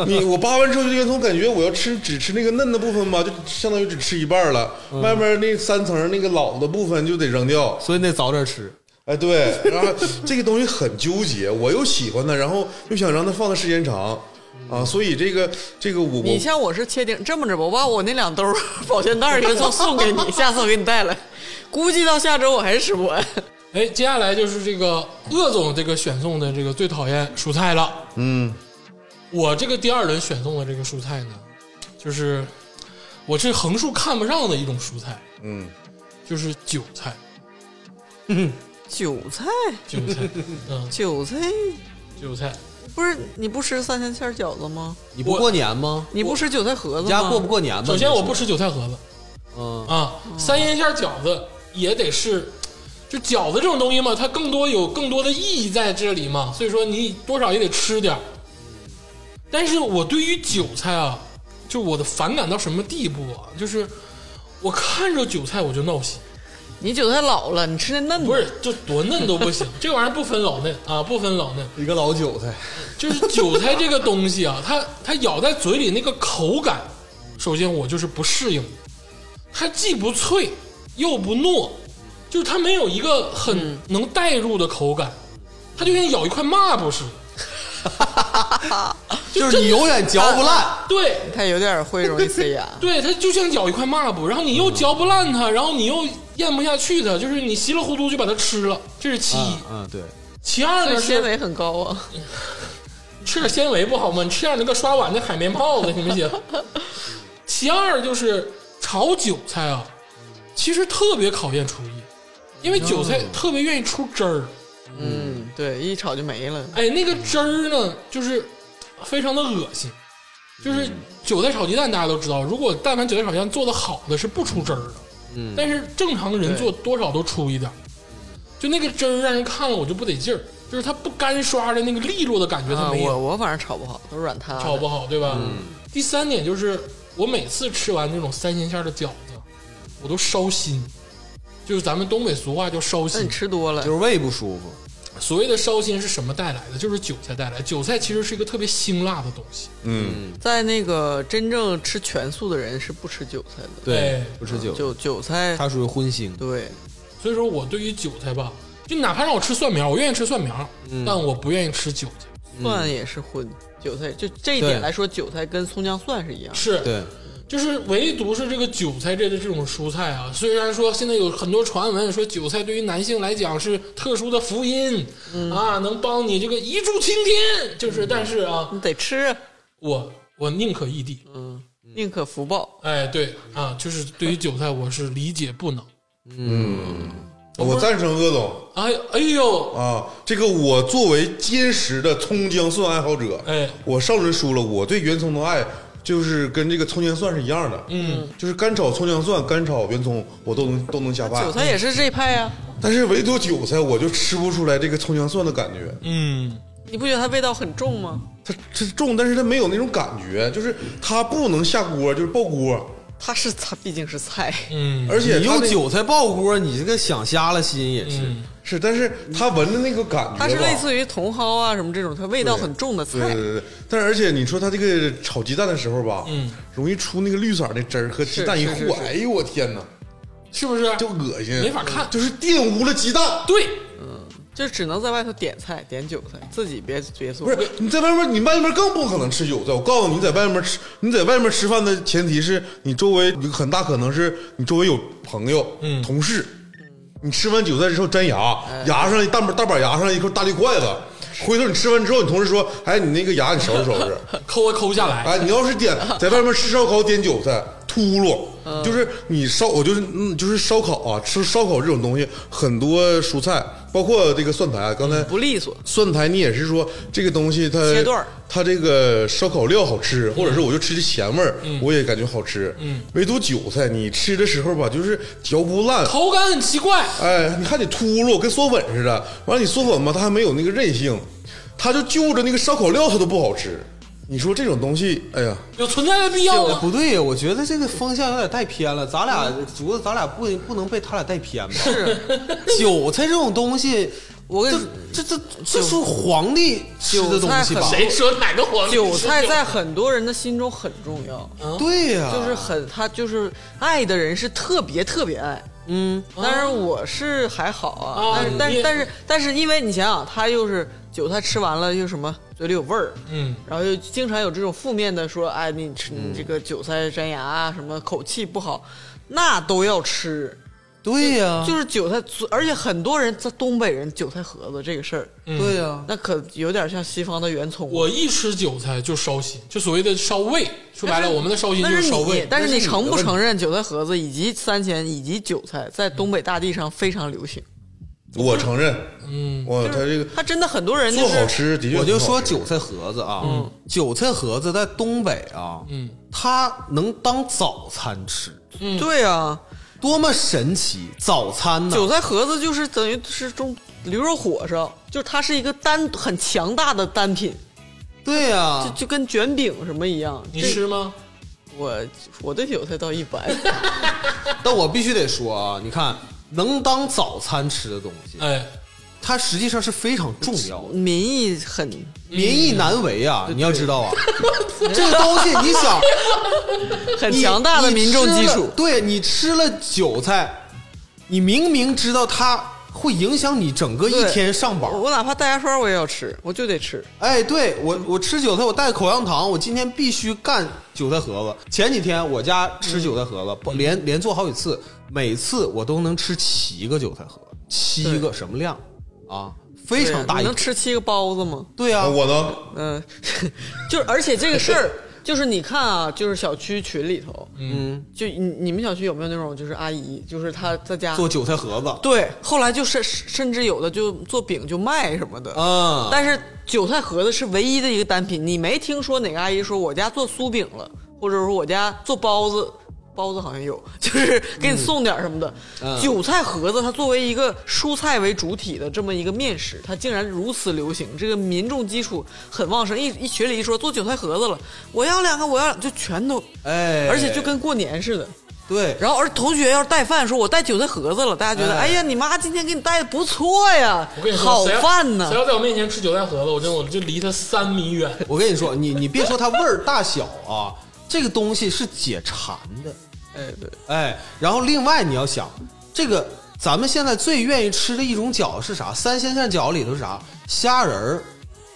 Speaker 3: 你我扒完之后，这个圆葱感觉我要吃只吃那个嫩的部分吧，就相当于只吃一半了，
Speaker 1: 嗯
Speaker 3: 外面那三层那个老的部分就得扔掉。
Speaker 4: 所以得早点吃。
Speaker 3: 哎，对，然后这个东西很纠结，我又喜欢它，然后又想让它放的时间长啊，所以这个这个我我
Speaker 2: 你像我是切丁，这么着吧，我把我那两兜儿 [LAUGHS] 保鲜袋儿人送送给你，下次我给你带来。估计到下周我还是吃不完。
Speaker 1: 哎，接下来就是这个鄂总这个选送的这个最讨厌蔬菜了。嗯，我这个第二轮选送的这个蔬菜呢，就是我这横竖看不上的一种蔬菜，
Speaker 3: 嗯。
Speaker 1: 就是韭菜。
Speaker 2: 韭菜，
Speaker 1: 韭菜，嗯，
Speaker 2: 韭菜
Speaker 1: 韭菜，
Speaker 2: 不是你不吃三鲜馅儿饺子吗？
Speaker 4: 你不过年吗？
Speaker 2: 你不吃韭菜盒
Speaker 4: 你
Speaker 2: 子吗？
Speaker 4: 家过不过年吗？
Speaker 1: 首先我不
Speaker 4: 吃，
Speaker 1: 吃韭菜盒子
Speaker 4: 嗯，
Speaker 1: 啊，三鲜馅儿饺子也得是，就饺子这种东西嘛，它更多有更多的意义在这里嘛，所以说你多少也得吃点儿。但是我对于韭菜啊，就我的反感到什么地步啊，就是我看着韭菜我就闹心，
Speaker 2: 你韭菜老了，你吃那嫩的
Speaker 1: 不是就多嫩都不行，这玩意儿不分老嫩啊，不分老嫩，
Speaker 4: 一个老韭菜，
Speaker 1: 就是韭菜这个东西啊，它它咬在嘴里那个口感，首先我就是不适应的，它既不脆又不糯，就是它没有一个很能带入的口感，它就像咬一块抹布似的。
Speaker 4: 就是你
Speaker 1: 真的
Speaker 4: 永远嚼不烂。
Speaker 1: 对。
Speaker 2: 它有点会容易塞牙
Speaker 1: 对，它就像咬一块抹布，然后你又嚼不烂它，然后你又咽不下去它，就是你稀里糊涂就把它吃了，这是其一。
Speaker 4: 嗯嗯，对，
Speaker 1: 其二
Speaker 2: 所
Speaker 1: 呢
Speaker 2: 以纤
Speaker 1: 是
Speaker 2: 维很高啊，
Speaker 1: 吃点纤维不好吗？你吃点那个刷碗的海绵泡子行不
Speaker 2: [LAUGHS]
Speaker 1: 行？其二就是炒韭菜啊，其实特别考验厨艺，因为韭菜特别愿意出汁儿。
Speaker 2: 嗯，对，一炒就没了。
Speaker 1: 哎，那个汁儿呢，就是非常的恶心。
Speaker 2: 嗯
Speaker 1: 就是韭菜炒鸡蛋，大家都知道，如果但凡韭菜炒鸡蛋做的好的是不出汁儿的，嗯，但是正常人做多少都出一点儿，就那个汁儿让人看了我就不得劲儿，就是它不干刷的那个利落的感觉它
Speaker 2: 啊，
Speaker 1: 没有。
Speaker 2: 我我反正炒不好，都软塌的。
Speaker 1: 炒不好，对吧？
Speaker 4: 嗯
Speaker 1: 第三点就是，我每次吃完这种三鲜馅儿的饺子，我都烧心，就是咱们东北俗话叫烧
Speaker 2: 那
Speaker 1: 心
Speaker 2: 你。吃多了
Speaker 4: 就是胃不舒服。
Speaker 1: 所谓的烧心是什么带来的？就是韭菜带来。韭菜其实是一个特别辛辣的东西，
Speaker 3: 嗯，
Speaker 2: 在那个真正吃全素的人是不吃韭菜的，
Speaker 1: 哎
Speaker 4: 对，不吃韭，
Speaker 2: 韭韭菜
Speaker 4: 它属于荤腥。
Speaker 2: 对
Speaker 1: 所以说我对于韭菜吧，就哪怕让我吃蒜苗，我愿意吃蒜苗，
Speaker 4: 嗯
Speaker 1: 但我不愿意吃韭菜。
Speaker 2: 蒜也是荤，韭菜就这一
Speaker 4: 对
Speaker 2: 点来说，韭菜跟葱姜蒜是一样。
Speaker 1: 是，
Speaker 4: 对，
Speaker 1: 就是唯独是这个韭菜这类这种蔬菜啊，虽然说现在有很多传闻说韭菜对于男性来讲是特殊的福音、啊，能帮你这个一柱擎天，就是但是啊，
Speaker 2: 你得吃，
Speaker 1: 我我宁可异地，
Speaker 2: 嗯，宁可福报。
Speaker 1: 哎，对啊，就是对于韭菜，我是理解不能。
Speaker 3: 我赞成鄂总，
Speaker 1: 哎哎呦，
Speaker 3: 啊，这个我作为坚实的葱姜蒜爱好者，
Speaker 1: 哎
Speaker 3: 我上轮说了，我对圆葱的爱就是跟这个葱姜蒜是一样的，嗯，就是干炒葱姜蒜、干炒圆葱，我都能都能下饭
Speaker 2: 韭。菜也是这派啊呀、
Speaker 3: 但是唯独韭菜，我就吃不出来这个葱姜蒜的感觉。
Speaker 1: 嗯，
Speaker 2: 你不觉得它味道很重吗？
Speaker 3: 它它重，但是它没有那种感觉，就是它不能下锅，就是爆锅，
Speaker 2: 它是它毕竟是菜，
Speaker 1: 嗯
Speaker 3: 而且
Speaker 4: 你
Speaker 3: 它
Speaker 4: 用
Speaker 3: 那
Speaker 4: 韭菜爆锅，你这个想瞎了心也是。
Speaker 3: 是，但是它闻着那个感觉
Speaker 2: 嗯
Speaker 3: 吧，
Speaker 2: 它是类似于茼蒿啊什么这种，它味道很重的
Speaker 3: 对
Speaker 2: 菜
Speaker 3: 对。对对，但是而且你说它这个炒鸡蛋的时候吧，嗯，容易出那个绿色的汁儿和鸡蛋一
Speaker 2: 是是
Speaker 3: 和，
Speaker 2: 是
Speaker 3: 哎呦我天哪，
Speaker 1: 是不是？
Speaker 3: 就恶心，
Speaker 1: 没法看
Speaker 3: 就是玷污了鸡蛋。
Speaker 1: 对，
Speaker 2: 就只能在外头点菜，点韭菜，自己别别做。
Speaker 3: 不是你在外面，你外面更不可能吃韭菜。我告诉你，你在外面吃，你在外面吃饭的前提是你周围有很大可能是你周围有朋友、
Speaker 1: 嗯
Speaker 3: 同事。你吃完韭菜之后粘牙，
Speaker 2: 哎
Speaker 3: 牙上一大板大板牙上一口大绿筷子，回头你吃完之后，你同事说：“哎，你那个牙你收拾收拾。”
Speaker 1: 抠也啊抠不下来。
Speaker 3: 哎，你要是点在外面吃烧烤点韭菜秃噜，
Speaker 2: 嗯
Speaker 3: 就是你烧，我就是嗯，就是烧烤啊，吃烧烤这种东西，很多蔬菜，包括这个蒜苔，啊刚才
Speaker 2: 嗯不利索，
Speaker 3: 蒜苔你也是说这个东西它
Speaker 2: 切段儿
Speaker 3: 它这个烧烤料好吃，或者是我就吃这咸味儿，我也感觉好吃。嗯，唯独韭菜你吃的时候吧，就是嚼不烂。
Speaker 1: 口感很奇怪，
Speaker 3: 哎，你还得秃噜，跟嗦粉似的。完了，你嗦粉吧，它还没有那个韧性，它就就着那个烧烤料，它都不好吃。你说这种东西，哎呀，
Speaker 1: 有存在的必要
Speaker 4: 哎
Speaker 1: 吗？
Speaker 4: 不对呀，我觉得这个风向有点带偏了。咱俩竹子，咱俩不不能被他俩带偏吧？
Speaker 2: 是
Speaker 4: [LAUGHS] 韭菜这种东西，
Speaker 2: 我跟你
Speaker 4: 这这这这是皇帝吃的东西
Speaker 2: 韭菜
Speaker 4: 吧
Speaker 2: 很？
Speaker 1: 谁说哪个皇帝
Speaker 2: 韭菜
Speaker 1: 吃
Speaker 2: 在很多人的心中很重要，
Speaker 4: 对呀、
Speaker 2: 就是很他就是爱的人是特别特别爱。
Speaker 4: 嗯，
Speaker 2: 但是我是还好啊，
Speaker 1: 啊
Speaker 2: 但是但
Speaker 1: 你
Speaker 2: 是但是但是因为你想想，他又是韭菜吃完了又什么嘴里有味儿，
Speaker 1: 嗯，
Speaker 2: 然后又经常有这种负面的说，哎，你吃你这个韭菜粘牙啊，什么口气不好，那都要吃。
Speaker 4: 对呀、
Speaker 2: 就是韭菜，而且很多人在东北人韭菜盒子这个事儿，
Speaker 4: 对呀、
Speaker 2: 那可有点像西方的圆葱。
Speaker 1: 我一吃韭菜就烧心，就所谓的烧胃。说白了，我们的烧心
Speaker 2: 那
Speaker 1: 就是是烧
Speaker 2: 你
Speaker 1: 胃，。
Speaker 2: 但是你
Speaker 3: 那是你
Speaker 2: 承
Speaker 3: 的
Speaker 2: 不
Speaker 3: 问题
Speaker 2: 承认韭菜盒子以及三钱以及韭菜在东北大地上非常流行？
Speaker 3: 我承认，嗯，我他这个
Speaker 2: 它真的很多人就嗯
Speaker 3: 做
Speaker 2: 是
Speaker 3: 好吃的确很好吃，
Speaker 4: 我就说韭菜盒子啊，韭菜盒子在东北啊，嗯，它能当早餐吃，
Speaker 2: 对啊，
Speaker 4: 多么神奇！早餐呢？
Speaker 2: 韭菜盒子就是等于是中驴肉火烧，就是它是一个单很强大的单品，
Speaker 4: 对呀、
Speaker 2: 就就跟卷饼什么一样。
Speaker 1: 你
Speaker 2: 这
Speaker 1: 吃吗？
Speaker 2: 我我对韭菜倒一般，
Speaker 4: 但我必须得说啊，你看能当早餐吃的东西，
Speaker 1: 哎，
Speaker 4: 它实际上是非常重要
Speaker 2: [LAUGHS]
Speaker 4: 的，
Speaker 2: 民意很
Speaker 4: 民意难为啊！你要知道啊，这个东西你
Speaker 2: [LAUGHS]
Speaker 4: 想，
Speaker 2: [LAUGHS] 很
Speaker 4: 你
Speaker 2: 强大的民众基
Speaker 4: 你吃
Speaker 2: 础
Speaker 4: 了。对你吃了韭菜，你明明知道它会影响你整个一
Speaker 2: 对
Speaker 4: 天上班
Speaker 2: 我，我哪怕带牙刷我也要吃，我就得吃。
Speaker 4: 哎，对我我吃韭菜，我带口香糖，我今天必须干韭菜盒子。前几天我家吃韭菜盒
Speaker 2: 嗯
Speaker 4: 子，不连连做好几次，每次我都能吃七个韭菜盒，七个什么量啊？非常大
Speaker 2: 你
Speaker 4: 一
Speaker 2: 能吃七个包子吗？
Speaker 4: 对啊，
Speaker 3: 我呢，
Speaker 2: 嗯， [LAUGHS] 就是而且这个事儿，就是你看啊，就是小区群里头，嗯，就你你们小区有没有那种就是阿姨，就是她在家
Speaker 4: 做韭菜盒子，
Speaker 2: 对，后来就是甚至有的就做饼就卖什么的，
Speaker 4: 嗯
Speaker 2: 但是韭菜盒子是唯一的一个单品，你没听说哪个阿姨说我家做酥饼了，或者说我家做包子。包子好像有， [LAUGHS] 就是给你送点什么的。
Speaker 4: 嗯
Speaker 2: 韭菜盒子，它作为一个蔬菜为主体的这么一个面食，它竟然如此流行，这个民众基础很旺盛。一一群里一说做韭菜盒子了，我要两个，我要两个就全都，
Speaker 4: 哎，
Speaker 2: 而且就跟过年似的。
Speaker 4: 对，
Speaker 2: 然后而同学要是带饭，说我带韭菜盒子了，大家觉得，哎
Speaker 4: 哎
Speaker 2: 呀，你妈今天给你带的不错呀
Speaker 1: 我跟，你说，
Speaker 2: 好
Speaker 1: 谁要
Speaker 2: 饭呢
Speaker 1: 谁。要在我面前吃韭菜盒子，我真的我就离他三米远。
Speaker 4: 我跟你说，你你别说它味儿大小啊，这个东西是解馋的。
Speaker 2: 哎，对，
Speaker 4: 哎，然后另外你要想，这个咱们现在最愿意吃的一种饺是啥？三鲜馅饺里头是啥？虾仁儿、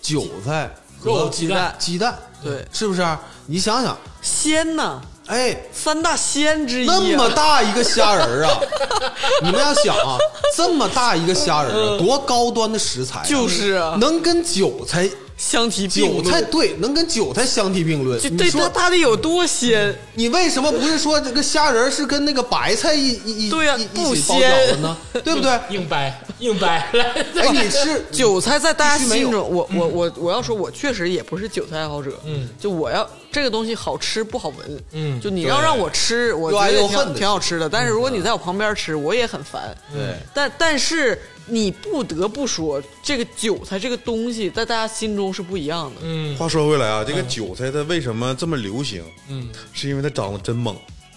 Speaker 4: 韭菜、
Speaker 1: 肉
Speaker 4: 和
Speaker 1: 鸡
Speaker 2: 蛋
Speaker 4: 鸡蛋，
Speaker 2: 对
Speaker 4: 是不是？啊你想想，
Speaker 2: 鲜呐，
Speaker 4: 哎，
Speaker 2: 三大鲜之一、啊。
Speaker 4: 那么大一个虾仁儿啊，
Speaker 2: [LAUGHS]
Speaker 4: 你们要想啊，这么大一个虾仁儿啊，多高端的食材啊、
Speaker 2: 嗯就是啊
Speaker 4: 能跟韭菜
Speaker 2: 相提并
Speaker 4: 韭
Speaker 2: 论。
Speaker 4: 菜对，能跟韭菜相提并论。
Speaker 2: 就
Speaker 4: 你
Speaker 2: 对它
Speaker 4: 说
Speaker 2: 它得有多鲜？
Speaker 4: 你为什么不是说这个虾仁儿是跟那个白菜一一一
Speaker 2: 对呀
Speaker 4: 一
Speaker 2: 不
Speaker 4: 一起包
Speaker 2: 鲜
Speaker 4: 饺子
Speaker 2: [LAUGHS]
Speaker 4: 呢？对不对？
Speaker 1: 硬掰，硬掰，来，
Speaker 4: 哎，你吃
Speaker 2: 韭菜在大家
Speaker 4: 必须没
Speaker 2: 心
Speaker 4: 有
Speaker 2: 中，我我我我要说，我确实也不是韭菜爱好者。
Speaker 1: 嗯，
Speaker 2: 就我要这个东西好吃不好闻。
Speaker 1: 嗯
Speaker 2: 就你要让我吃，我
Speaker 4: 又
Speaker 2: 觉
Speaker 4: 爱
Speaker 2: 得
Speaker 4: 又
Speaker 2: 挺
Speaker 4: 恨的嗯
Speaker 2: 挺好吃的。但是如果你在我旁边吃，我也很烦。
Speaker 4: 对
Speaker 2: 但但是你不得不说，这个韭菜这个东西在大家心中是不一样的。
Speaker 1: [LAUGHS] 嗯，
Speaker 3: 话说回来啊，这个韭菜它为什么这么流行？
Speaker 1: 嗯，
Speaker 3: 是因为它长得真猛。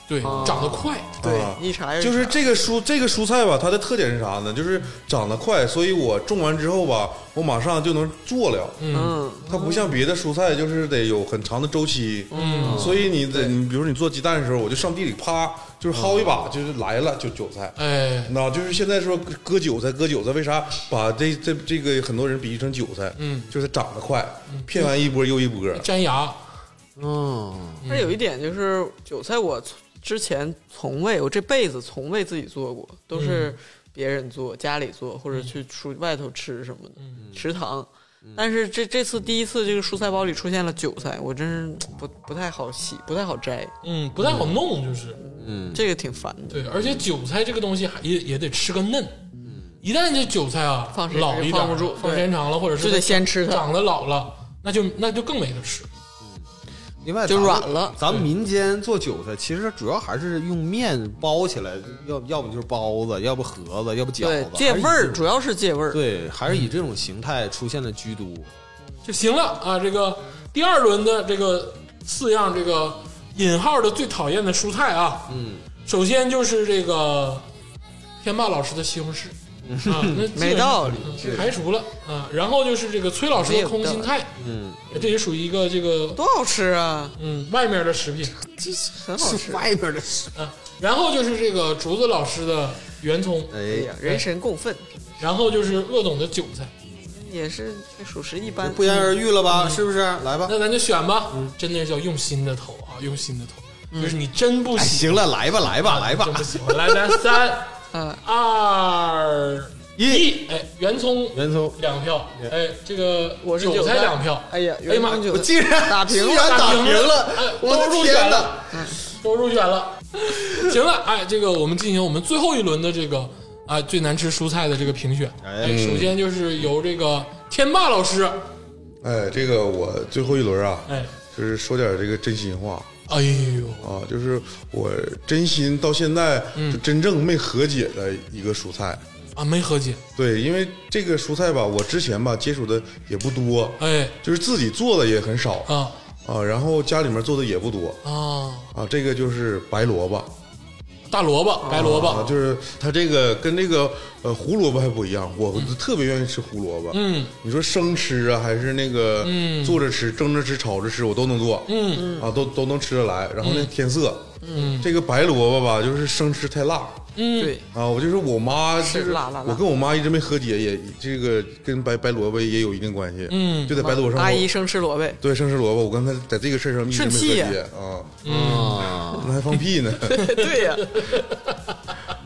Speaker 1: 对，
Speaker 2: 啊
Speaker 1: 长得快，
Speaker 2: 对
Speaker 3: 啊，
Speaker 2: 一查
Speaker 3: 就是这个蔬这个蔬菜吧，它的特点是啥呢？就是长得快，所以我种完之后吧，我马上就能做了。
Speaker 2: 嗯，
Speaker 3: 它不像别的蔬菜，就是得有很长的周期。嗯，所以你得你比如说你做鸡蛋的时候，我就上地里啪就是薅一把，就是来了就韭菜。
Speaker 1: 哎，
Speaker 3: 那就是现在说割韭菜，割韭菜，为啥把这这这个很多人比喻成韭菜？
Speaker 1: 嗯
Speaker 3: 就是长得快，骗完一波又一波。
Speaker 1: 粘牙，
Speaker 2: 但有一点就是韭菜，我从之前从未，我这辈子从未自己做过，都是别人做、家里做或者去出外头吃什么的、食堂。但是这这次第一次，这个蔬菜包里出现了韭菜，我真是不不太好洗，不太好摘，
Speaker 1: 嗯，不太好弄，就是
Speaker 2: 这个挺烦的。
Speaker 1: 对，而且韭菜这个东西还也也得吃个嫩，一旦这韭菜啊
Speaker 2: 放时间
Speaker 1: 老一点儿，
Speaker 2: 放不住
Speaker 1: 放时间长了，或者是
Speaker 2: 就得先吃它
Speaker 1: 长得老了，那就那就更没得吃，
Speaker 4: 另外
Speaker 2: 就
Speaker 4: 咱们
Speaker 2: 软了
Speaker 4: 咱们民间做韭菜，其实主要还是用面包起来，要要不就是包子，要不盒子，要不饺
Speaker 2: 对
Speaker 4: 子，，
Speaker 2: 借味儿，主
Speaker 4: 要
Speaker 2: 要是借味儿。
Speaker 4: 哎对，还是以这种形态出现的居多。
Speaker 1: 就行了啊。这个第二轮的这个四样这个引号的最讨厌的蔬菜啊，
Speaker 4: 嗯，
Speaker 1: 首先就是这个天霸老师的西红柿。
Speaker 2: [LAUGHS]
Speaker 1: 啊，那基本上
Speaker 2: 没道理
Speaker 1: 嗯排除了啊。然后就是这个崔老师
Speaker 2: 没
Speaker 1: 的
Speaker 2: 有
Speaker 1: 空心菜，哎
Speaker 4: 嗯，
Speaker 1: 这也属于一个这个
Speaker 2: 多好吃啊！
Speaker 1: 嗯外面的食品。
Speaker 2: 这很好吃。
Speaker 4: 外边的事。
Speaker 1: 啊，然后就是这个竹子老师的圆葱，
Speaker 4: 哎
Speaker 2: 哎
Speaker 4: 呀
Speaker 2: 呀，，人神共愤，
Speaker 1: 然后就是鄂总的韭菜。
Speaker 2: 也是属实一般。
Speaker 4: 不言而喻了吧？是不是？来吧。
Speaker 1: 那咱就选吧，真的是要用心的投啊，用心的投，就是你真不
Speaker 4: 哎，
Speaker 1: 喜
Speaker 4: 行了，来吧，来吧，
Speaker 2: 哎
Speaker 4: 来
Speaker 1: 欢，真
Speaker 4: 吧
Speaker 1: 不。喜欢。来，咱三
Speaker 2: 啊，
Speaker 1: 二一，哎，圆葱
Speaker 4: 圆葱，
Speaker 1: 两票，哎，这个
Speaker 2: 我是
Speaker 1: 韭
Speaker 2: 韭菜
Speaker 1: 两票，
Speaker 2: 哎呀，
Speaker 1: 哎呀妈呀
Speaker 2: 原汁
Speaker 4: 我
Speaker 2: 原
Speaker 4: 竟然
Speaker 2: 打平了
Speaker 4: 竟然打
Speaker 1: 打平
Speaker 4: 平
Speaker 1: 了哎
Speaker 4: 了，我的
Speaker 1: 都入选
Speaker 4: 天
Speaker 1: 了
Speaker 4: 哪！
Speaker 1: 都入选了。 [LAUGHS] 行了，哎，这个我们进行我们最后一轮的这个啊最难吃蔬菜的这个评选。哎，首先就是由这个天霸老师，
Speaker 3: 哎，这个我最后一轮啊，
Speaker 1: 哎，
Speaker 3: 就是说点这个真心话
Speaker 1: 哎呦，
Speaker 3: 啊，就是我真心到现在
Speaker 1: 嗯
Speaker 3: 就真正没和解的一个蔬菜。
Speaker 1: 啊，没和解，
Speaker 3: 对，因为这个蔬菜吧，我之前吧接触的也不多，
Speaker 1: 哎，
Speaker 3: 就是自己做的也很少
Speaker 1: 啊
Speaker 3: 啊，然后家里面做的也不多
Speaker 1: 啊，
Speaker 3: 啊。这个就是白萝卜
Speaker 1: 大萝卜，白萝卜，
Speaker 3: 啊，就是它这个跟这个呃胡萝卜还不一样，我特别愿意吃胡萝卜。
Speaker 1: 嗯，
Speaker 3: 你说生吃啊，还是那个做着吃、蒸着吃、炒着吃，我都能做。
Speaker 1: 嗯
Speaker 3: 啊，都都能吃得来。然后那天色，嗯，这个白萝卜吧，就是生吃太辣。
Speaker 2: 对，
Speaker 3: 啊，我就是我妈，
Speaker 2: 是
Speaker 3: 就是
Speaker 2: 辣辣辣
Speaker 3: 我跟我妈一直没和解，也这个跟白白萝卜也有一定关系。嗯，就在白萝卜上，
Speaker 2: 阿
Speaker 3: 我
Speaker 2: 姨生吃萝卜，
Speaker 3: 对生吃萝卜，我跟她在这个事儿上一直
Speaker 2: 顺
Speaker 3: 没和
Speaker 2: 气呀
Speaker 3: 解啊，
Speaker 4: 啊，
Speaker 3: 那还放
Speaker 2: [LAUGHS]
Speaker 3: 屁呢，
Speaker 2: 对呀、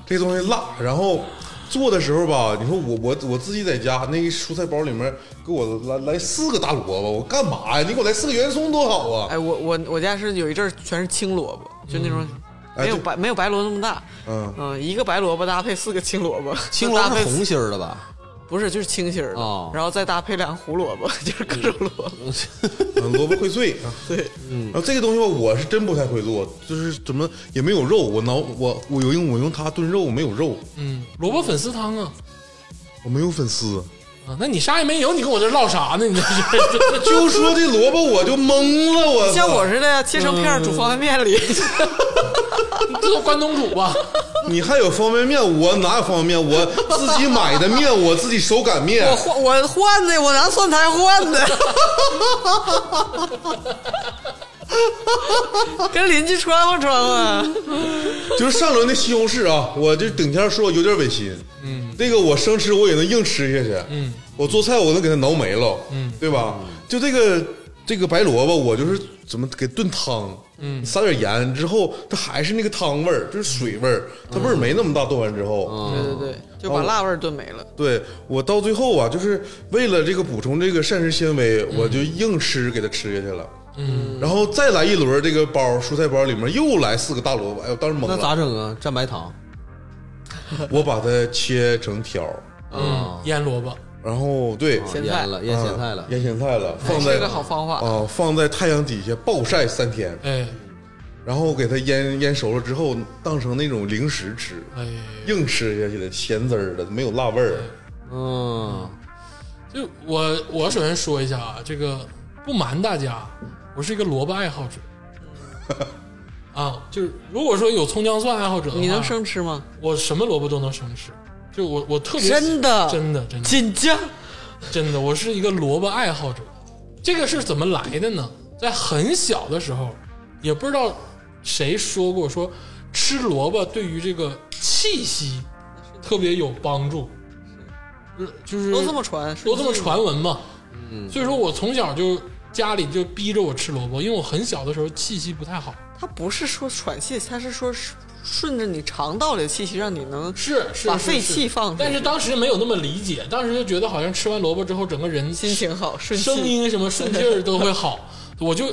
Speaker 3: 这东西辣。然后做的时候吧，你说我我我自己在家那个蔬菜包里面给我来来四个大萝卜，我干嘛呀？你给我来四个圆葱多好啊！
Speaker 2: [LAUGHS] 哎，我我我家是有一阵儿全是青萝卜，就那种
Speaker 3: 哎
Speaker 2: 没有
Speaker 3: 对
Speaker 2: 白、没有白萝卜那么大，
Speaker 3: 嗯
Speaker 2: 一个白萝卜搭配四个青萝卜，
Speaker 4: 青萝
Speaker 2: 搭配
Speaker 4: 是红心儿的吧？
Speaker 2: 不是就是清心儿的，
Speaker 4: 哦
Speaker 2: 然后再搭配两个胡萝卜， [LAUGHS] 就是各种萝卜，
Speaker 3: 嗯萝卜会碎啊。
Speaker 2: 对，嗯
Speaker 3: 然后这个东西吧，我是真不太会做，就是怎么也没有肉，我挠我我有用我用它炖肉，我没有肉，
Speaker 1: 嗯，萝卜粉丝汤啊。
Speaker 3: 我没有粉丝。
Speaker 1: 啊，那你啥也没有，你跟我这唠啥呢？你这是
Speaker 3: 就说这萝卜我就懵了，我
Speaker 2: 像我似的呀，切成片儿煮方便面里，
Speaker 1: 这都关东煮吧？
Speaker 3: 你还有方便面，我哪有方便面？我自己买的面，我自己手擀
Speaker 2: [LAUGHS]
Speaker 3: 面
Speaker 2: 我。换我换的，我拿蒜苔换的， [LAUGHS] 跟邻居穿吧穿吧，
Speaker 3: 就是上轮的西红柿啊，我就顶天说我有点违心，嗯，那个我生吃我也能硬吃下去，嗯，我做菜我能给它挠没了，嗯，对吧？就这个这个白萝卜我就是怎么给炖汤，嗯，撒点盐之后，它还是那个汤味儿，就是水味儿，它味儿没那么大。炖完之后，
Speaker 2: 对对对，就把辣味儿炖没了。
Speaker 3: 对我到最后啊，就是为了这个补充这个膳食纤维，我就硬吃给它吃下去了。嗯，然后再来一轮这个包蔬菜包里面又来四个大萝卜，哎呦，当时懵
Speaker 4: [LAUGHS] 那咋
Speaker 3: 了，
Speaker 4: 整啊？蘸白糖
Speaker 3: 我把它切成条儿，
Speaker 2: 嗯
Speaker 1: 嗯
Speaker 4: 啊，
Speaker 1: 腌萝卜，
Speaker 3: 然后对，
Speaker 2: 啊咸菜哎
Speaker 4: 腌了，腌咸菜了
Speaker 3: 啊。腌咸菜了，放在
Speaker 2: 这个好嗯方法
Speaker 3: 啊，放在太阳底下暴晒三天，
Speaker 1: 哎
Speaker 3: 然后给它腌腌熟了之后，当成那种零食吃，
Speaker 1: 哎，
Speaker 3: 硬吃下去的，咸滋儿的，没有辣味儿。
Speaker 4: 嗯，
Speaker 1: 就我我首先说一下啊，这个不瞒大家，我是一个萝卜爱好者。啊，就是如果说有葱姜蒜爱好者的话，
Speaker 2: 你能生吃吗？
Speaker 1: 我什么萝卜都能生吃，就我我特别喜
Speaker 2: 真的
Speaker 1: 真的真的
Speaker 2: 锦江
Speaker 1: 真的，我是一个萝卜爱好者。这个是怎么来的呢？在很小的时候，也不知道谁说过说吃萝卜对于这个气息特别有帮助，就是
Speaker 2: 都这么传，
Speaker 1: 都这么嗯传闻嘛。所以说我从小就家里就逼着我吃萝卜，因为我很小的时候气息不太好。
Speaker 2: 它不是说喘气，它是说是顺着你肠道里的气息，让你能
Speaker 1: 是是
Speaker 2: 把
Speaker 1: 是
Speaker 2: 废
Speaker 1: 是
Speaker 2: 气放出
Speaker 1: 但是
Speaker 2: 去
Speaker 1: 当时没有那么理解，当时就觉得好像吃完萝卜之后，整个人
Speaker 2: 心情好，顺气
Speaker 1: 声音什么顺劲儿都会好，我就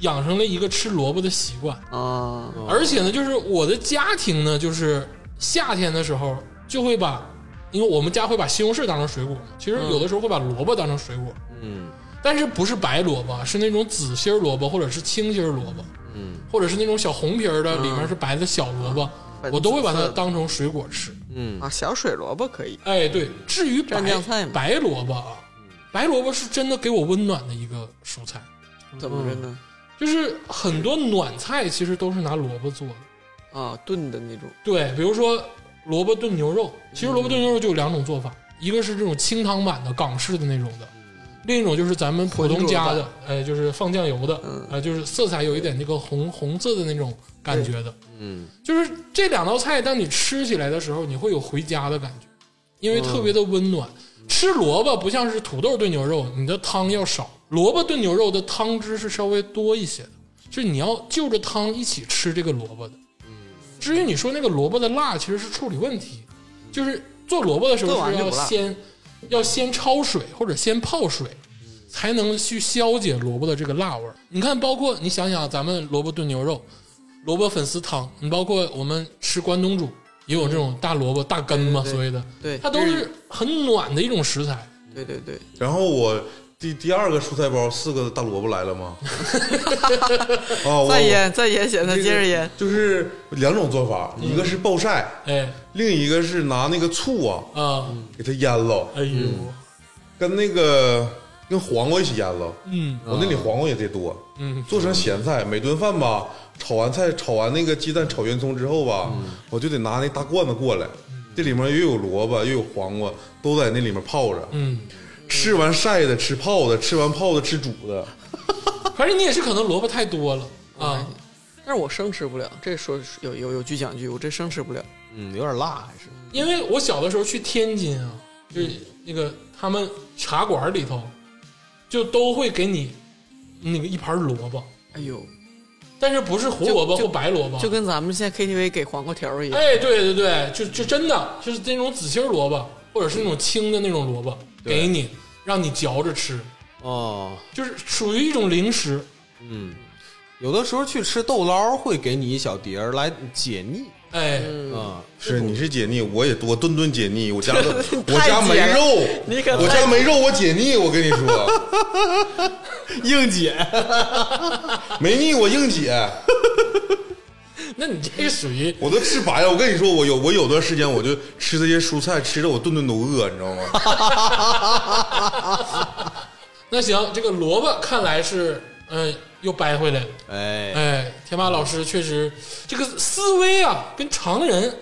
Speaker 1: 养成了一个吃萝卜的习惯。
Speaker 2: 啊，
Speaker 4: 嗯
Speaker 1: 而且呢，就是我的家庭呢，就是夏天的时候就会把，因为我们家会把西红柿当成水果嘛，其实
Speaker 2: 嗯
Speaker 1: 有的时候会把萝卜当成水果，嗯，但是不是白萝卜，啊是那种紫心儿萝卜或者是青心儿萝卜，嗯，或者是那种小红皮儿的，里面是白的小萝卜，
Speaker 2: 嗯
Speaker 1: 我都会把它当成水果吃。
Speaker 4: 嗯
Speaker 2: 啊，小水萝卜可以，
Speaker 1: 哎，对，至于白
Speaker 2: 蘸酱菜嘛
Speaker 1: 白萝卜啊，白萝卜是真的给我温暖的一个蔬菜，
Speaker 4: 嗯
Speaker 2: 怎么着呢？
Speaker 1: 就是很多暖菜其实都是拿萝卜做的。
Speaker 2: 啊，炖的那种，
Speaker 1: 对，比如说萝卜炖牛肉，其实萝卜炖牛肉就有两种做法，一个是这种清汤版的港式的那种的，另一种就是咱们普通家的，哎，就是放酱油的，啊、就是色彩有一点那个红红色的那种感觉的，嗯，就是这两道菜，当你吃起来的时候，你会有回家的感觉，因为特别的温暖。吃萝卜不像是土豆炖牛肉，你的汤要少，萝卜炖牛肉的汤汁是稍微多一些的，就是你要就着汤一起吃这个萝卜的。至于你说那个萝卜的辣，其实是处理问题，就是做萝卜的时
Speaker 2: 做
Speaker 1: 候
Speaker 2: 完
Speaker 1: 是
Speaker 2: 就
Speaker 1: 要
Speaker 2: 不辣
Speaker 1: 先要先焯水或者先泡水，才能去消解萝卜的这个辣味儿。你看，包括你想想咱们萝卜炖牛肉、萝卜粉丝汤，你包括我们吃关东煮也有这种大萝卜大根嘛，
Speaker 2: 对对对
Speaker 1: 所谓的，
Speaker 2: 对
Speaker 1: 它都是很暖的一种食材。
Speaker 2: 对对对，
Speaker 3: 然后我第第二个蔬菜包四个大萝卜来
Speaker 2: [LAUGHS]
Speaker 3: 了吗？
Speaker 4: 哦
Speaker 3: 啊，我
Speaker 2: 再腌再腌咸菜，接着腌，
Speaker 3: 就是两种做法，一个是暴晒，
Speaker 1: 哎
Speaker 3: 另一个是拿那个醋啊
Speaker 1: 啊，
Speaker 3: 给它腌了，
Speaker 1: 哎呦，
Speaker 3: 跟那个跟黄瓜一起腌了。
Speaker 1: 嗯
Speaker 3: 我那里
Speaker 2: 啊
Speaker 3: 黄瓜也得多，
Speaker 1: 嗯，
Speaker 3: 做成咸菜，每顿饭吧，炒完菜炒完那个鸡蛋炒圆葱之后吧，
Speaker 2: 嗯
Speaker 3: 我就得拿那大罐子过来，这里面又有萝卜又有黄瓜，都在那里面泡着。
Speaker 1: 嗯，
Speaker 3: 吃完晒的吃泡的，吃完泡的吃煮的。
Speaker 1: 反正你也是可能萝卜太多了啊，
Speaker 2: 嗯但是我生吃不了，这说是有有有句讲句，我这生吃不了，
Speaker 4: 嗯，有点辣还是。
Speaker 1: 因为我小的时候去天津啊，就是那个他们茶馆里头，就都会给你那个一盘萝卜，
Speaker 2: 哎呦，
Speaker 1: 但是不是胡萝卜
Speaker 2: 就
Speaker 1: 或白萝卜，
Speaker 4: 啊
Speaker 2: 就跟咱们现在 KTV 给黄瓜条儿一样，
Speaker 1: 哎，对对对，就就真的就是那种紫心儿萝卜，或者是那种青的那种萝卜，给你让你嚼着吃，
Speaker 4: 哦，
Speaker 1: 就是属于一种零食。
Speaker 4: 有的时候去吃豆捞会给你一小碟儿来解腻
Speaker 1: 哎，
Speaker 4: 啊。
Speaker 2: 嗯
Speaker 3: 是你是解腻，我也我顿顿解
Speaker 2: [LAUGHS]
Speaker 3: 腻，我家都
Speaker 2: 太
Speaker 3: 我家没
Speaker 2: 解了
Speaker 3: 肉，
Speaker 2: 你可
Speaker 3: 我
Speaker 2: 太
Speaker 3: 家没肉，我解腻，我跟你
Speaker 2: [LAUGHS]
Speaker 3: 说，
Speaker 4: 硬解，
Speaker 3: 没腻我硬解，
Speaker 1: 那你这个属于
Speaker 3: 我都吃白了。我跟你说，我有我有段时间我就吃这些蔬菜，吃的我顿顿都饿，你知道吗？
Speaker 1: 那行，这个萝卜看来是嗯、又掰回来了。
Speaker 4: [LAUGHS] 哎，
Speaker 1: 哎，天霸老师确实这个思维啊，跟常人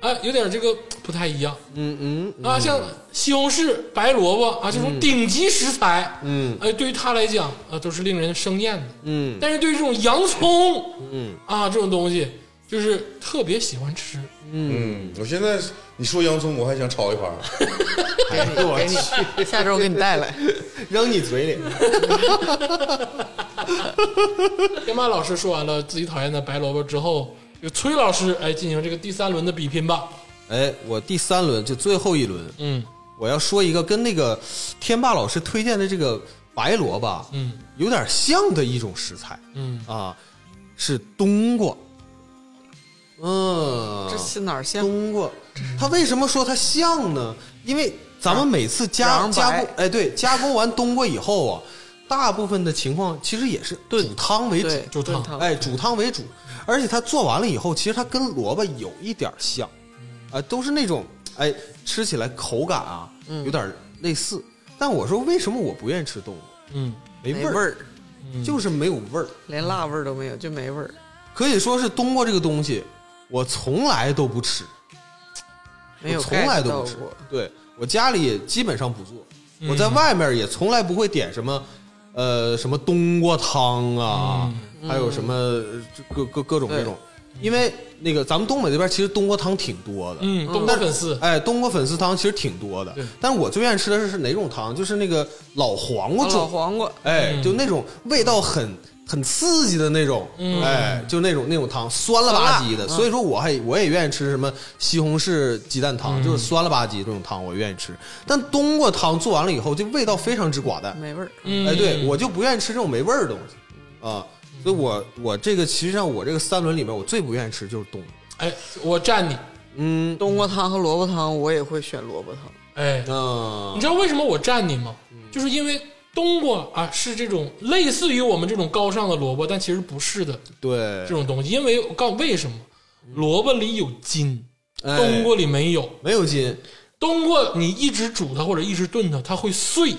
Speaker 1: 哎有点这个不太一样。嗯嗯啊，像西红柿、白萝卜啊这种顶级食材，嗯，哎，对于他来讲啊都是令人生厌的。
Speaker 4: 嗯，
Speaker 1: 但是对于这种洋葱，嗯啊这种东西，就是特别喜欢吃。
Speaker 3: 嗯，我现在你说洋葱，我还想炒一盘儿，
Speaker 2: 给你，给你，下周给你带来。
Speaker 4: [LAUGHS] 扔你嘴里。
Speaker 1: 天霸老师说完了自己讨厌的白萝卜之后，就崔老师哎进行这个第三轮的比拼吧。
Speaker 4: 哎，我第三轮就最后一轮，
Speaker 1: 嗯
Speaker 4: 我要说一个跟那个天霸老师推荐的这个白萝卜，
Speaker 1: 嗯，
Speaker 4: 有点像的一种食材
Speaker 1: 嗯，
Speaker 4: 啊，是冬瓜。嗯，
Speaker 2: 这是哪儿像？
Speaker 4: 冬瓜，
Speaker 2: 嗯
Speaker 4: 它为什么说它像呢？因为咱们每次加
Speaker 2: 瓤白
Speaker 4: 加工，哎，对，加工完冬瓜以后啊，大部分的情况其实也是煮汤为主，
Speaker 2: 对，
Speaker 1: 煮汤
Speaker 2: 炖汤。
Speaker 4: 哎，煮汤为主，而且它做完了以后，其实它跟萝卜有一点儿像，
Speaker 2: 嗯
Speaker 4: 啊、都是那种哎，吃起来口感啊，
Speaker 2: 嗯
Speaker 4: 有点儿类似。但我说为什么我不愿意吃冬瓜？
Speaker 1: 嗯，
Speaker 4: 没
Speaker 2: 没
Speaker 4: 味儿，
Speaker 2: 味儿，
Speaker 4: 就是没有味儿。
Speaker 2: 连辣味儿都没有，就没味儿。
Speaker 4: 可以说是冬瓜这个东西，我从来都不吃，
Speaker 2: 没有
Speaker 4: 我从来
Speaker 2: get
Speaker 4: 都
Speaker 2: 到
Speaker 4: 不吃
Speaker 2: 过。
Speaker 4: 对我家里也基本上不做，我
Speaker 1: 嗯
Speaker 4: 在外面也从来不会点什么，呃，什么冬瓜汤啊，
Speaker 1: 嗯
Speaker 4: 还有什么呃这各各各种
Speaker 2: 对
Speaker 4: 这种，因为那个咱们东北这边其实冬瓜汤挺多的，
Speaker 1: 嗯，东北粉丝，
Speaker 4: 哎，冬瓜粉丝汤其实挺多的
Speaker 1: 对，
Speaker 4: 但是我最愿意吃的是是哪种汤？就是那个老黄瓜
Speaker 2: 啊老
Speaker 4: 种，
Speaker 2: 黄瓜，
Speaker 4: 哎，
Speaker 1: 嗯
Speaker 4: 就那种味道很很刺激的那种，
Speaker 1: 嗯
Speaker 4: 哎，就那种那种汤，酸了吧唧的。所以说，我还我也愿意吃什么西红柿鸡蛋汤，
Speaker 1: 嗯
Speaker 4: 就是酸了吧唧这种汤，我愿意吃。但冬瓜汤做完了以后，就味道非常之寡淡，
Speaker 2: 没味儿。
Speaker 1: 嗯，
Speaker 4: 哎，对我就不愿意吃这种没味儿的东西啊。所以我我这个其实上我这个三轮里面，我最不愿意吃就是冬瓜。
Speaker 1: 哎，我站你，
Speaker 4: 嗯
Speaker 2: 冬瓜汤和萝卜汤，我也会选萝卜汤。
Speaker 1: 哎，
Speaker 4: 嗯
Speaker 1: 你知道为什么我站你吗？就是因为冬瓜啊是这种类似于我们这种高尚的萝卜，但其实不是的
Speaker 4: 对哎嗯
Speaker 1: 这，种东西。因为我告诉你为什么，萝卜里有筋，
Speaker 4: 哎
Speaker 1: 冬瓜里没有。
Speaker 4: 没有筋，
Speaker 1: 冬瓜你一直煮它或者一直炖它，它会碎。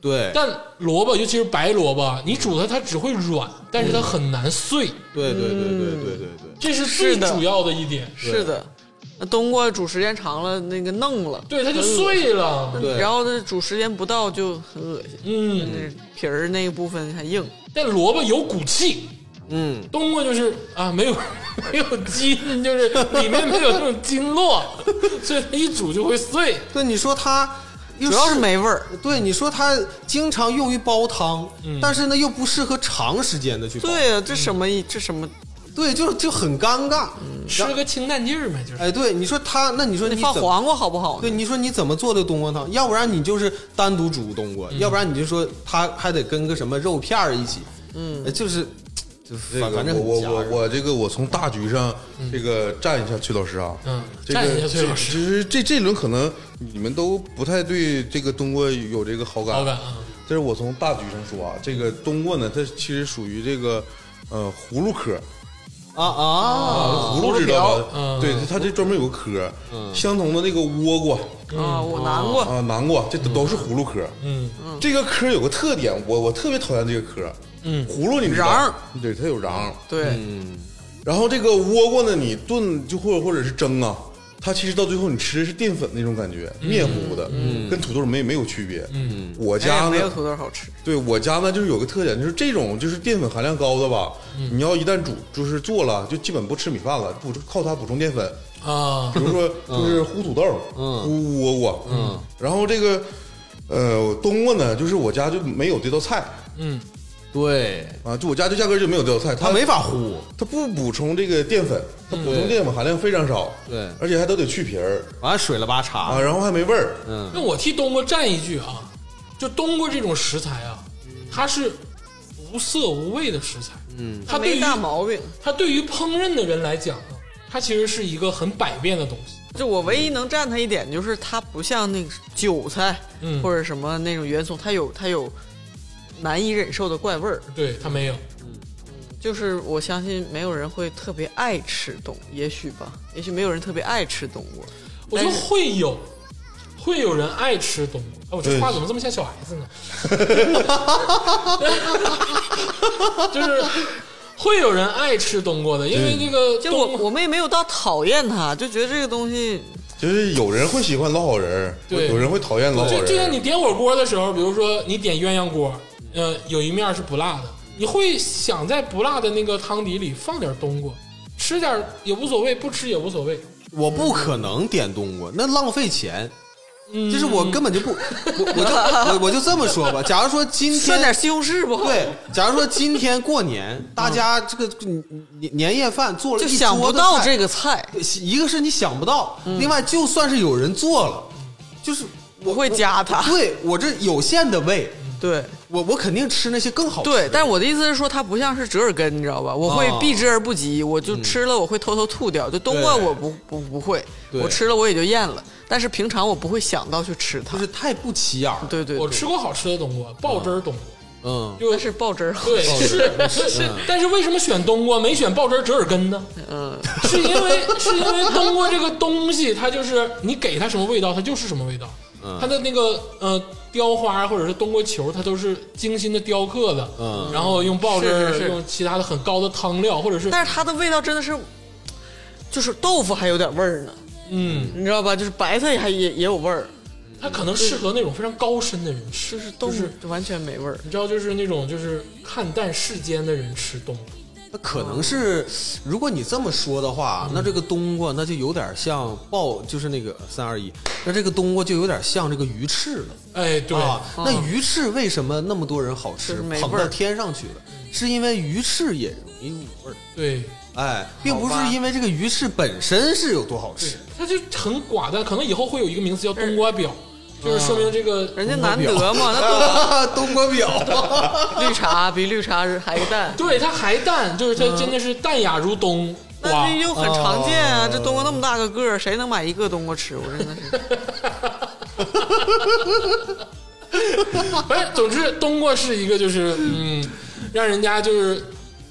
Speaker 4: 对
Speaker 1: 但萝卜，尤其是白萝卜，你煮它它只会软，但是它很难碎，
Speaker 4: 对对对对对对对，
Speaker 1: 这是最
Speaker 2: 是的
Speaker 1: 主要的一点。
Speaker 2: 是的，那冬瓜煮时间长了，那个弄了，
Speaker 1: 对，它就碎了。
Speaker 4: 对
Speaker 2: 然后它煮时间不到就很恶心，
Speaker 1: 嗯，
Speaker 2: 那皮儿那个部分还硬。
Speaker 1: 但萝卜有骨气，
Speaker 4: 嗯，
Speaker 1: 冬瓜就是啊，没有没有筋，就是里面没有那种筋络，所以它一煮就会碎。
Speaker 4: 对，你说它又嗯
Speaker 2: 主要是没味儿，
Speaker 4: 对，你说它经常用于煲汤，但是呢又不适合长时间的去煲，
Speaker 2: 对呀、啊这什么这什么，
Speaker 4: 对，就就很尴尬。
Speaker 1: 吃个清淡劲儿呗，就是。
Speaker 4: 哎，对，你说它，嗯那你说
Speaker 2: 你
Speaker 4: 你
Speaker 2: 放
Speaker 4: 怎么？
Speaker 2: 黄瓜好不好
Speaker 4: 对，
Speaker 2: 呢？
Speaker 4: 你说你怎么做的冬瓜汤？要不然你就是单独煮冬瓜，要不然你就说它还得跟个什么肉片儿一起，嗯，就是就
Speaker 3: 这
Speaker 4: 反
Speaker 3: 个
Speaker 4: 反正
Speaker 3: 我
Speaker 4: 很
Speaker 3: 我
Speaker 4: 夹
Speaker 3: 我
Speaker 4: 人
Speaker 3: 我这个我从大局上这个站一下崔老师啊，
Speaker 1: 嗯
Speaker 3: 这
Speaker 1: 站
Speaker 3: 个
Speaker 1: 一下崔老师
Speaker 3: 其实这这轮可能你们都不太对这个冬瓜有这个好感，
Speaker 1: 好感啊，
Speaker 3: 这是我从大局上说啊，这个冬瓜呢，它其实属于这个呃葫芦科，
Speaker 4: 啊啊，
Speaker 3: 葫芦知道吧？
Speaker 1: 嗯
Speaker 3: 对，它这专门有个科，相同的那个倭瓜
Speaker 2: 啊，我南瓜、
Speaker 3: 啊、南瓜，这都是葫芦科。
Speaker 1: 嗯，
Speaker 3: 这个科有个特点，我我特别讨厌这个科。
Speaker 1: 嗯
Speaker 3: 葫芦你知道
Speaker 2: 瓤儿，
Speaker 3: 对，它有瓤。
Speaker 2: 对、
Speaker 3: 然后这个倭瓜呢，你炖就或者或者是蒸啊，它其实到最后你吃的是淀粉那种感觉，
Speaker 1: 嗯
Speaker 3: 面糊糊的，跟土豆没没有区别。嗯，我
Speaker 2: 嗯哎
Speaker 3: 家
Speaker 2: 没有
Speaker 3: 呢，
Speaker 2: 土豆好吃。
Speaker 3: 对我家呢就是有个特点，就是这种就是淀粉含量高的吧，
Speaker 1: 嗯
Speaker 3: 你要一旦煮就是做了，就基本不吃米饭了，补充靠它补充淀粉。
Speaker 1: 啊，
Speaker 3: 比如说就是烀土豆，烀倭瓜，嗯，然后这个呃冬瓜呢，就是我家就没有这道菜
Speaker 1: 嗯，
Speaker 4: 对，
Speaker 3: 啊，就我家就压根儿就没有这道菜，
Speaker 4: 它没法烀，
Speaker 3: 它不补充这个淀粉，它补充淀粉含量非常少，
Speaker 4: 对
Speaker 3: 而且还都得去皮儿
Speaker 4: 完了水了吧嗯叉
Speaker 3: 啊，然后还没味儿，
Speaker 1: 那我替冬瓜站一句啊，就冬瓜这种食材啊，它是无色无味的食材，嗯，它对
Speaker 2: 没
Speaker 1: 于
Speaker 2: 大毛病，
Speaker 1: 它对于烹饪的人来讲呢，它其实是一个很百变的东西。
Speaker 2: 就我唯一能站它一点，就是它不像那个韭菜、
Speaker 1: 嗯
Speaker 2: 或者什么那种元素，它有它有难以忍受的怪味儿。
Speaker 1: 对，它没有，
Speaker 2: 就是我相信没有人会特别爱吃冬，也许吧，也许没有人特别爱吃冬瓜。
Speaker 1: 我觉得
Speaker 2: 但是
Speaker 1: 会有，会有人爱吃冬瓜。哎，我这
Speaker 3: 对
Speaker 1: 话怎么这么像小孩子呢？ [LAUGHS] 就是会有人爱吃冬瓜的，因为这个
Speaker 2: 就我
Speaker 1: 冬瓜
Speaker 2: 我们也没有到讨厌它，就觉得这个东西
Speaker 3: 就是有人会喜欢老好人儿，
Speaker 1: 对
Speaker 3: 有人会讨厌老好
Speaker 1: 就
Speaker 3: 人，
Speaker 1: 就像你点火锅的时候，比如说你点鸳鸯锅，呃，有一面是不辣的，你会想在不辣的那个汤底里放点冬瓜，吃点也无所谓，不吃也无所谓。
Speaker 4: 我不可能点冬瓜，那浪费钱。就是我根本就不，我我就我我就这么说吧。假如 [LAUGHS] 说今
Speaker 2: 涮点
Speaker 4: 天
Speaker 2: 西红柿不？，
Speaker 4: [LAUGHS] 对，假如说今天过年，大家这个年年夜饭做
Speaker 2: 嗯
Speaker 4: 了
Speaker 2: 就
Speaker 4: 一
Speaker 2: 想
Speaker 4: 桌
Speaker 2: 不
Speaker 4: 子
Speaker 2: 到
Speaker 4: 菜
Speaker 2: 这个菜，
Speaker 4: 对一个是你想不到，另外就算是有人做了，就是
Speaker 2: 嗯我会加它。
Speaker 4: 对我这有限的胃，
Speaker 2: 对
Speaker 4: 我我肯定吃那些更好吃的。
Speaker 2: 对，但我的意思是说，它不像是折耳根，你知道吧？我会
Speaker 4: 哦嗯
Speaker 2: 避之而不及，我就吃了，我会偷偷吐掉。就冬瓜，
Speaker 4: 对
Speaker 2: 我不不不会，
Speaker 4: 对
Speaker 2: 我吃了我也就咽了。但是平常我不会想到去吃它
Speaker 4: 就。是太不起眼儿了。
Speaker 2: 对对，
Speaker 1: 我
Speaker 2: 对
Speaker 1: 吃过好吃的冬瓜，爆汁儿冬瓜，
Speaker 4: 嗯，
Speaker 1: 就
Speaker 2: 但是爆汁儿嗯好
Speaker 1: 对，
Speaker 2: 吃
Speaker 1: 是是，但是为什么选冬瓜没选爆汁儿折耳根呢？
Speaker 2: 嗯
Speaker 1: [LAUGHS] 是因为是因为冬瓜这个东西，它就是你给它什么味道，它就是什么味道。
Speaker 2: 嗯
Speaker 1: 它的那个呃雕花或者是冬瓜球，它都是精心的雕刻的，
Speaker 4: 嗯
Speaker 1: 然后用爆汁儿
Speaker 2: 是是是
Speaker 1: 用其他的很高的汤料，或者是
Speaker 2: 但是它的味道真的是，就是豆腐还有点味儿呢，
Speaker 1: 嗯，
Speaker 2: 你知道吧？就是白菜还也也有味儿，
Speaker 1: 它可能适合那种非常高深的人吃，
Speaker 2: 就是豆腐完全没味儿。
Speaker 1: 你知道，就是那种就是看淡世间的人吃冬瓜。
Speaker 4: 那可能是，如果你这么说的话，那这个冬瓜那就有点像爆，就是那个三二一，那这个冬瓜就有点像这个鱼翅了。
Speaker 1: 哎，对，
Speaker 4: 啊，那鱼翅为什么那么多人好
Speaker 2: 嗯
Speaker 4: 吃
Speaker 2: 就是，没
Speaker 4: 捧
Speaker 2: 味儿
Speaker 4: 到天上去了？是因为鱼翅也容易入味儿，
Speaker 1: 对，
Speaker 4: 哎，并不是因为这个鱼翅本身是有多好吃。
Speaker 1: 它就很寡淡，可能以后会有一个名词叫冬瓜婊，就是说明这个
Speaker 2: 嗯人家难得嘛，那豆
Speaker 4: [LAUGHS] 冬瓜表，
Speaker 2: 绿茶比绿茶还淡，
Speaker 1: 对它还淡，就是它真的是淡雅如冬瓜
Speaker 2: 嗯那。这又很常见啊。这冬瓜那么大个个儿，谁能买一个冬瓜吃？我真的是，
Speaker 1: 哎，总之冬瓜是一个
Speaker 2: [LAUGHS]
Speaker 1: 就是嗯，让人家就是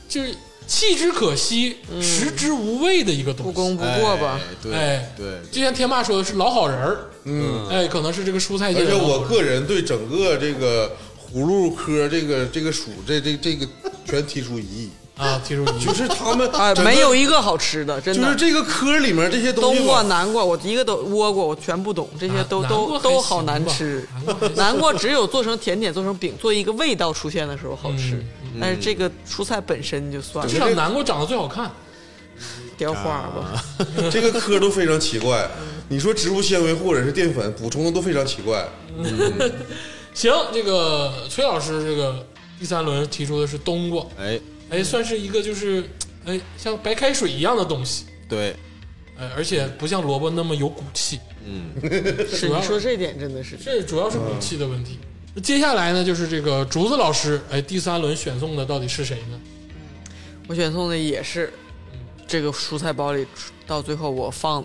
Speaker 1: 就是弃之可惜，食之无味的一个
Speaker 2: 嗯不
Speaker 1: 东西。
Speaker 2: 功不 [LAUGHS] 过吧。
Speaker 4: 哎对
Speaker 1: 哎，
Speaker 4: 对，
Speaker 1: 就像天霸说的是老好人儿，嗯，哎，可能是这个蔬菜界
Speaker 3: 而
Speaker 1: 的
Speaker 3: 且
Speaker 1: 老好
Speaker 3: 我
Speaker 1: 人儿，
Speaker 3: 个人对整个这个葫芦科这个这个属这这这个全提出疑义，
Speaker 1: 啊，提出疑
Speaker 3: [LAUGHS] 就
Speaker 1: 问
Speaker 3: 是他们
Speaker 2: 啊，
Speaker 3: 整个
Speaker 2: 没有一个好吃的，真
Speaker 3: 就是
Speaker 2: 的。
Speaker 3: 这个科里面这些东
Speaker 2: 冬
Speaker 3: 西
Speaker 2: 瓜、
Speaker 3: 吧，
Speaker 2: 南瓜，我一个都倭瓜，我全不懂，这些都
Speaker 1: 啊南瓜
Speaker 2: 都
Speaker 1: 还
Speaker 2: 都好
Speaker 1: 行
Speaker 2: 难
Speaker 1: 吧
Speaker 2: 吃
Speaker 1: 南瓜还。行
Speaker 2: 南瓜只有做成甜点、做成饼，做一个味道出现的时候好吃，
Speaker 1: 嗯
Speaker 2: 但是这个蔬菜本身就算
Speaker 1: 至
Speaker 2: 了，
Speaker 1: 少南瓜长得最好看。
Speaker 2: 雕花吧。
Speaker 3: [LAUGHS] 这个科都非常奇怪。你说植物纤维或者是淀粉补充的都非常奇怪，
Speaker 1: 行，这个崔老师这个第三轮提出的是冬瓜，
Speaker 4: 哎
Speaker 1: 哎，算是一个就是哎像白开水一样的东西，
Speaker 4: 对，
Speaker 1: 哎，而且不像萝卜那么有骨气，
Speaker 2: 是你说这点真的是，
Speaker 1: 这主要是骨气的问
Speaker 2: 嗯
Speaker 1: 题。那接下来呢，就是这个竹子老师，哎，第三轮选送的到底是谁呢？
Speaker 2: 我选送的也是
Speaker 1: 嗯
Speaker 2: 这个蔬菜包里，到最后我放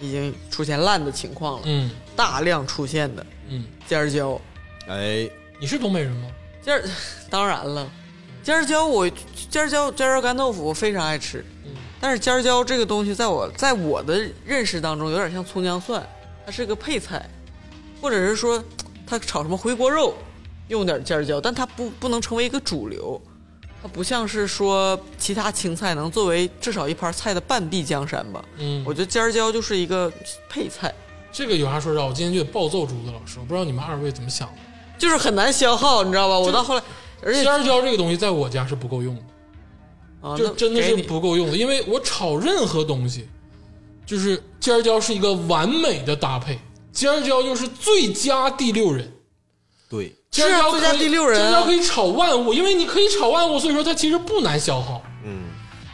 Speaker 2: 已经出现烂的情况了，
Speaker 1: 嗯
Speaker 2: 大量出现的
Speaker 1: 嗯，
Speaker 2: 尖儿椒。
Speaker 4: 哎
Speaker 1: 你是东北人吗？
Speaker 2: 尖儿， [LAUGHS] 当然了，尖儿椒我尖儿椒尖儿椒干豆腐我非常爱吃，
Speaker 1: 嗯
Speaker 2: 但是尖儿椒这个东西在我在我的认识当中有点像葱姜蒜，它是个配菜，或者是说它炒什么回锅肉用点尖儿椒，但它不不能成为一个主流。它不像是说其他青菜能作为至少一盘菜的半壁江山吧？
Speaker 1: 嗯
Speaker 2: 我觉得尖儿椒就是一个配菜，
Speaker 1: 这个有啥说啥，我今天就得暴揍竹子老师，我不知道你们二位怎么想的。
Speaker 2: 就是很难消耗，你知道吧？我到后来，而且
Speaker 1: 尖儿椒这个东西在我家是不够用的。
Speaker 2: 啊，
Speaker 1: 就
Speaker 2: 那
Speaker 1: 真的
Speaker 2: 给
Speaker 1: 是
Speaker 2: 你
Speaker 1: 不够用的，因为我炒任何东西，就是尖儿椒是一个完美的搭配，尖儿椒就是最佳第六人。
Speaker 4: 对，
Speaker 2: 是
Speaker 1: 尖
Speaker 2: 啊
Speaker 1: 儿椒可以
Speaker 2: 最佳第六人
Speaker 1: 尖
Speaker 2: 啊
Speaker 1: 儿椒可以炒万物，因为你可以炒万物，所以说它其实不难消耗。嗯，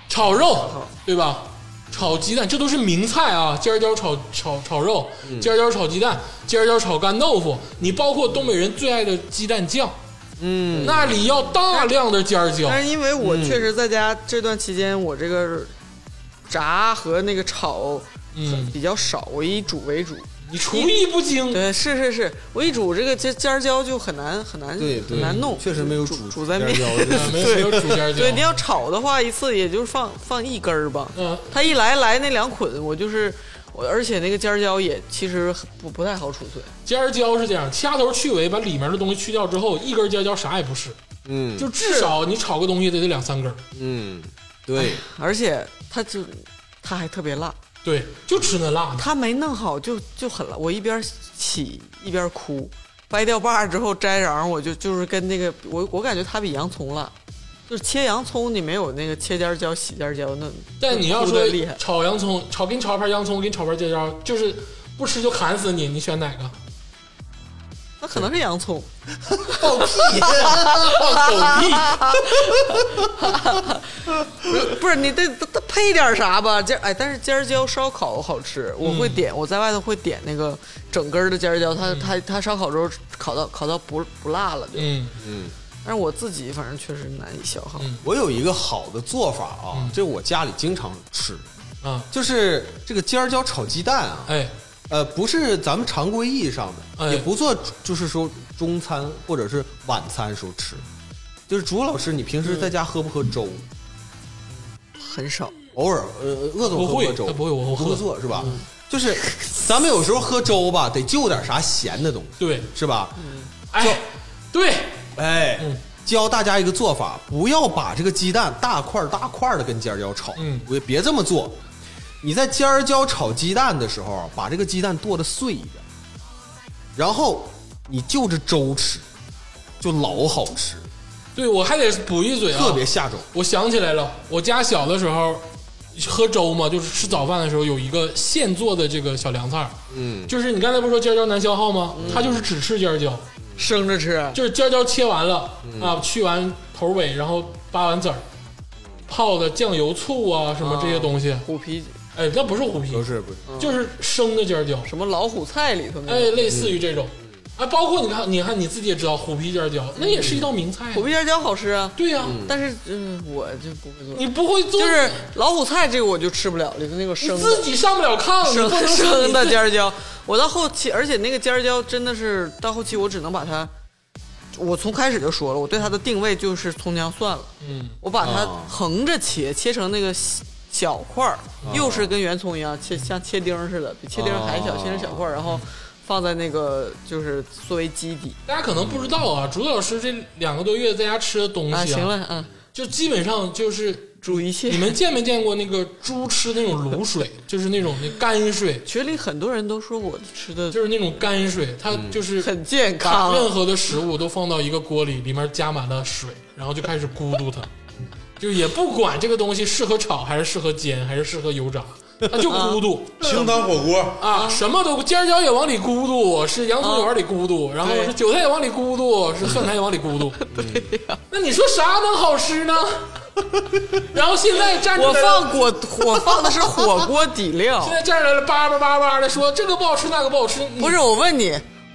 Speaker 1: 炒肉对吧？炒鸡蛋这都是名菜啊，尖儿椒炒炒炒肉，尖儿椒炒鸡蛋，尖儿椒炒干豆腐，你包括东北人最爱的鸡蛋酱，嗯，哎那里要大量的尖儿椒。
Speaker 2: 但是因为我确实在家这段期间，我这个炸和那个炒
Speaker 1: 嗯，
Speaker 2: 比较少，我以煮为主。
Speaker 1: 你厨艺不精，
Speaker 2: 对，是是是，我一煮这个尖尖儿椒就很难很难
Speaker 4: 对对
Speaker 2: 很难弄，
Speaker 4: 确实没有
Speaker 2: 煮
Speaker 4: 煮
Speaker 2: 煮在
Speaker 4: 尖
Speaker 2: 面。
Speaker 4: 椒这个
Speaker 1: 啊没有没有煮尖儿椒。
Speaker 2: [LAUGHS] 对，你要炒的话，一次也就是放放一根儿吧。
Speaker 1: 嗯
Speaker 2: 它一来来那两捆，我就是我，而且那个尖儿椒也其实不不太好储存。
Speaker 1: 尖儿椒是这样，掐头去尾，把里面的东西去掉之后，一根尖椒啥也不是，
Speaker 4: 嗯
Speaker 1: 就至少你炒个东西得得两三根儿。
Speaker 4: 嗯，对，
Speaker 2: 而且它就它还特别辣，
Speaker 1: 对，就吃那辣的。
Speaker 2: 它没弄好就就很辣，我一边起一边哭，掰掉把儿之后摘瓤，我就就是跟那个我我感觉它比洋葱辣，就是切洋葱你没有那个切尖椒、洗尖椒那
Speaker 1: 但你要
Speaker 2: 哭
Speaker 1: 说
Speaker 2: 得厉害，
Speaker 1: 炒洋葱，炒给你炒一盘洋葱，给你炒盘尖椒，就是不吃就砍死你，你选哪个？
Speaker 2: 那可能是洋葱。
Speaker 4: 放屁！
Speaker 1: 啊放狗屁！啊
Speaker 2: [LAUGHS] 不是你得得得配点啥吧？尖哎，但是尖椒烧烤好吃，我会点，我在外头会点那个整根儿的尖椒，它、它它烧烤之后烤到烤到不不辣了就。
Speaker 1: 嗯
Speaker 2: 但是我自己反正确实难以消化。
Speaker 4: 我有一个好的做法
Speaker 2: 嗯
Speaker 4: 啊，这我家里经常吃，
Speaker 1: 啊，
Speaker 4: 就是这个尖椒炒鸡蛋啊，
Speaker 1: 哎，
Speaker 4: 呃，不是咱们常规意义上的，
Speaker 1: 哎
Speaker 4: 也不做就是说中餐或者是晚餐时候吃。就是朱老师，你平
Speaker 1: 嗯
Speaker 4: 时在家喝不喝粥？
Speaker 2: 很少，
Speaker 4: 偶尔，呃，鄂总喝
Speaker 1: 不会
Speaker 4: 喝粥？
Speaker 1: 他不会我我喝嗯
Speaker 4: 不会做是吧？就是咱们有时候喝粥吧，得就点啥咸的东西，
Speaker 1: 对，
Speaker 4: 是吧？
Speaker 1: 哎，对，
Speaker 4: 哎
Speaker 1: 嗯，
Speaker 4: 教大家一个做法，不要把这个鸡蛋大块儿大块的跟尖椒炒，
Speaker 1: 嗯
Speaker 4: 也别这么做。你在尖椒炒鸡蛋的时候，把这个鸡蛋剁的碎一点，然后你就着粥吃，就老好吃，
Speaker 1: 啊对我还得补一嘴啊，
Speaker 4: 特别下粥。
Speaker 1: 我想起来了，我家小的时候喝粥嘛，就是吃早饭的时候有一个现做的这个小凉菜嗯，就是你刚才不是说尖椒难消耗吗？它就是只吃尖椒，
Speaker 2: 生着吃。啊
Speaker 1: 就是尖椒切完了、啊，去完头尾，然后扒完籽儿，泡的酱油、醋啊什么这些东西，
Speaker 2: 虎皮
Speaker 1: 哎，那不是虎皮，
Speaker 4: 不是不是，
Speaker 2: 嗯
Speaker 1: 就是生的尖椒，
Speaker 2: 什么老虎菜里头那
Speaker 1: 哎
Speaker 2: 个、，
Speaker 1: 类似于这种，哎，包括你看，你看你自己也知道虎皮尖椒，那也是一道名菜啊、
Speaker 2: 虎皮尖椒好吃啊，
Speaker 1: 对呀、
Speaker 2: 但是嗯我就不会做，
Speaker 1: 你不会做，
Speaker 2: 就是老虎菜这个我就吃不了，里头那个
Speaker 1: 你
Speaker 2: 生的
Speaker 1: 自。己上不了炕，你
Speaker 2: 生
Speaker 1: 不能说
Speaker 2: 生
Speaker 1: 你
Speaker 2: 的
Speaker 1: 自己
Speaker 2: 尖椒，我到后期，而且那个尖椒真的是到后期，我只能把它，我从开始就说了，我对它的定位就是葱姜蒜了，
Speaker 1: 嗯。
Speaker 2: 我把它
Speaker 4: 啊
Speaker 2: 横着切，切成那个小小块儿，
Speaker 1: 啊
Speaker 2: 又是跟圆葱一样切，像切丁儿似的，比切丁儿还小，
Speaker 4: 啊
Speaker 2: 切成小块儿，然后放在那个就是作为基底
Speaker 1: 大家可能不知道啊，竹子老师这两个多月在家吃的东西、
Speaker 2: 啊，行，了，嗯，
Speaker 1: 就基本上就是
Speaker 2: 煮一切
Speaker 1: 你。们见没见过那个猪吃那种卤水，就是那种那泔水，
Speaker 2: 群里很多人都说我吃的
Speaker 1: 就是那种泔水，它就是
Speaker 2: 嗯很健
Speaker 1: 把
Speaker 2: 康，
Speaker 1: 任何的食物都放到一个锅里，里面加满了水，然后就开始咕嘟它，就也不管这个东西适合炒还是适合煎还是适合油炸，它就咕嘟。
Speaker 3: 清汤火锅，
Speaker 2: 哦
Speaker 1: 啊，什么都尖椒也往里咕嘟，是洋葱也往里咕嘟，然后
Speaker 2: 对
Speaker 1: 是韭菜也往里咕嘟，是蒜苔也往里咕嘟。对呀，那你说啥能好吃呢？然后现在站出
Speaker 2: 我
Speaker 1: 来了，
Speaker 2: 放火，我放的是火锅底料
Speaker 1: [LAUGHS] 现。在站出来了，叭叭叭叭的说这个不好吃，那个不好吃。你
Speaker 2: 不是，我问你，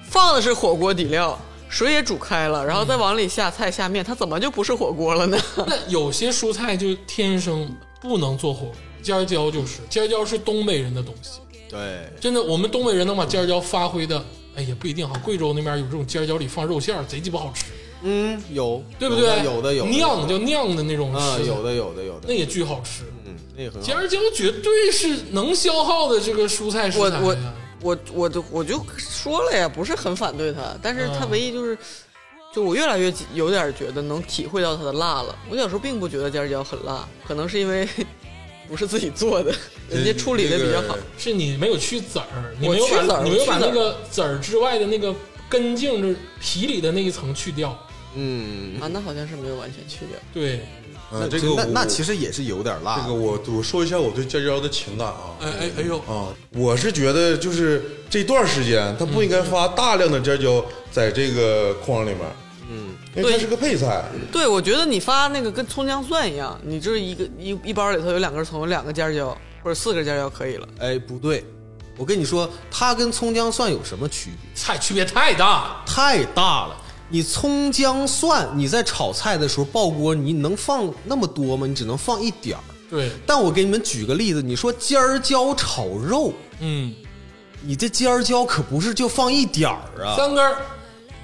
Speaker 2: 放的是火锅底料，水也煮开了，然后再往里下菜下面，它怎么就不是火锅了呢？
Speaker 1: 那有些蔬菜就天生不能做火锅，尖椒就是尖椒是东北人的东西，
Speaker 4: 对，
Speaker 1: 真的，我们东北人能把尖椒发挥的，哎也不一定哈。贵州那边有这种尖椒里放肉馅儿，贼鸡巴好吃，
Speaker 4: 嗯，有，
Speaker 1: 对不对？
Speaker 4: 有的有的有的
Speaker 1: 酿叫酿的那种
Speaker 4: 啊，
Speaker 1: 吃的
Speaker 4: 有的有的有
Speaker 1: 那
Speaker 4: 的，
Speaker 1: 也巨好吃。
Speaker 4: 嗯，那个很好
Speaker 1: 尖。儿椒绝对是能消耗的这个蔬菜食
Speaker 2: 我
Speaker 1: 材啊
Speaker 2: 我
Speaker 1: 呀
Speaker 2: 我我就我就说了呀，不是很反对它，但是它
Speaker 1: 嗯
Speaker 2: 唯一就是。就我越来越有点觉得能体会到它的辣了。我小时候并不觉得尖椒很辣，可能是因为 [LAUGHS] 不是自己做的，人家处理的比较好。
Speaker 1: 是你没有去籽儿，你
Speaker 2: 我
Speaker 1: 没有
Speaker 2: 去籽
Speaker 1: 把
Speaker 2: 儿
Speaker 1: 你没有
Speaker 2: 我去
Speaker 1: 把
Speaker 2: 籽儿
Speaker 1: 那个籽儿之外的那个根茎就是皮里的那一层去掉。
Speaker 4: 嗯，
Speaker 2: 啊，那好像是没有完全去掉。
Speaker 1: 对，
Speaker 3: 嗯，这个
Speaker 4: 那
Speaker 3: 我
Speaker 4: 那其实也是有点辣
Speaker 3: 这个我我说一下我对尖椒的情感啊，
Speaker 1: 哎哎哎呦，
Speaker 3: 啊，我是觉得就是这段时间，它不应
Speaker 2: 嗯
Speaker 3: 该发大量的尖椒在这个筐里面，嗯，因为它
Speaker 2: 对
Speaker 3: 是个配菜，
Speaker 2: 对，我觉得你发那个跟葱姜蒜一样，你就是一个一一包里头有两根葱，有两个尖椒或者四个尖椒可以了。
Speaker 4: 哎，不对，我跟你说，它跟葱姜蒜有什么区别？
Speaker 1: 菜区别太大。
Speaker 4: 太大了。你葱姜蒜，你在炒菜的时候爆锅，你能放那么多吗？你只能放一点儿。
Speaker 1: 对，
Speaker 4: 但我给你们举个例子，你说尖儿椒炒肉，
Speaker 1: 嗯，
Speaker 4: 你这尖儿椒可不是就放一点儿啊，
Speaker 1: 三根儿，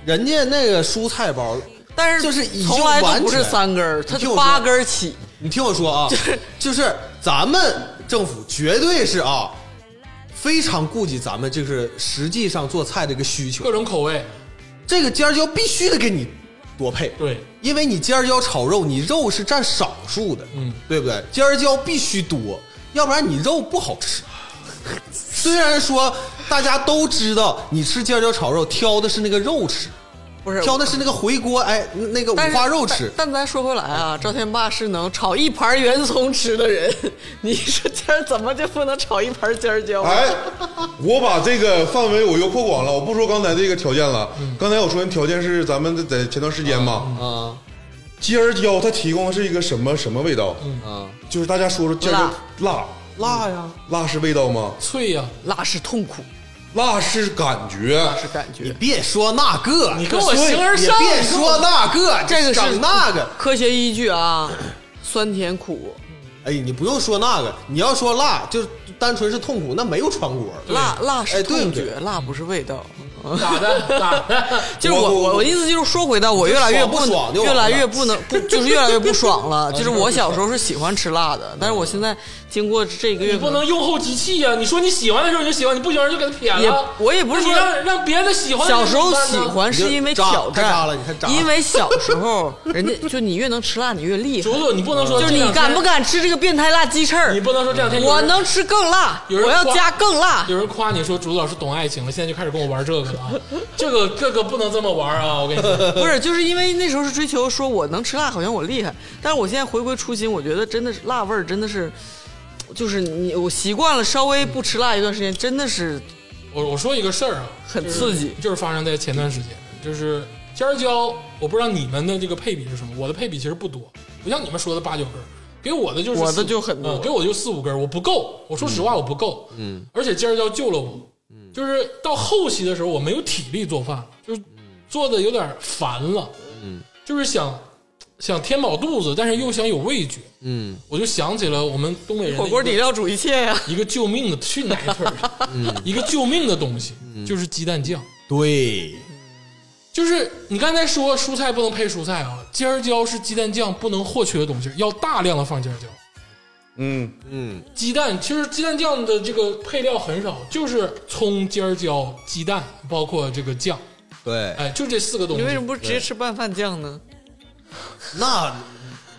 Speaker 4: 人家那个蔬菜包，
Speaker 2: 但是
Speaker 4: 就是已经
Speaker 2: 从来
Speaker 4: 完
Speaker 2: 都不是
Speaker 4: 全
Speaker 2: 三根儿，它
Speaker 4: 你听我说
Speaker 2: 八根儿起。
Speaker 4: 你听我说啊，就是咱们政府绝对是啊，非常顾及咱们就是实际上做菜这个需求
Speaker 1: 各，种口味。
Speaker 4: 这个尖儿椒必须得给你多配。
Speaker 1: 对，
Speaker 4: 因为你尖儿椒炒肉，你肉是占少数的，
Speaker 1: 嗯
Speaker 4: 对不对？尖儿椒必须多，要不然你肉不好吃。 [LAUGHS] 虽然说大家都知道你吃尖儿椒炒肉挑的是那个肉吃，
Speaker 2: 不是
Speaker 4: 挑的是那个回锅，哎，那个五
Speaker 2: 但是
Speaker 4: 花肉吃。
Speaker 2: 但。但咱说回来啊，赵天霸是能炒一盘圆葱吃的人，你说今儿怎么就不能炒一盘尖儿椒啊？
Speaker 3: 哎，我把这个范围我又扩广了，我不说刚才这个条件了。
Speaker 1: 嗯
Speaker 3: 刚才我说的条件是咱们在前段时间嘛，
Speaker 4: 啊
Speaker 3: 尖儿椒它提供的是一个什么什么味道？
Speaker 1: 嗯
Speaker 4: 啊，
Speaker 3: 就是大家说说尖儿椒辣，
Speaker 4: 辣呀！
Speaker 3: 辣是味道吗？
Speaker 1: 脆呀、
Speaker 2: 辣是痛苦，
Speaker 3: 辣是感觉，
Speaker 2: 是感
Speaker 4: 你
Speaker 2: 觉。
Speaker 4: 别说那个，
Speaker 1: 你跟我形而
Speaker 4: 也
Speaker 1: 上，
Speaker 4: 别说那个，
Speaker 2: 这个是
Speaker 4: 整那个。
Speaker 2: 科学依据啊，酸甜苦，
Speaker 4: 哎，你不用说那个，你要说辣，就是单纯是痛苦，那没有穿锅。
Speaker 2: 辣辣是
Speaker 4: 哎对
Speaker 2: 痛
Speaker 4: 不对嗯
Speaker 2: 觉，辣不是味道。
Speaker 1: 咋的
Speaker 2: [LAUGHS]
Speaker 1: 咋的？
Speaker 2: 就是我
Speaker 3: 我
Speaker 2: 我
Speaker 3: 我
Speaker 2: 我意思就是说回到我越来越不
Speaker 4: 爽不爽就
Speaker 2: 越
Speaker 4: 完了啊
Speaker 2: 来越不能不就是越来越不爽
Speaker 4: [LAUGHS]
Speaker 2: 了。就是我小时候是喜欢吃辣的，但是
Speaker 4: 嗯
Speaker 2: 我现在经过这个月
Speaker 1: 你不能用后即弃呀、你说你喜欢的时候你就喜欢，你不喜欢就给他撇
Speaker 2: 也
Speaker 1: 了。
Speaker 2: 我也不是
Speaker 1: 那
Speaker 2: 说
Speaker 1: 你让让别的喜欢的
Speaker 2: 小
Speaker 1: 人
Speaker 2: 时
Speaker 1: 怎么
Speaker 2: 候
Speaker 1: 办呢，
Speaker 2: 喜欢是因为
Speaker 4: 你就炸
Speaker 2: 挑
Speaker 4: 太炸
Speaker 2: 战
Speaker 4: 了你太炸，了
Speaker 2: 因为小时候
Speaker 1: [LAUGHS]
Speaker 2: 人家就你越能吃辣，你越厉害。
Speaker 1: 竹竹，你不能说
Speaker 2: 就是
Speaker 1: 这
Speaker 2: 你
Speaker 1: 两天
Speaker 2: 敢不？敢吃这个变态辣鸡翅儿
Speaker 1: 你？不能说这两天有
Speaker 2: 我
Speaker 1: 人
Speaker 2: 能吃更辣，
Speaker 1: 有人
Speaker 2: 我要
Speaker 1: 夸
Speaker 2: 加更辣。
Speaker 1: 有人夸你说竹子老师懂爱情了，现在就开始跟我玩这个了啊！这个这个不能这么玩啊！我跟你说，
Speaker 2: 不是，就是因为那时候是追求说我能吃辣，好像我厉害。但是我现在回归初心，我觉得真的是辣味儿，真的是，就是你我习惯了稍微不吃辣一段时间，真的是
Speaker 1: 我我说一个事儿啊，
Speaker 2: 很
Speaker 1: 就是
Speaker 2: 刺激
Speaker 1: 就是发生在前段时间，就是尖儿椒，我不知道你们的这个配比是什么，我的配比其实不多，不像你们说的八九根儿，给我的就是
Speaker 2: 我的
Speaker 1: 四
Speaker 2: 就很多
Speaker 1: 嗯给我就四五根儿，我不够，我说实话我不够，嗯，而且尖儿椒救了我，嗯，就是到后期的时候我没有体力做饭，就是做的有点烦了，嗯，就是想想填饱肚子，但是又想有味觉，嗯，我就想起了我们东北人的
Speaker 2: 火锅
Speaker 1: 一个
Speaker 2: 底料煮一切呀、
Speaker 1: 一个救命的去奶腿儿，啊 [LAUGHS] 一个救命的东西就是鸡蛋酱。
Speaker 4: 对，
Speaker 1: 就是你刚才说蔬菜不能配蔬菜啊，尖儿椒是鸡蛋酱不能或缺的东西，要大量的放尖儿椒。
Speaker 3: 嗯，
Speaker 4: 嗯，
Speaker 1: 鸡蛋其实鸡蛋酱的这个配料很少，就是葱、尖儿椒、鸡蛋，包括这个酱，
Speaker 4: 对，
Speaker 1: 哎，就这四个东
Speaker 2: [LAUGHS] 你为什
Speaker 1: 西。
Speaker 2: 么不直接吃拌饭酱呢？
Speaker 4: 那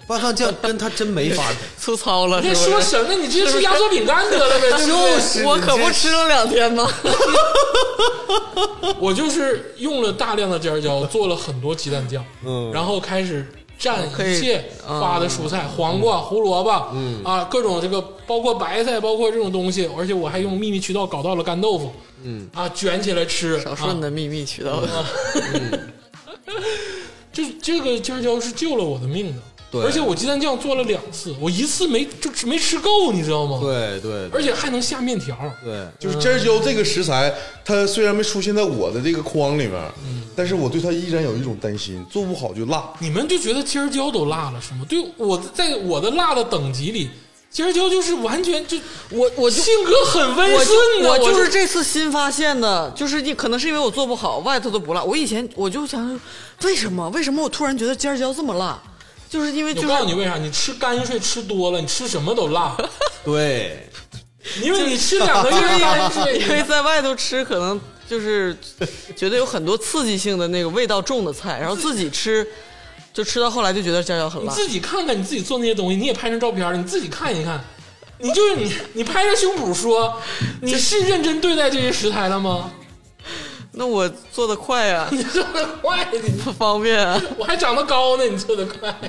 Speaker 4: 拌饭酱跟他真没法比。
Speaker 2: 粗糙了，
Speaker 1: 你
Speaker 2: 是
Speaker 1: 说
Speaker 2: 不是？
Speaker 1: 什么？你直接吃压缩饼干得
Speaker 2: [LAUGHS]
Speaker 1: 了呗，对不对？
Speaker 2: 我可不吃了两天吗？
Speaker 1: 我就是用了大量的尖儿椒，做了很多鸡蛋酱，嗯，然后开始蘸一切发的蔬菜，黄瓜、胡萝卜，嗯啊，各种这个包括白菜，包括这种东西，而且我还用秘密渠道搞到了干豆腐，嗯啊，卷起来吃，
Speaker 2: 少说你
Speaker 1: 啊、
Speaker 2: 的秘密渠道， [LAUGHS]
Speaker 1: 就这个尖儿椒是救了我的命的，
Speaker 4: 对
Speaker 1: 而且我鸡蛋酱做了两次，我一次没就吃没吃够，你知道吗？，
Speaker 4: [LAUGHS] 对对
Speaker 1: 而且还能下面条，
Speaker 4: 对，
Speaker 3: 就是
Speaker 1: 嗯
Speaker 3: 尖椒这个食材，它虽然没出现在我的这个框里面，
Speaker 1: 嗯
Speaker 3: 但是我对它依然有一种担心，做不好就
Speaker 1: [LAUGHS]
Speaker 3: 辣。
Speaker 1: 你们就觉得尖儿椒都辣了是吗？对，我在我的辣的等级里，尖儿椒就是完全就
Speaker 2: 我我就。
Speaker 1: 性格很温
Speaker 2: 我
Speaker 1: 顺
Speaker 2: 就
Speaker 1: 的，
Speaker 2: 我就
Speaker 1: 我
Speaker 2: 是这次新发现的，就是你可能是因为我做不好，外头都不辣。我以前我就想，为什么为什么我突然觉得尖椒这么辣，就是因为就
Speaker 1: 我
Speaker 2: 是
Speaker 1: 告诉你为啥，你吃泔水吃多
Speaker 2: [LAUGHS]
Speaker 1: 了，你吃什么都辣，
Speaker 4: 对，
Speaker 1: 因为你吃两个月泔水，
Speaker 2: 因为在外头吃可能就是觉得有很多刺激性的那个味道重的菜，然后自己吃就吃到后来就觉得尖椒很
Speaker 1: 你
Speaker 2: 辣。
Speaker 1: 自己看看你自己做那些东西，你也拍成照片儿，你自己看一看。你就是你，你拍着胸脯说，你是认真对待这些食材了吗？ [LAUGHS]
Speaker 2: 那我做的快呀、
Speaker 1: 你做的快，你
Speaker 2: 不方便、啊。
Speaker 1: [LAUGHS] 我还长得高呢，你做的快。 [LAUGHS]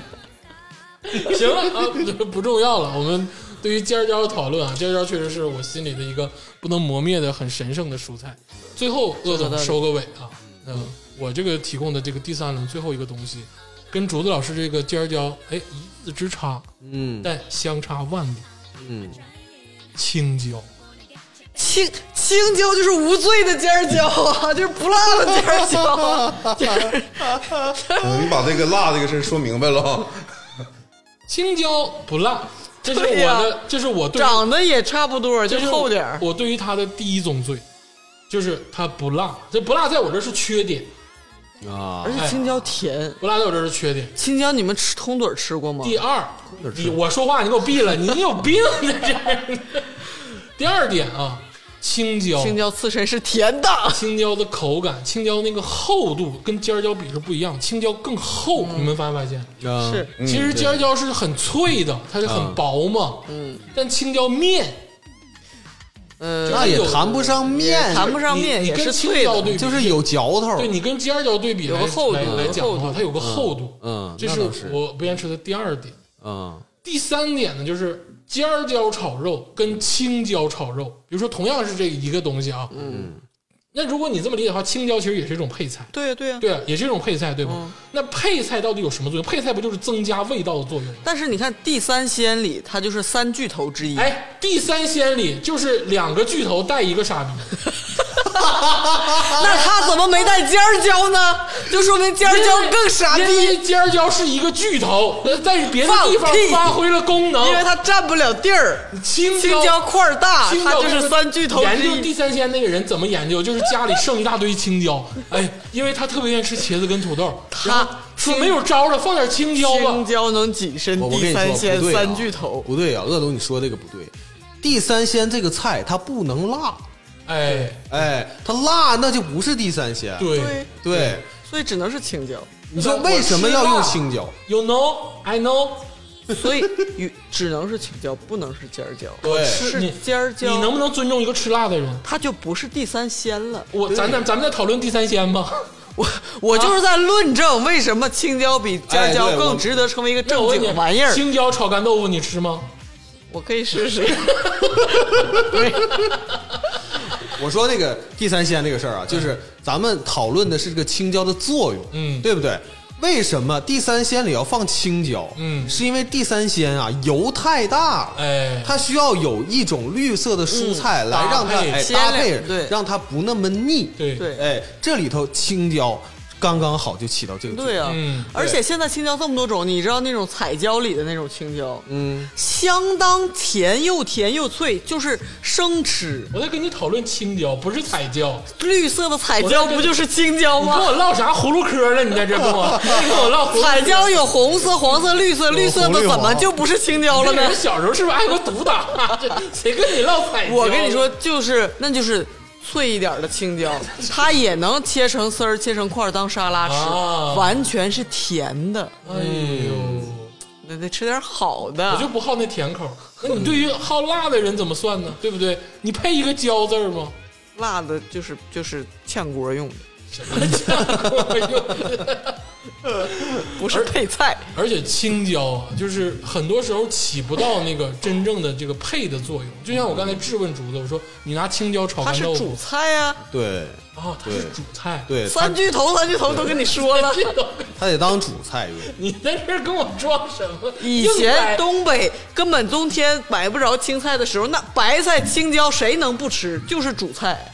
Speaker 1: 行了啊，不不重要了。我们对于尖儿椒的讨论啊，尖儿椒确实是我心里的一个不能磨灭的很神圣的蔬菜。最后，鄂总收个尾啊，嗯，我这个提供的这个第三轮最后一个东西，跟竹子老师这个尖儿椒，哎，一字之差，
Speaker 4: 嗯
Speaker 1: 但相差万里。
Speaker 4: 嗯，
Speaker 1: 青椒，
Speaker 2: 青青椒就是无罪的尖椒啊，就是不辣的尖 [LAUGHS] 椒。啊就是
Speaker 3: 嗯你把这个辣这个事儿说明白了啊，
Speaker 1: 青椒不辣，这是我
Speaker 2: 对呀
Speaker 1: 的，这是我对于
Speaker 2: 长得也差不多，就
Speaker 1: 这是
Speaker 2: 厚点儿。
Speaker 1: 我对于它的第一宗罪，就是它不辣，这不辣在我这是缺点，
Speaker 4: 啊
Speaker 2: 而，且青椒甜，
Speaker 1: 不辣在我这是缺点。
Speaker 2: 青椒你们吃通嘴儿吃过吗？
Speaker 1: 第二，你我说话你给我闭了，你有病你这人。第二点啊，青椒，
Speaker 2: 青椒刺身是甜的，
Speaker 1: 青椒的口感，青椒那个厚度跟尖儿椒比是不一样，青椒更厚，
Speaker 2: 嗯
Speaker 1: 你们发没发现？
Speaker 4: 啊
Speaker 2: 是
Speaker 1: 其实尖儿椒是很脆的，它是很薄嘛，嗯，但青椒面
Speaker 2: 嗯，
Speaker 4: 那也谈不上面，
Speaker 2: 谈不上面
Speaker 1: 你你
Speaker 2: 也是
Speaker 1: 跟
Speaker 2: 脆
Speaker 1: 青椒
Speaker 2: 的，
Speaker 1: 对比，
Speaker 4: 就是有嚼头。
Speaker 1: 对你跟尖椒对比
Speaker 2: 有个
Speaker 1: 来
Speaker 2: 厚度
Speaker 1: 来
Speaker 2: 有个
Speaker 1: 来讲的
Speaker 2: 厚
Speaker 1: 话，
Speaker 2: 度
Speaker 1: 它有个厚度，
Speaker 2: 啊
Speaker 4: 嗯
Speaker 1: 这
Speaker 4: 那倒是
Speaker 1: 我不愿意吃的第二点。
Speaker 4: 嗯
Speaker 1: 第三点呢，就是尖椒炒肉跟青椒炒肉，比如说同样是这一个东西啊，嗯，那如果你这么理解的话，青椒其实也是一种配菜，
Speaker 2: 对呀对呀。
Speaker 1: 对啊，也是一种配菜，对吧？
Speaker 2: 嗯
Speaker 1: 那配菜到底有什么作用？配菜不就是增加味道的作用吗？
Speaker 2: 但是你看第三鲜里，它就是三巨头之一。
Speaker 1: 哎，第三鲜里就是两个巨头带一个傻逼，
Speaker 2: 那他怎么没带尖儿椒呢？就说明尖儿椒更傻逼，
Speaker 1: 因为尖椒是一个巨头，呃在别的地方
Speaker 2: 放屁
Speaker 1: 发挥了功能，
Speaker 2: 因为它占不了地儿。
Speaker 1: 青
Speaker 2: 青椒块儿大，它啊就是三巨头
Speaker 1: 研
Speaker 2: 之
Speaker 1: 究
Speaker 2: 一。
Speaker 1: 地三鲜那个人怎么研究，就是家里剩一大堆青
Speaker 2: [LAUGHS]
Speaker 1: 椒，哎，因为他特别愿意吃茄子跟土豆，
Speaker 2: 他
Speaker 1: 然后说没有招了，放点青椒
Speaker 2: 青
Speaker 1: 吧。
Speaker 2: 椒能跻身
Speaker 4: 我我跟
Speaker 2: 地
Speaker 4: 你说
Speaker 2: 三
Speaker 4: 不
Speaker 2: 鲜
Speaker 4: 对啊
Speaker 2: 三巨头，
Speaker 4: 不对啊，恶总你说这个不对。地三鲜这个菜它不能辣，
Speaker 1: 哎，
Speaker 4: 哎，它辣那就不是地三鲜。
Speaker 1: 对，
Speaker 4: 对，
Speaker 2: 所以只能是青椒，
Speaker 4: 你说为什么要用青椒？
Speaker 1: ，You know, I know。
Speaker 2: 所以与只能是青椒，不能是尖儿椒。
Speaker 4: 对
Speaker 1: 是
Speaker 2: 是
Speaker 1: 你
Speaker 2: 尖儿椒，
Speaker 1: 你能不能尊重一个吃辣的人？
Speaker 2: 它就不是地三鲜了。
Speaker 1: 我咱咱咱们再讨论地三鲜吧。
Speaker 2: 我啊我就是在论证为什么青椒比尖儿椒
Speaker 4: 哎对我
Speaker 2: 更值得成为一个
Speaker 1: 那
Speaker 2: 正
Speaker 1: [LAUGHS] 我问
Speaker 2: 经
Speaker 1: 你
Speaker 2: 的玩意儿。
Speaker 1: 青椒炒干豆腐你吃吗？
Speaker 2: 哎我可以试试。
Speaker 4: 我说那个地三鲜这个事儿啊，就是咱们讨论的是这个青椒的作用，
Speaker 1: 嗯
Speaker 4: 对不对？为什么地三鲜里要放青椒？
Speaker 1: 嗯
Speaker 4: 是因为地三鲜啊油太大了，
Speaker 1: 哎嗯
Speaker 4: 它需要有一种绿色的蔬菜来让它、
Speaker 1: 搭配
Speaker 4: 哎
Speaker 2: 鲜
Speaker 4: 搭
Speaker 2: 亮
Speaker 4: 配，
Speaker 2: 对
Speaker 4: 让它不那么腻。
Speaker 1: 对
Speaker 2: 对
Speaker 4: 哎，这里头青椒刚刚好就起到这个作
Speaker 2: [LAUGHS]
Speaker 4: 用。
Speaker 2: 对啊，
Speaker 1: 嗯
Speaker 2: 而且现在青椒这么多种，你知道那种彩椒里的那种青椒，
Speaker 4: 嗯，
Speaker 2: 相当甜又甜又脆，就是生吃。
Speaker 1: 我在跟你讨论青椒，不是彩椒。
Speaker 2: 绿色的彩
Speaker 1: 我在
Speaker 2: 椒
Speaker 1: 跟
Speaker 2: 不就是青椒
Speaker 1: 你跟我
Speaker 2: 吗？
Speaker 1: 唠啥葫芦嗑了？你在这跟我
Speaker 2: [LAUGHS]
Speaker 1: 你跟我唠葫芦嗑
Speaker 2: 彩椒有红色、黄色、绿色，绿色的
Speaker 4: 红绿
Speaker 2: 怎么
Speaker 4: 黄
Speaker 2: 就不是青椒了
Speaker 1: 这
Speaker 2: 呢
Speaker 1: 人？小时候是不是挨过毒打？ [LAUGHS] 这谁跟你唠彩椒？啊
Speaker 2: 我跟你说，，就是那就是脆一点的青椒，它也能切成丝儿、切成块儿当沙拉
Speaker 1: 啊
Speaker 2: 吃，完全是甜的。
Speaker 1: 哎呦，
Speaker 2: 那得吃点好的。
Speaker 1: 我就不好那甜口。那你对于好辣的人怎么算呢？对不对？你配一个椒字儿吗？ [LAUGHS]
Speaker 2: 辣的就是就是炝锅用的，不是配菜。
Speaker 1: 而且青椒啊，就是很多时候起不到那个真正的这个配的作用。就像我刚才质问竹子，我说你拿青椒炒
Speaker 2: 它
Speaker 1: 干
Speaker 2: 是
Speaker 1: 豆腐
Speaker 2: 主菜啊，
Speaker 4: 对
Speaker 1: 啊，它是主菜。， [LAUGHS]
Speaker 4: 对，它
Speaker 2: 三巨头三巨头都跟你说了。
Speaker 1: 这都
Speaker 4: 它得当主菜用。
Speaker 1: 你在这儿跟我装什么？
Speaker 2: 以
Speaker 1: 硬
Speaker 2: 前
Speaker 1: 掰
Speaker 2: 东北根本冬天买不着青菜的时候，那白菜、青椒谁能不吃？就是主菜，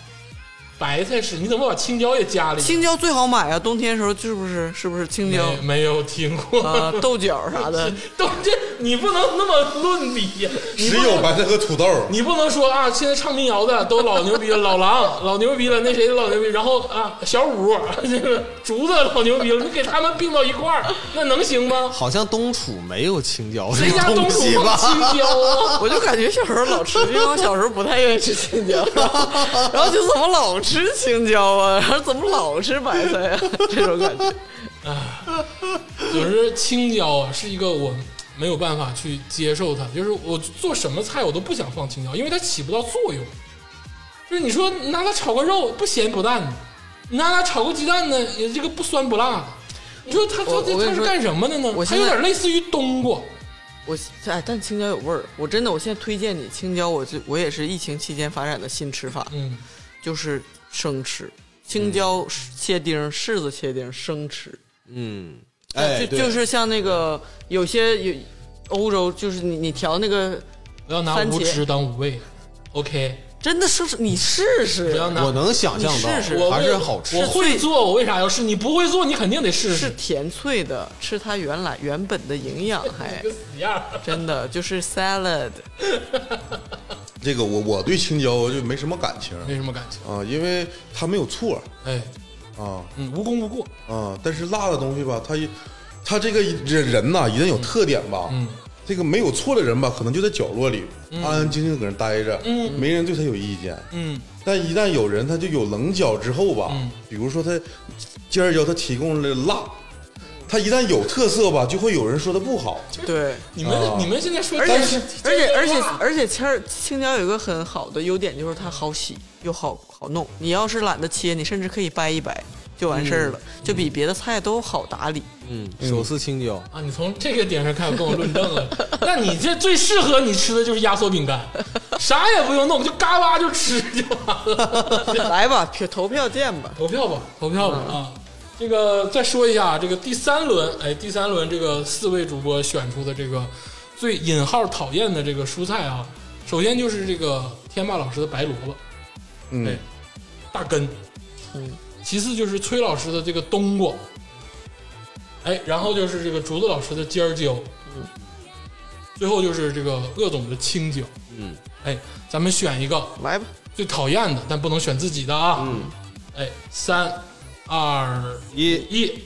Speaker 1: 白菜是，你怎么把青椒也加了一个？哎
Speaker 2: 青椒最好买啊！冬天的时候是不是？是不是青椒
Speaker 1: 没没有听过
Speaker 2: 啊、豆角啥
Speaker 1: [LAUGHS]
Speaker 2: 的？
Speaker 1: 都这你不能那么论比呀，你
Speaker 3: 只
Speaker 1: 不
Speaker 3: 有
Speaker 1: 能
Speaker 3: 白菜和土豆。
Speaker 1: 你不能说啊，现在唱民谣的都老牛逼了，老狼老牛逼了，那谁老牛逼，然后啊小五 [LAUGHS] 这个竹子老牛逼了，你给他们并到一块儿，那能行吗？
Speaker 4: 好像东楚没有青椒这
Speaker 1: 谁
Speaker 4: 个
Speaker 1: 家东
Speaker 4: 东
Speaker 1: 楚
Speaker 4: 西
Speaker 1: 放
Speaker 4: 吧？
Speaker 1: 青椒啊？
Speaker 2: [LAUGHS] 我就感觉小时候老吃，因为我小时候不太愿意吃青 [LAUGHS] 椒，然后然后就怎么老吃青椒啊，然后怎么老吃白菜啊， [LAUGHS] 这种感觉。
Speaker 1: 总之，青椒啊是一个我没有办法去接受它，就是我做什么菜我都不想放青椒，因为它起不到作用。就是你说拿它炒个肉不咸不淡的，你拿它炒个鸡蛋呢，也这个不酸不辣的。你说它它
Speaker 2: 我我跟
Speaker 1: 它
Speaker 2: 你
Speaker 1: 是
Speaker 2: 说
Speaker 1: 干什么的呢
Speaker 2: 我？
Speaker 1: 它
Speaker 2: 现在
Speaker 1: 有点类似于冬瓜，
Speaker 2: 我哎，但青椒有味儿，我真的，我现在推荐你青椒，我就我也是疫情期间发展的新吃法，
Speaker 1: 嗯，
Speaker 2: 就是生吃。青椒切丁儿，柿子切丁儿，生吃。
Speaker 4: 嗯，哎，
Speaker 2: 就
Speaker 4: 对
Speaker 2: 就是像那个有些有欧洲，就是你你调那个，
Speaker 1: 不要拿
Speaker 2: 番茄
Speaker 1: 无知当无味。OK，
Speaker 2: 真的生吃，你试
Speaker 1: 不
Speaker 2: 试。
Speaker 1: 要拿
Speaker 4: 我能想象到，
Speaker 2: 你试试
Speaker 1: 我
Speaker 4: 还
Speaker 1: 为
Speaker 4: 是好吃
Speaker 1: 我。会做，我为啥要试？你不会做，你肯定得试
Speaker 2: 是
Speaker 1: 试。
Speaker 2: 甜脆的，吃它原来原本的营养，还
Speaker 1: 个死样儿。
Speaker 2: 真的就是 salad。
Speaker 3: 这个我我对青椒就没什么感情
Speaker 1: 没什么感情。
Speaker 3: 啊，因为它没有错
Speaker 1: 哎，
Speaker 3: 啊
Speaker 1: 嗯，无功无过。
Speaker 3: 啊。但是辣的东西吧，它一它这个人人呐，一旦有特点吧，
Speaker 1: 嗯
Speaker 3: 这个没有错的人吧，可能就在角落里安安静静搁那待着，没人对他有意见。
Speaker 1: 嗯，
Speaker 3: 但一旦有人他就有棱角之后吧，比如说他尖儿椒他提供了辣，它一旦有特色吧，就会有人说它不好。
Speaker 2: 对，
Speaker 1: 你们、你们现在说
Speaker 2: 哦而且
Speaker 1: 单身，
Speaker 2: 而且而且
Speaker 1: 哇
Speaker 2: 而且青儿青椒有一个很好的优点，就是它好洗又好好弄。你要是懒得切，你甚至可以掰一掰就完事儿了，就比别的菜都好打理。
Speaker 4: 嗯，手撕青椒，
Speaker 1: 啊，你从这个点上开始跟我论证了。 [LAUGHS] 那你这最适合你吃的就是压缩饼干，啥也不用弄，就嘎巴就吃就完了。
Speaker 2: 来吧，票投票见吧。
Speaker 1: 投票吧，投票吧啊！这个再说一下，这个第三轮，哎，第三轮这个四位主播选出的这个最引号讨厌的这个蔬菜啊，首先就是这个天霸老师的白萝卜，哎
Speaker 3: 嗯，，
Speaker 1: 大根，
Speaker 2: 嗯，
Speaker 1: 其次就是崔老师的这个冬瓜，哎，然后就是这个竹子老师的尖儿椒，最后就是这个鄂总的青椒，
Speaker 4: 嗯，
Speaker 1: 哎，咱们选一个
Speaker 2: 来吧，
Speaker 1: 最讨厌的，但不能选自己的啊，
Speaker 4: 嗯，
Speaker 1: 哎，三二
Speaker 4: 一，
Speaker 1: 一，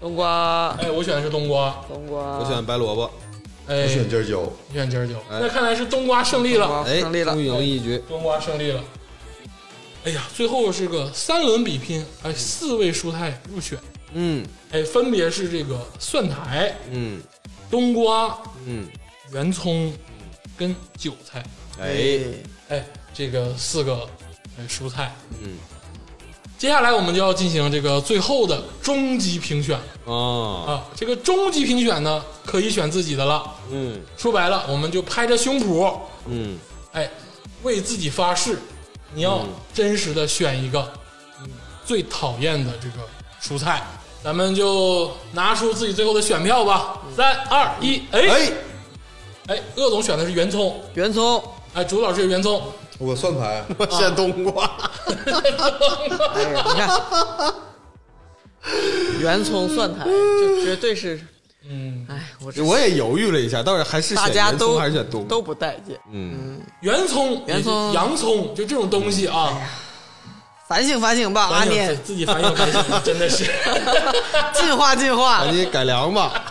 Speaker 2: 冬瓜，
Speaker 1: 哎，我选的是冬瓜，
Speaker 2: 冬瓜，
Speaker 4: 我选白萝卜，
Speaker 2: 哦
Speaker 1: 哎，
Speaker 3: 我选尖椒，
Speaker 1: 我选尖儿椒，
Speaker 4: 哎
Speaker 1: 那看来是冬瓜胜利了，
Speaker 2: 冬瓜
Speaker 4: 哎，
Speaker 2: 胜利了
Speaker 4: 终于赢了一局，
Speaker 1: 冬瓜胜利了。哎呀，最后是个三轮比拼，哎，四位蔬菜入选，
Speaker 4: 嗯
Speaker 1: 哎，分别是这个蒜苔、
Speaker 4: 嗯
Speaker 1: 冬瓜、
Speaker 4: 嗯，
Speaker 1: 圆葱跟韭菜，
Speaker 4: 哎，
Speaker 1: 哎，这个四个哎蔬菜。
Speaker 4: 嗯，
Speaker 1: 接下来我们就要进行这个最后的终极评选
Speaker 4: 啊，
Speaker 1: 啊！这个终极评选呢，可以选自己的了。
Speaker 4: 嗯
Speaker 1: 说白了，我们就拍着胸脯，
Speaker 4: 嗯
Speaker 1: 哎，为自己发誓，你
Speaker 2: 嗯
Speaker 1: 要真实的选一个嗯最讨厌的这个蔬菜。咱们就拿出自己最后的选票吧，
Speaker 2: 嗯
Speaker 1: 三二一，哎
Speaker 4: 哎，
Speaker 1: 哎，鄂总选的是圆葱，
Speaker 2: 圆葱，
Speaker 1: 哎，朱老师是圆葱，
Speaker 3: 我蒜苔，
Speaker 4: 我选冬瓜，
Speaker 2: 哎呀，你看，圆葱蒜苔，这绝对是，
Speaker 1: 嗯，
Speaker 2: 哎，我这
Speaker 4: 我也犹豫了一下，到底还是
Speaker 2: 大
Speaker 4: 选
Speaker 2: 家
Speaker 4: 圆
Speaker 2: 都
Speaker 4: 葱还是选冬瓜？
Speaker 2: 都不待见，
Speaker 4: 嗯，
Speaker 1: 圆葱、
Speaker 2: 圆葱哎
Speaker 1: 洋葱，就这种东西啊，
Speaker 2: 反省反省吧，阿
Speaker 1: 反省
Speaker 2: 念，
Speaker 1: 自己反省反省，
Speaker 2: [LAUGHS]
Speaker 1: 真的是
Speaker 2: 进化进化
Speaker 4: 赶，紧改良吧。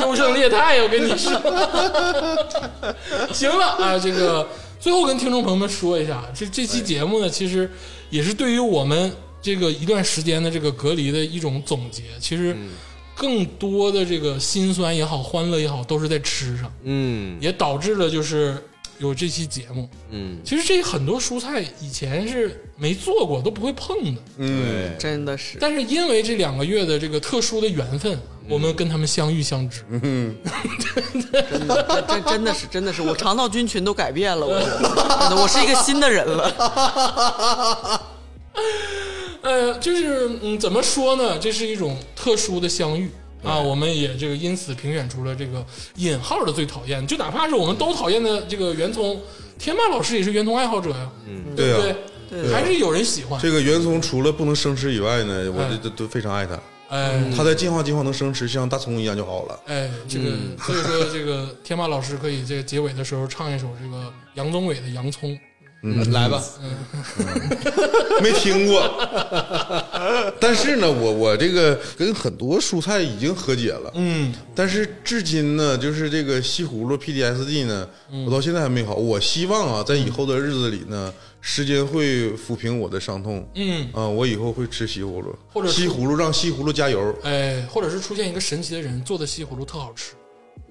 Speaker 1: 优胜劣汰，我跟你
Speaker 4: [LAUGHS]
Speaker 1: 说。行了啊，这个最后跟听众朋友们说一下，这这
Speaker 4: 哎
Speaker 1: 期节目呢，其实也是对于我们这个一段时间的这个隔离的一种总结。其实
Speaker 4: 嗯
Speaker 1: 更多的这个辛酸也好，欢乐也好，都是在吃上，
Speaker 4: 嗯
Speaker 1: 也导致了就是有这期节目。
Speaker 4: 嗯，
Speaker 1: 其实这很多蔬菜以前是没做过，都不会碰的。
Speaker 3: 嗯，
Speaker 2: 真的是，
Speaker 1: 但是因为这两个月的这个特殊的缘分，
Speaker 4: 嗯
Speaker 1: 我们跟他们相遇相知。
Speaker 2: 真真真的是真的是，我肠道菌群都改变了，我真的我是一个新的人了，
Speaker 1: 呃，就是嗯，怎么说呢？这是一种特殊的相遇啊。我们也这个因此评选出了这个引号的最讨厌，就哪怕是我们都讨厌的这个圆葱，天霸老师也是圆葱爱好者呀，
Speaker 3: 对
Speaker 1: 对
Speaker 3: 啊。
Speaker 1: 不对？还是有人喜欢。
Speaker 3: 这个圆葱除了不能生吃以外呢，我
Speaker 1: 哎
Speaker 3: 这都都非常爱它。
Speaker 1: 哎
Speaker 3: 它在进化进化能生吃，像大葱一样就好了。
Speaker 1: 哎，这个
Speaker 3: 嗯
Speaker 1: 所以说这个天霸老师可以这个结尾的时候唱一首这个杨宗纬的《洋葱》。
Speaker 4: 来吧，
Speaker 3: 没听过。 [LAUGHS] 但是呢，我我这个跟很多蔬菜已经和解了，
Speaker 1: 嗯，
Speaker 3: 但是至今呢，就是这个西葫芦 PDSD 呢，
Speaker 1: 嗯
Speaker 3: 我到现在还没好。我希望啊，在以后的日子里呢，时间会抚平我的伤痛。
Speaker 1: 嗯
Speaker 3: 啊，我以后会吃西葫芦，
Speaker 1: 或者是
Speaker 3: 西葫芦让西葫芦加油。
Speaker 1: 哎，或者是出现一个神奇的人做的西葫芦特好吃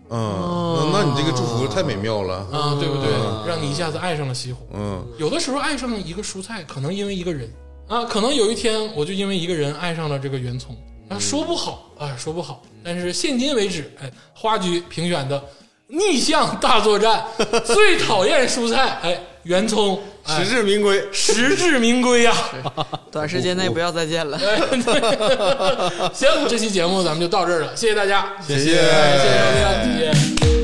Speaker 3: 啊，那那你这个祝福太美妙了。
Speaker 1: 哦啊，对不对？让你一下子爱上了西葫芦。
Speaker 3: 嗯，
Speaker 1: 有的时候爱上一个蔬菜，可能因为一个人啊，可能有一天我就因为一个人爱上了这个圆葱啊，说不好啊，说不好。但是现今为止，哎，花局评选的逆向大作战
Speaker 3: [LAUGHS]
Speaker 1: 最讨厌蔬菜，哎，圆葱，哎
Speaker 4: 实至名归。
Speaker 1: 实至名归啊呀、
Speaker 2: 短时间内不要再见了。
Speaker 1: 行，这期节目咱们就到这儿了，谢谢大家，
Speaker 3: 谢谢
Speaker 1: 哎谢谢大家，谢谢。